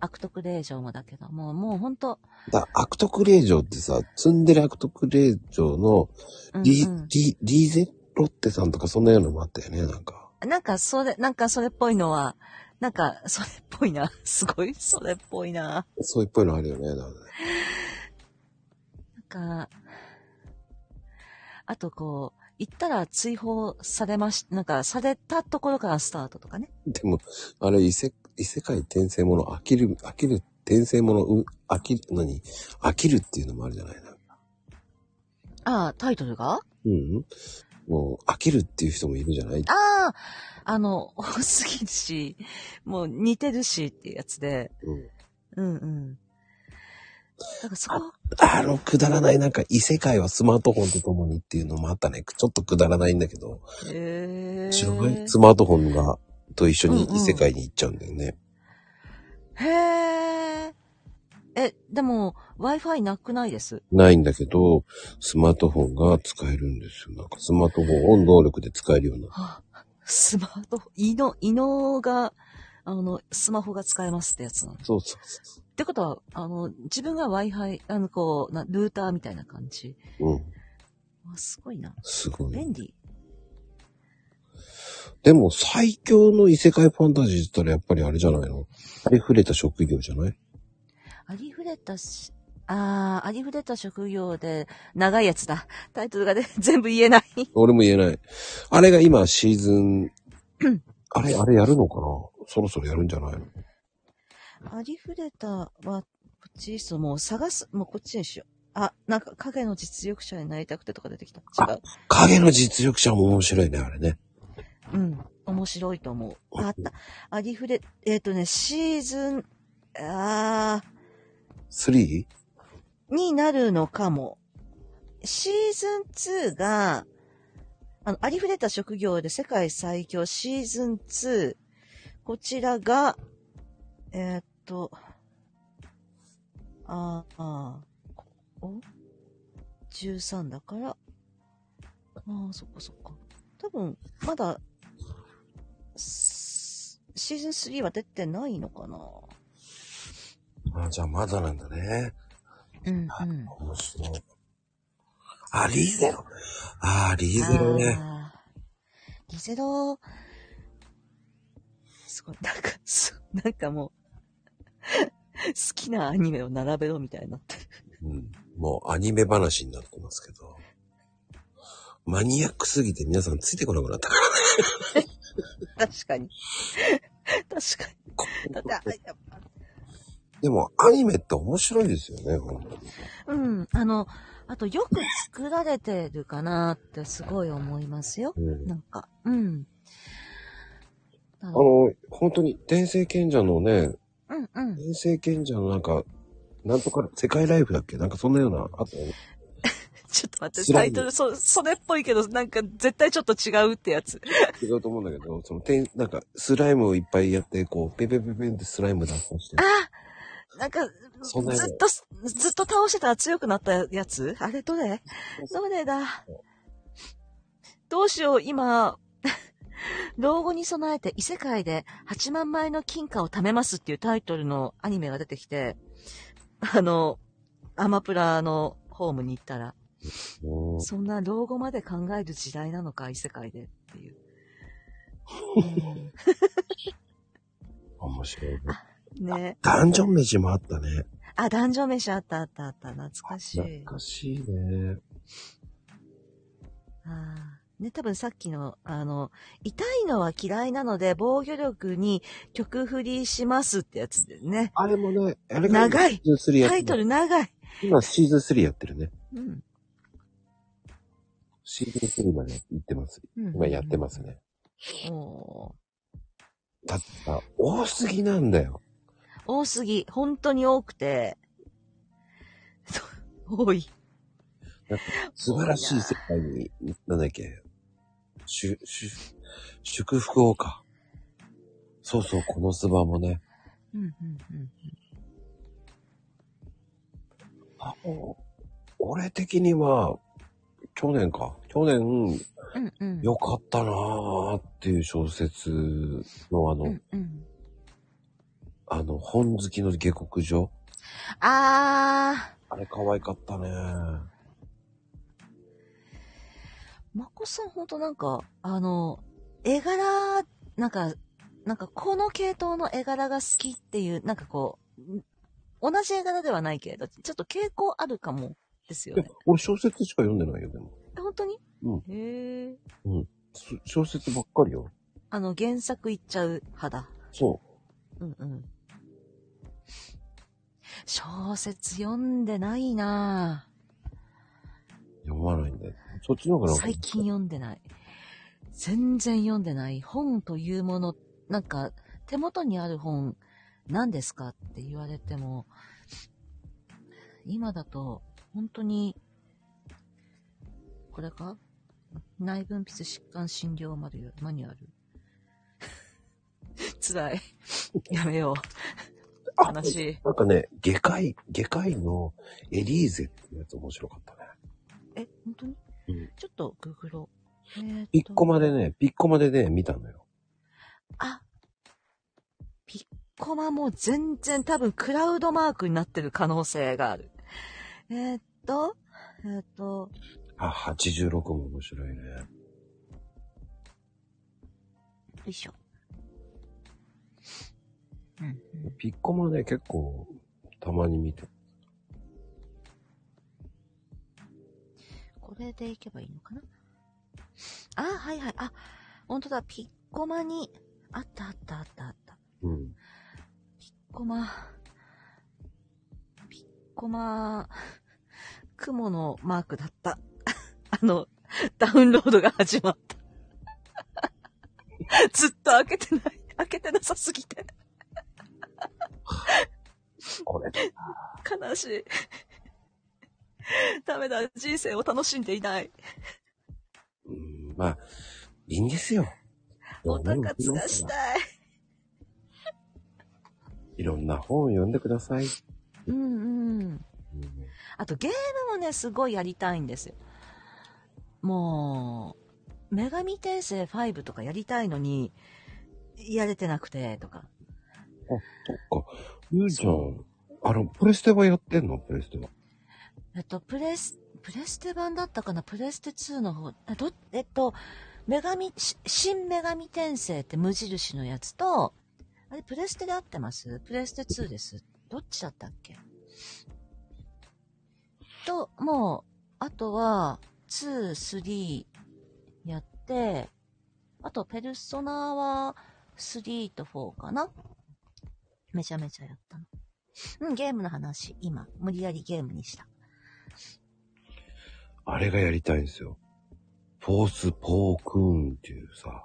Speaker 3: 悪徳令嬢もだけども、もうほんと。
Speaker 1: だから悪徳令嬢ってさ、積んでる悪徳令嬢の
Speaker 3: うん
Speaker 1: リ、
Speaker 3: うん
Speaker 1: リ、リーゼロッテさんとかそんなようなのもあったよね、なんか。
Speaker 3: なんか、それ、なんか、それっぽいのは、なんか、それっぽいな。 すごい、それっぽいな。
Speaker 1: そういうっぽいのあるよね、だからね
Speaker 3: なんか、あとこう、行ったら追放されまし、なんかされたところからスタートとかね。
Speaker 1: でも、あれ、異世異世界転生もの、飽きる、飽きる、転生もの、う飽きる、何飽きるっていうのもあるじゃないな。
Speaker 3: ああ、タイトルが
Speaker 1: うんうん。もう、飽きるっていう人もいるじゃない
Speaker 3: ああ、あの、多すぎるし、もう似てるしっていうやつで。
Speaker 1: うん
Speaker 3: うんうん。だからそこ、
Speaker 1: あの、くだらない、なんか、異世界はスマートフォンと共にっていうのもあったね。ちょっとくだらないんだけど、
Speaker 3: へえ。
Speaker 1: 知らないスマートフォンが、と一緒に異世界に行っちゃうんだよね。
Speaker 3: へえ。え、でも、Wi-Fi なくないです。
Speaker 1: ないんだけど、スマートフォンが使えるんですよ。なんか、スマートフォンを能力で使えるような。
Speaker 3: はあスマート、イノ、イノが、あの、スマホが使えますってやつなの。っ
Speaker 1: そうそうそ
Speaker 3: てことは、あの、自分が Wi-Fi、あの、こう、なルーターみたいな感じ。
Speaker 1: う。うん。
Speaker 3: あすごいな。
Speaker 1: すごい。
Speaker 3: 便利。
Speaker 1: でも最強の異世界ファンタジーって言ったらやっぱりあれじゃないのありふれた職業じゃない
Speaker 3: ありふれたし、あー、ありふれた職業で、長いやつだ。タイトルがね、 全部言えない。
Speaker 1: 俺も言えない。あれが今シーズ ン、あれ、あれやるのかなそろそろやるんじゃないの
Speaker 3: ありふれたは、こっちいいっすよもう探す、もうこっちにしよう。あ、なんか影の実力者になりたくてとか出てきた。違う。
Speaker 1: 影の実力者も面白いね、あれね。
Speaker 3: うん。面白いと思う。あった。ありふれ、えっ、とね、シーズン、あ
Speaker 1: 3?
Speaker 3: ー、になるのかも。シーズン2が、あの、ありふれた職業で世界最強シーズン2。こちらが、えっ、と、あーあー、ここ ?13 だから。ああ、そっかそっか。多分、まだ、すシーズン3は出てないのかな
Speaker 1: あ、じゃあまだなんだね。
Speaker 3: うん、うん。
Speaker 1: 面白い。あ、リーゼロ。あー、リーゼロね。
Speaker 3: あー。リゼロ、すごい、なんか、すなんかもう、好きなアニメを並べろみたいになってる。
Speaker 1: うん。もうアニメ話になってますけど。マニアックすぎて皆さんついてこなくなったから。
Speaker 3: 確かに。確かに。 だってあやっぱ、
Speaker 1: でも、アニメって面白いですよね、本当に。
Speaker 3: うん、あの、あとよく作られてるかなってすごい思いますよ。
Speaker 1: うん、
Speaker 3: なんか、うん。あ
Speaker 1: あの、本当に、伝生賢者のね、
Speaker 3: うんうん。
Speaker 1: 伝生賢者のなんか、なんとか、世界ライフだっけなんかそんなような、あと、
Speaker 3: ちょっと待って、
Speaker 1: スラ
Speaker 3: タ
Speaker 1: イム
Speaker 3: イトル、そ、それっぽいけど、なんか絶対ちょっと違うってやつ。
Speaker 1: 違うと思うんだけど、その、てんなんか、スライムをいっぱいやって、こう、ペペペペンってスライム出してる。
Speaker 3: なんか、ず
Speaker 1: そんなやつ
Speaker 3: っと、ずっと倒してたら強くなったやつあれどれどれだどうしよう、今、 老後に備えて異世界で8万枚の金貨を貯めますっていうタイトルのアニメが出てきて、あの、アマプラのホームに行ったら、
Speaker 1: うん
Speaker 3: そんな老後まで考える時代なのか、異世界でっていう。
Speaker 1: 面白いね。
Speaker 3: ね
Speaker 1: ダンジョン飯もあったね。
Speaker 3: あ、男女飯あったあったあった、懐かし
Speaker 1: 懐
Speaker 3: い。
Speaker 1: かしいね。
Speaker 3: あーね、多分さっきの、あの、痛いのは嫌いなので防御力に曲振りしますってやつでね。
Speaker 1: あれもね、あれが
Speaker 3: 長い
Speaker 1: シーズン3やって
Speaker 3: タイトル長い。
Speaker 1: 今シーズン3やってるね。
Speaker 3: うん。
Speaker 1: シーズン3まで行ってます。
Speaker 3: うん
Speaker 1: 今やってますね。
Speaker 3: お
Speaker 1: だってさ、多すぎなんだよ。
Speaker 3: ー多すぎ。本当に多くて。 そう多い。
Speaker 1: 素晴らしい世界に、なんだっけ、しゅ、しゅ、祝福をか。そうそう、このスバもね。
Speaker 3: うんうんうん。
Speaker 1: あもう俺的には、去年か。去年、
Speaker 3: うんうん。
Speaker 1: 良かったなーっていう小説のあの、
Speaker 3: うんうん。
Speaker 1: あの、本好きの下克上。
Speaker 3: あ
Speaker 1: あれ可愛かったね
Speaker 3: ー、まこさん本当なんか、あの、絵柄、なんか、なんかこの系統の絵柄が好きっていう、なんかこう、同じ絵柄ではないけれど、ちょっと傾向あるかも、ですよね。
Speaker 1: 俺小説しか読んでないよ、でも。
Speaker 3: 本当に
Speaker 1: うん。
Speaker 3: へえ。
Speaker 1: そ小説ばっかりよ。
Speaker 3: あの、原作いっちゃう派だ。
Speaker 1: そ
Speaker 3: うんうん。小説読んでないなぁ。
Speaker 1: う。読まないんだよ。そっちの方がなんか
Speaker 3: 最近読んでない。全然読んでない。本というもの、なんか、手元にある本、何ですかって言われても、今だと、本当に、これか内分泌疾患診療マニュマニュアル。 辛い。やめよう。
Speaker 1: あ
Speaker 3: 悲しい。
Speaker 1: なんかね、下界、下界のエリーゼっていうやつ面白かったね。
Speaker 3: え、本当に、
Speaker 1: うん
Speaker 3: ちょっとググろう。えーと
Speaker 1: ピッコマでね、ピッコマでね、見たのよ。
Speaker 3: あ、ピッコマも全然多分クラウドマークになってる可能性がある。えーっと、えーっと、
Speaker 1: あ、86も面白いね。
Speaker 3: よいしょ。うんうん、
Speaker 1: ピッコマね、結構、たまに見て。
Speaker 3: これでいけばいいのかなあ、はいはい。あ、本当だ。ピッコマに、あったあったあったあった。
Speaker 1: うん。
Speaker 3: コマ、ピッコマ、雲のマークだった。 あの、ダウンロードが始まった。 ずっと開けてない、開けてなさすぎて、
Speaker 1: これ、
Speaker 3: 悲しい。ダメだ、人生を楽しんでいない。
Speaker 1: うん、まあ、いいんですよ。
Speaker 3: お腹つかし
Speaker 1: い
Speaker 3: たい。
Speaker 1: ろんな本を読んでください。
Speaker 3: うんうん。
Speaker 1: うん
Speaker 3: あとゲームもね、すごいやりたいんですよ。もう、女神転生5とかやりたいのに、やれてなくて、とか。
Speaker 1: そっか。ゆうちゃん、あの、プレステはやってんのプレステは。
Speaker 3: えっと、プレス、プレステ版だったかなプレステ2の方、あど、えっと、女神、し新女神転生って無印のやつと、あれ、プレステで合ってますプレステ2です。どっちだったっけと、もう、あとは、2、3やって、あと、ペルソナは3と4かなめちゃめちゃやったの。うん、ゲームの話、今、無理やりゲームにした。
Speaker 1: あれがやりたいんですよ。フォース・ポークーンっていうさ、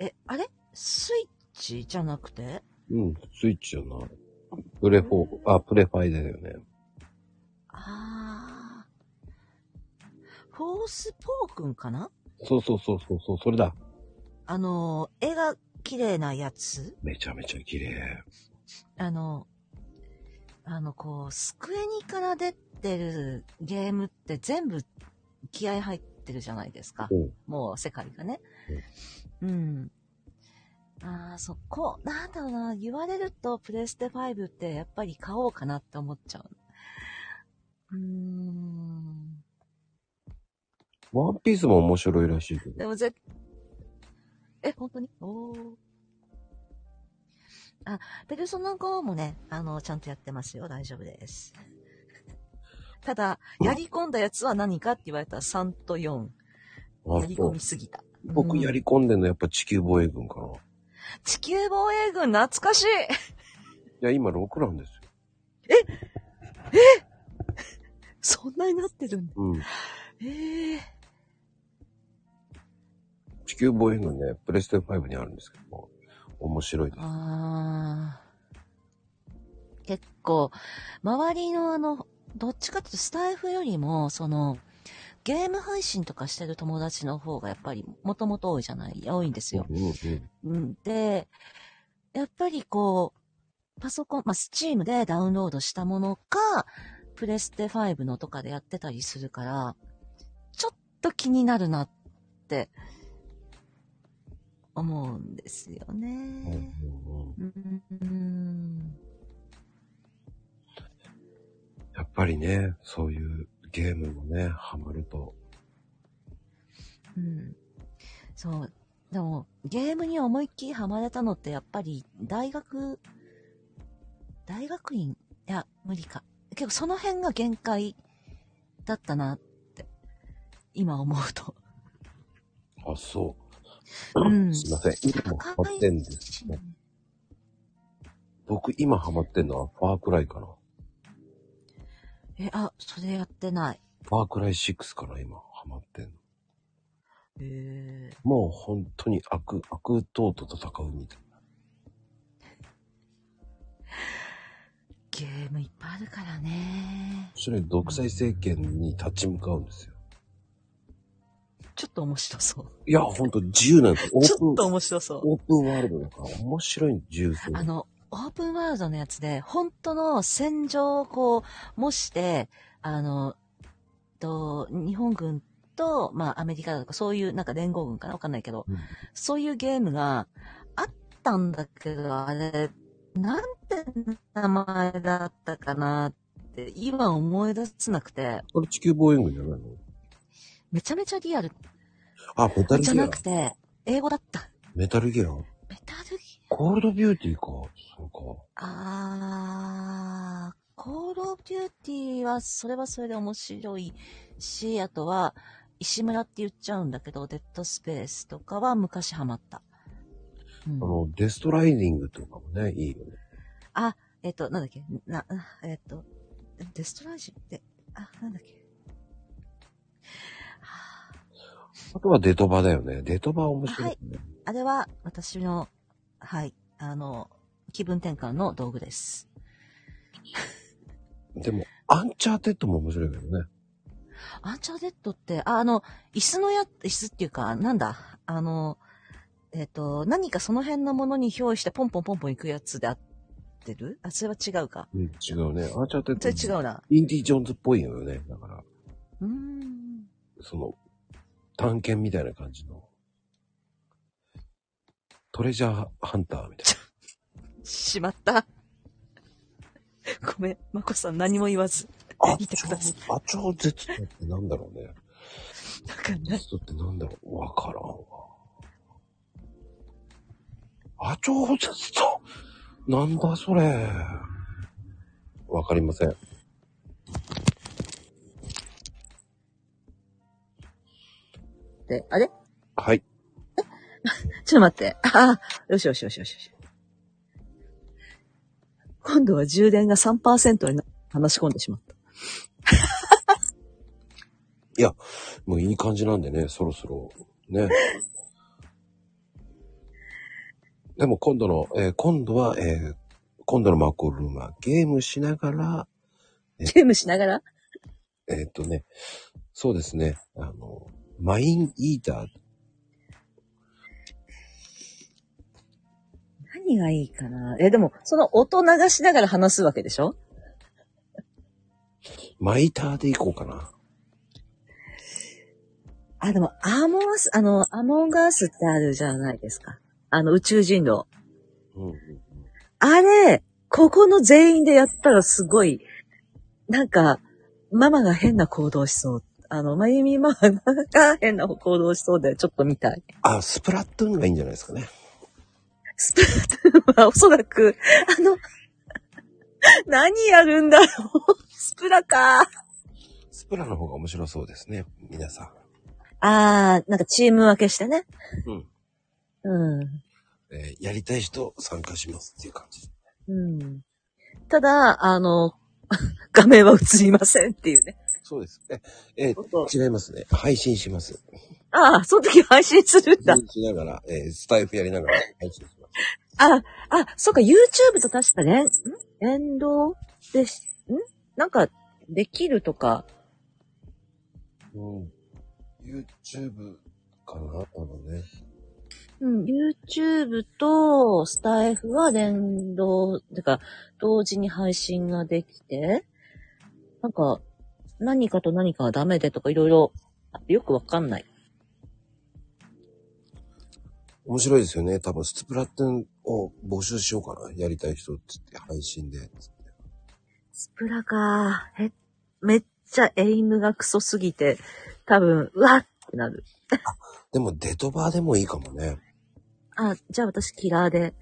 Speaker 3: え、あれスイッチじゃなくて
Speaker 1: うん、スイッチじゃない。プレフォー、あ、プレファイだよね。
Speaker 3: あー。フォースポークンかな
Speaker 1: そうそうそうそうそう、それだ。
Speaker 3: あの、絵が綺麗なやつ
Speaker 1: めちゃめちゃ綺麗。
Speaker 3: あの、あの、こう、スクエニから出てるゲームって全部気合入ってるじゃないですか。
Speaker 1: うん。
Speaker 3: もう世界がね。うん。ああ、そこ、なんだろうな、言われるとプレステ5ってやっぱり買おうかなって思っちゃう。うーん。
Speaker 1: ワンピースも面白いらしいけど。
Speaker 3: でもぜ、え、本当におー。あ、ペルソナ5もね、あの、ちゃんとやってますよ。大丈夫です。 ただ、やり込んだやつは何かって言われたら3と4。
Speaker 1: あ
Speaker 3: やり
Speaker 1: そ
Speaker 3: 込
Speaker 1: う
Speaker 3: みすぎた。
Speaker 1: 僕
Speaker 3: うん
Speaker 1: やり込んでんのやっぱ地球防衛軍かな。い
Speaker 3: 地球防衛軍懐かしい
Speaker 1: や、今6なんですよ。
Speaker 3: そんなになってるんだ。
Speaker 1: うん。
Speaker 3: ええ
Speaker 1: 地球防衛軍ね、プレステ5にあるんですけど、面白いです。
Speaker 3: あー結構、周りのあの、どっちかっていうとスタイフよりも、その、ゲーム配信とかしてる友達の方がやっぱりもともと多いじゃない、多いんですよ。
Speaker 1: うんうん。
Speaker 3: うんで、やっぱりこう、パソコン、まあ、スチームでダウンロードしたものか、プレステ5のとかでやってたりするから、ちょっと気になるなって、思うんですよ
Speaker 1: うん
Speaker 3: ね。
Speaker 1: うんうん
Speaker 3: うんうん
Speaker 1: やっぱりね、そういうゲームもね、ハマると。
Speaker 3: うんそう。でも、ゲームに思いっきりハマれたのって、やっぱり、大学、大学院いや、無理か。結構その辺が限界だったなって今思うと。
Speaker 1: あ、そうう。
Speaker 3: ん。
Speaker 1: すいません。今ハマってんですね。僕今ハマってんのはファークライかな。
Speaker 3: え、あ、それやってない。
Speaker 1: ファークライ6かな、今ハマってんの。
Speaker 3: へえ。
Speaker 1: もう本当に悪、悪党と戦うみたい
Speaker 3: ゲームいっぱいあるからね。
Speaker 1: それ独裁政権に立ち向かうんですよ。
Speaker 3: ちょっと面白そう。
Speaker 1: いや、本当自由なんですオ
Speaker 3: ち
Speaker 1: ー
Speaker 3: ょっ
Speaker 1: プ
Speaker 3: と
Speaker 1: ン、
Speaker 3: 面白そう。
Speaker 1: オープンワールドだから面白いん自由すぎる
Speaker 3: あの、オープンワールドのやつで、本当の戦場をこう、模して、あの、と、日本軍と、まあ、アメリカだとか、そういう、なんか連合軍かなわかんないけど、
Speaker 1: うん
Speaker 3: そういうゲームがあったんだけど、あれ、なんて名前だったかなって、今思い出せなくて、
Speaker 1: これ地球防衛軍じゃないの
Speaker 3: めちゃめちゃリアル
Speaker 1: あ、メタル
Speaker 3: じゃ
Speaker 1: ギア
Speaker 3: なく。て、英語だった。
Speaker 1: メタルギア
Speaker 3: メタルギア
Speaker 1: コールドビューティーか。そうか。
Speaker 3: あー、コールオブデューティーは、それはそれで面白いし、あとは、石村って言っちゃうんだけど、デッドスペースとかは昔ハマった。うん
Speaker 1: あの、デストライディングとかもね、いいよね。
Speaker 3: あ、えっ、と、なんだっけな、えっ、と、デストライジって、あ、なんだっけあ
Speaker 1: あとはデトバだよね。デトバ面白い、ね
Speaker 3: ーあれは、私の、はい、あの、気分転換の道具です。
Speaker 1: でも、アンチャーテッドも面白いけどね。
Speaker 3: アンチャーデッドって、あ、あの、椅子のや、椅子っていうか、なんだ、あの、えっ、と、何かその辺のものに憑依してポンポンポンポン行くやつであってるあ、それは違うか。
Speaker 1: うん、違うね。アンチャーテッ
Speaker 3: そ
Speaker 1: ド。
Speaker 3: れ違うな。
Speaker 1: インディ・ジョーンズっぽいよね。だから、
Speaker 3: うーん。
Speaker 1: その、探検みたいな感じの。トレジャーハンターみたい な。
Speaker 3: しまった。 ごめん、まこさん何も言わず。見てください。
Speaker 1: ア超絶対ってなんだろうね。
Speaker 3: わかんない。
Speaker 1: 絶対ってなんだろう。わからんわ。ア超絶対なんだそれ。わかりません。
Speaker 4: で、あれ
Speaker 1: はい。
Speaker 4: ちょっと待って。ああ、よしよしよしよしよし。今度は充電が3%にな話し込んでしまった。
Speaker 1: もういい感じなんでね、そろそろ。ね。でも今度の、えー今度は、えー今度のマコルームはゲームしながら、
Speaker 4: ゲームしながら
Speaker 1: えーっとね、そうですね、あの、マインイーター、
Speaker 4: 何がいいかなえ、でも、その音流しながら話すわけでしょ
Speaker 1: マイターでいこうかな。
Speaker 4: あ、でも、アーモンアス、あの、アモンガースってあるじゃないですか。あの、宇宙人狼。
Speaker 1: うんうん
Speaker 4: あれ、ここの全員でやったらすごい、なんか、ママが変な行動しそう。あの、まゆみママが変な行動しそうで、ちょっと見たい。
Speaker 1: あ、スプラトゥーンがいいんじゃないですかね。
Speaker 4: スプラトゥーンはおそらく、あの、何やるんだろう。スプラか。
Speaker 1: スプラの方が面白そうですね、皆さん。
Speaker 4: あー、なんかチーム分けしてね。
Speaker 1: うん。
Speaker 4: うん。
Speaker 1: えーやりたい人参加しますっていう感じ。
Speaker 4: うん。ただ、あの、 画面は映りませんっていうね。
Speaker 1: そうです。え、えー違いますね。配信します。
Speaker 4: ああ、その時配信するんだ。
Speaker 1: しながら、えースタイフやりながら配信します。
Speaker 4: あ、あ、そっか、YouTube と確かね、ん連動でし、んなんか、できるとか。
Speaker 1: うん。YouTube かなあのね。
Speaker 4: うん、YouTube とスタイフは連動、てか、同時に配信ができて、なんか、何かと何かはダメでとかいろいろ、よくわかんない。
Speaker 1: 面白いですよね。多分、スプラトゥーンを募集しようかな。やりたい人っつって、配信で。つって
Speaker 4: スプラかー。え、めっちゃエイムがクソすぎて、多分、うわっってなる。
Speaker 1: でも、デトバーでもいいかもね。
Speaker 4: あ、じゃあ私キラーで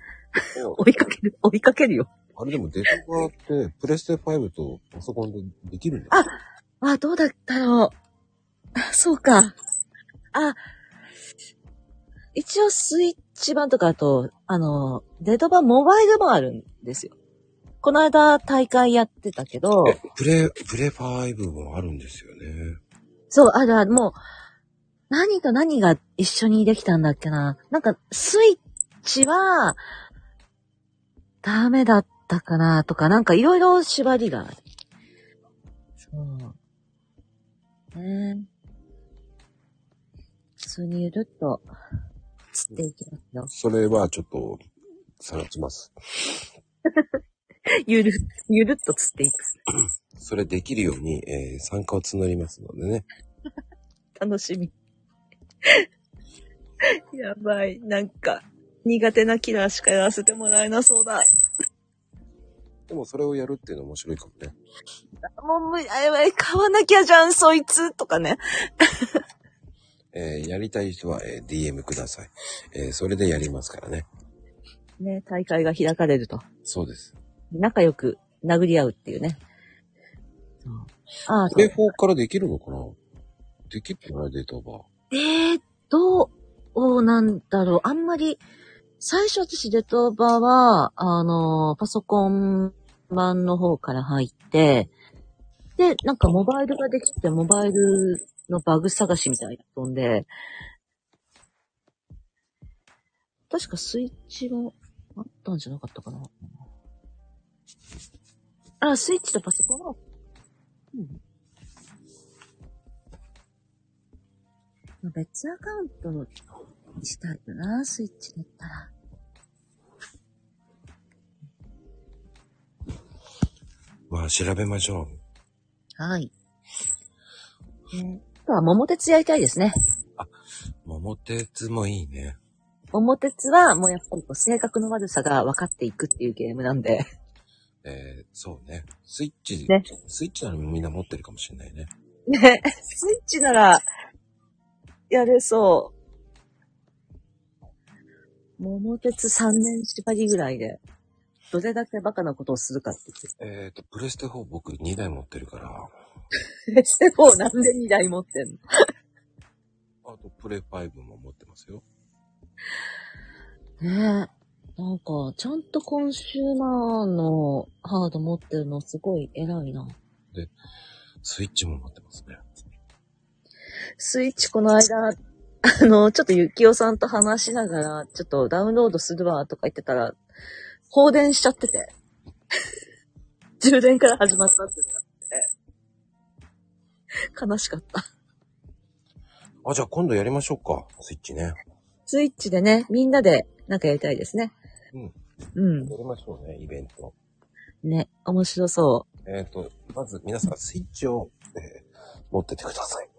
Speaker 4: 追いかける、追いかけるよ。
Speaker 1: あれでも、デトバーって、プレステ5とパソコンでできるんだ。
Speaker 4: あ、どうだったろう。
Speaker 3: あそうか。あ、一応スイッチ版とかあと、あの、デート版、モバイルもあるんですよ。この間大会やってたけど、
Speaker 1: え、プレ、プレ5もあるんですよね。
Speaker 3: そう、あるある、もう、何と何が一緒にできたんだっけな。なんか、スイッチは、ダメだったかな、とか、なんかいろいろ縛りがある。そう。ね普通にゆるっと、釣っていきますよ。
Speaker 1: それはちょっと、探します。
Speaker 3: ゆる、ゆるっと釣っていく。
Speaker 1: それできるように、えー参加を募りますのでね。
Speaker 3: 楽しみ。 やばい。なんか、苦手なキラーしかやらせてもらえなそうだ。
Speaker 1: でもそれをやるっていうのは面白いかもね。
Speaker 3: もう無理、あやばい、買わなきゃじゃん、そいつとかね。
Speaker 1: えーやりたい人は、えー DM ください。えーそれでやりますからね。
Speaker 3: ね、大会が開かれると。
Speaker 1: そうです。
Speaker 3: 仲良く殴り合うっていうね。ああ、
Speaker 1: プレ4からできるのかなできるかな、デートバー。
Speaker 3: えー、どうなんだろう。あんまり、最初私デトバは、あのーパソコン版の方から入って、で、なんかモバイルができて、モバイルのバグ探しみたいなの飛んで、確かスイッチもあったんじゃなかったかな。あ、スイッチとパソコンは、うん。別アカウントしたいよな、スイッチだったら。
Speaker 1: まあ、調べましょ
Speaker 3: はい。ね、あとは、桃鉄やりたいですね。
Speaker 1: う。桃鉄もいいね。
Speaker 3: 桃鉄は、もうやっぱりこう性格の悪さが分かっていくっていうゲームなんで。
Speaker 1: えーそうね。スイッチ、
Speaker 3: ね
Speaker 1: スイッチならみんな持ってるかもしれないね。
Speaker 3: ね、スイッチなら、やれそう。桃鉄3年縛りぐらいで、どれだけバカなことをするかって
Speaker 1: えっ、と、プレステ4僕2台持ってるから、
Speaker 3: 言って。セフォーなんで2台持ってんの
Speaker 1: あとプレ5も持ってますよ。
Speaker 3: ねえ。なんか、ちゃんとコンシューマーのハード持ってるのすごい偉いな。
Speaker 1: スイッチも持ってますね。
Speaker 3: スイッチこの間、あの、ちょっとゆきおさんと話しながら、ちょっとダウンロードするわとか言ってたら、放電しちゃってて。充電から始まったっていうのがあって。悲しかった。
Speaker 1: あ、じゃあ今度やりましょうか。スイッチね。
Speaker 3: スイッチでね、みんなでなんかやりたいですね。
Speaker 1: うん。
Speaker 3: うん。
Speaker 1: やりましょうね、イベント。
Speaker 3: ね、面白そう。
Speaker 1: えっ、と、まず皆さんスイッチを、えー持っててください。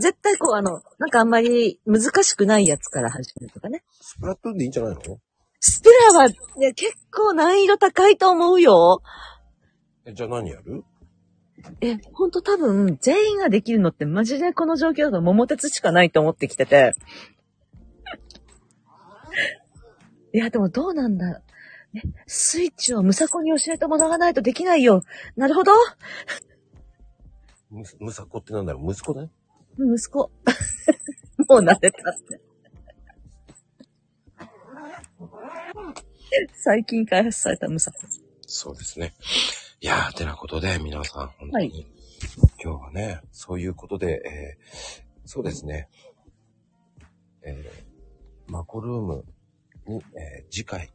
Speaker 3: 絶対こう、あの、なんかあんまり難しくないやつから始めるとかね。
Speaker 1: スプラトゥーンでいいんじゃないの
Speaker 3: スプラは、ね、結構難易度高いと思うよ。
Speaker 1: え、じゃあ何やる
Speaker 3: え、ほんと多分、全員ができるのってマジでこの状況だと桃鉄しかないと思ってきてて。いや、でもどうなんだえスイッチをムサコに教えてもらわないとできないよ。なるほど。
Speaker 1: む、むさこってなんだろう息子だね。
Speaker 3: うん息子。 もう慣れたって。最近開発されたムサコ。
Speaker 1: そうですね。いやー、てなことで、皆さん、本当に、
Speaker 3: はい
Speaker 1: 今日はね、そういうことで、えーそうですね、えーマコルームに、えー次回、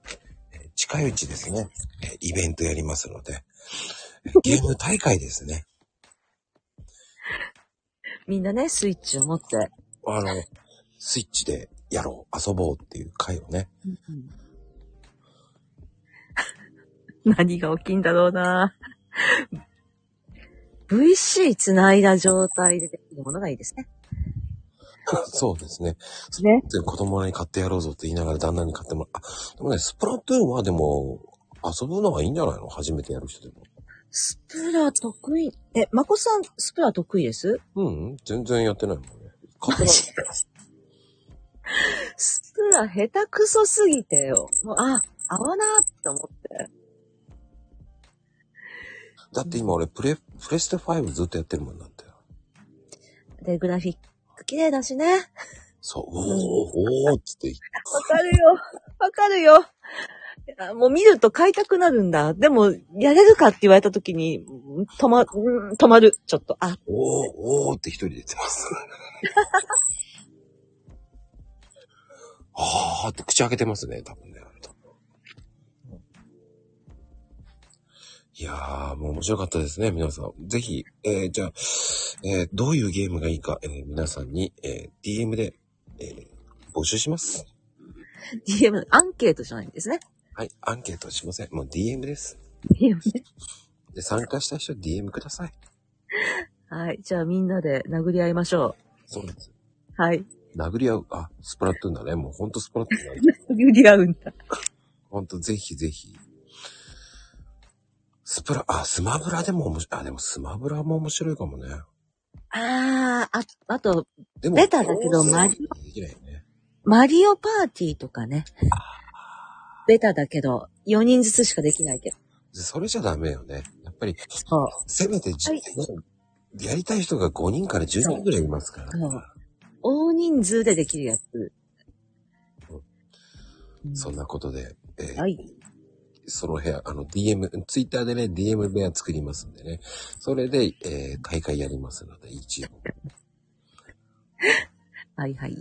Speaker 1: えー近いうちですね、えーイベントやりますので、えー ゲーム大会ですね。
Speaker 3: みんなね、スイッチを持って。
Speaker 1: あの、スイッチでやろう、遊ぼうっていう回を ね、
Speaker 3: 何が大きいん だろうな VC 繋いだ状態でできるものがいいですね。
Speaker 1: そうですね。
Speaker 3: ね。
Speaker 1: で子供に買ってやろうぞって言いながら旦那に買ってもらう。あ、でもね、スプラトゥーンはでも、遊ぶのはいいんじゃないの初めてやる人でも。
Speaker 3: スプラ得意。え、まこさん、スプラ得意です
Speaker 1: うん、全然やってないもんね。カ
Speaker 3: マジスプラ下手くそすぎてよ。もう、あ、合わなーって思って。
Speaker 1: だって今俺プレ、プレステ5ずっとやってるもんなんだよ。
Speaker 3: で、グラフィック綺麗だしね。わ
Speaker 1: そう、おー、おー、つって言って、
Speaker 3: かるよ。わかるよ。いやもう見ると買いたくなるんだ。でも、やれるかって言われた時に、うん止ま、うん止まる。ちょっと。あ、
Speaker 1: おー、おーって一人で言ってます。 あーって口開けてますね、多分ね。いやー、もう面白かったですね、皆さん。ぜひ、えー、じゃあ、えーどういうゲームがいいか、えー皆さんに、えー DM で、えー募集します。
Speaker 3: DM、アンケートじゃないんですね。
Speaker 1: はい、アンケートしません。もう DM です。
Speaker 3: DM ね。
Speaker 1: で、参加した人 DM ください。
Speaker 3: はい。じゃあみんなで殴り合いましょ
Speaker 1: そうなんです。
Speaker 3: う。はい。
Speaker 1: 殴り合う、あ、スプラトゥーンだね。もうほんとスプラトゥーンだね。
Speaker 3: 殴り合うんだ。
Speaker 1: ほんと、ぜひぜひ。スプラ、あ、スマブラでも面白い。あ、でもスマブラも面白いかもね。
Speaker 3: あー、あ、あと、
Speaker 1: でも、
Speaker 3: ベタだけどマ
Speaker 1: マ
Speaker 3: リ
Speaker 1: できないね。
Speaker 3: マリオパーティーとかね。ベタだけど、4人ずつしかできないけど。
Speaker 1: でそれじゃダメよね。やっぱり、
Speaker 3: そう。
Speaker 1: せめてじ、
Speaker 3: はい
Speaker 1: やりたい人が5人から10人ぐらいいますから。
Speaker 3: そう大人数でできるやつ。
Speaker 1: そんなことで、えー
Speaker 3: はい。
Speaker 1: その部屋、あの、DM、ツイッターでね、DM 部屋作りますんでね。それで、えー大会やりますので、一応、
Speaker 3: はいはい。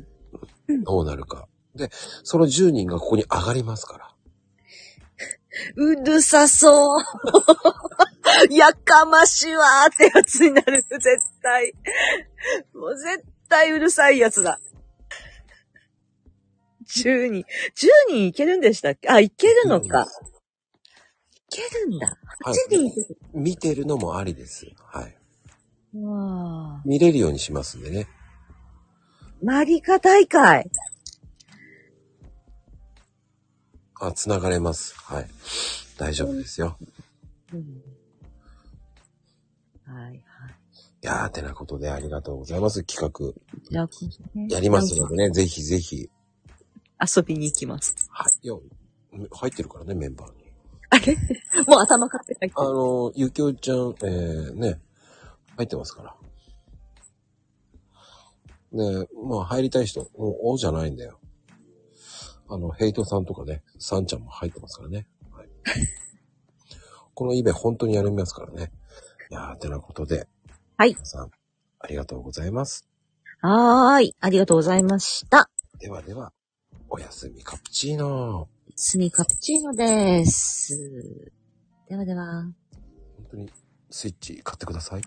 Speaker 1: どうなるか。で、その10人がここに上がりますから。
Speaker 3: うるさそう。 やかましいわーってやつになる。絶対。もう絶対うるさいやつだ。10人。10人いけるんでしたっけあ、いけるのか。いけるんだ。
Speaker 1: は
Speaker 3: 8
Speaker 1: い
Speaker 3: 人いける。
Speaker 1: 見てるのもありです。はい。
Speaker 3: わ
Speaker 1: 見れるようにしますんでね。
Speaker 3: ーマリカ大会。
Speaker 1: あ、繋がれます。はい。大丈夫ですよ。
Speaker 3: うんはいはい。
Speaker 1: いやー、てなことでありがとうございます。企画
Speaker 3: じゃあ、ね
Speaker 1: やりますのでね、ぜひぜひ。
Speaker 3: 遊びに行きます。
Speaker 1: はい。いや、入ってるからね、メンバーに。
Speaker 3: あれもう頭かってない。
Speaker 1: あの、ゆきおちゃん、えー、ね、入ってますから。ねまあ入りたい人、もう、おじゃないんだよ。あの、ヘイトさんとかね、サンちゃんも入ってますからね。はい、 このイベ本当にやりますからね。いやー、てなことで。
Speaker 3: はい
Speaker 1: 皆さん、ありがとうございます。
Speaker 3: はーい。ありがとうございました。
Speaker 1: ではでは、おやすみカプチーノ
Speaker 3: スミカプチーノです。ではでは。
Speaker 1: 本当に、スイッチ買ってください。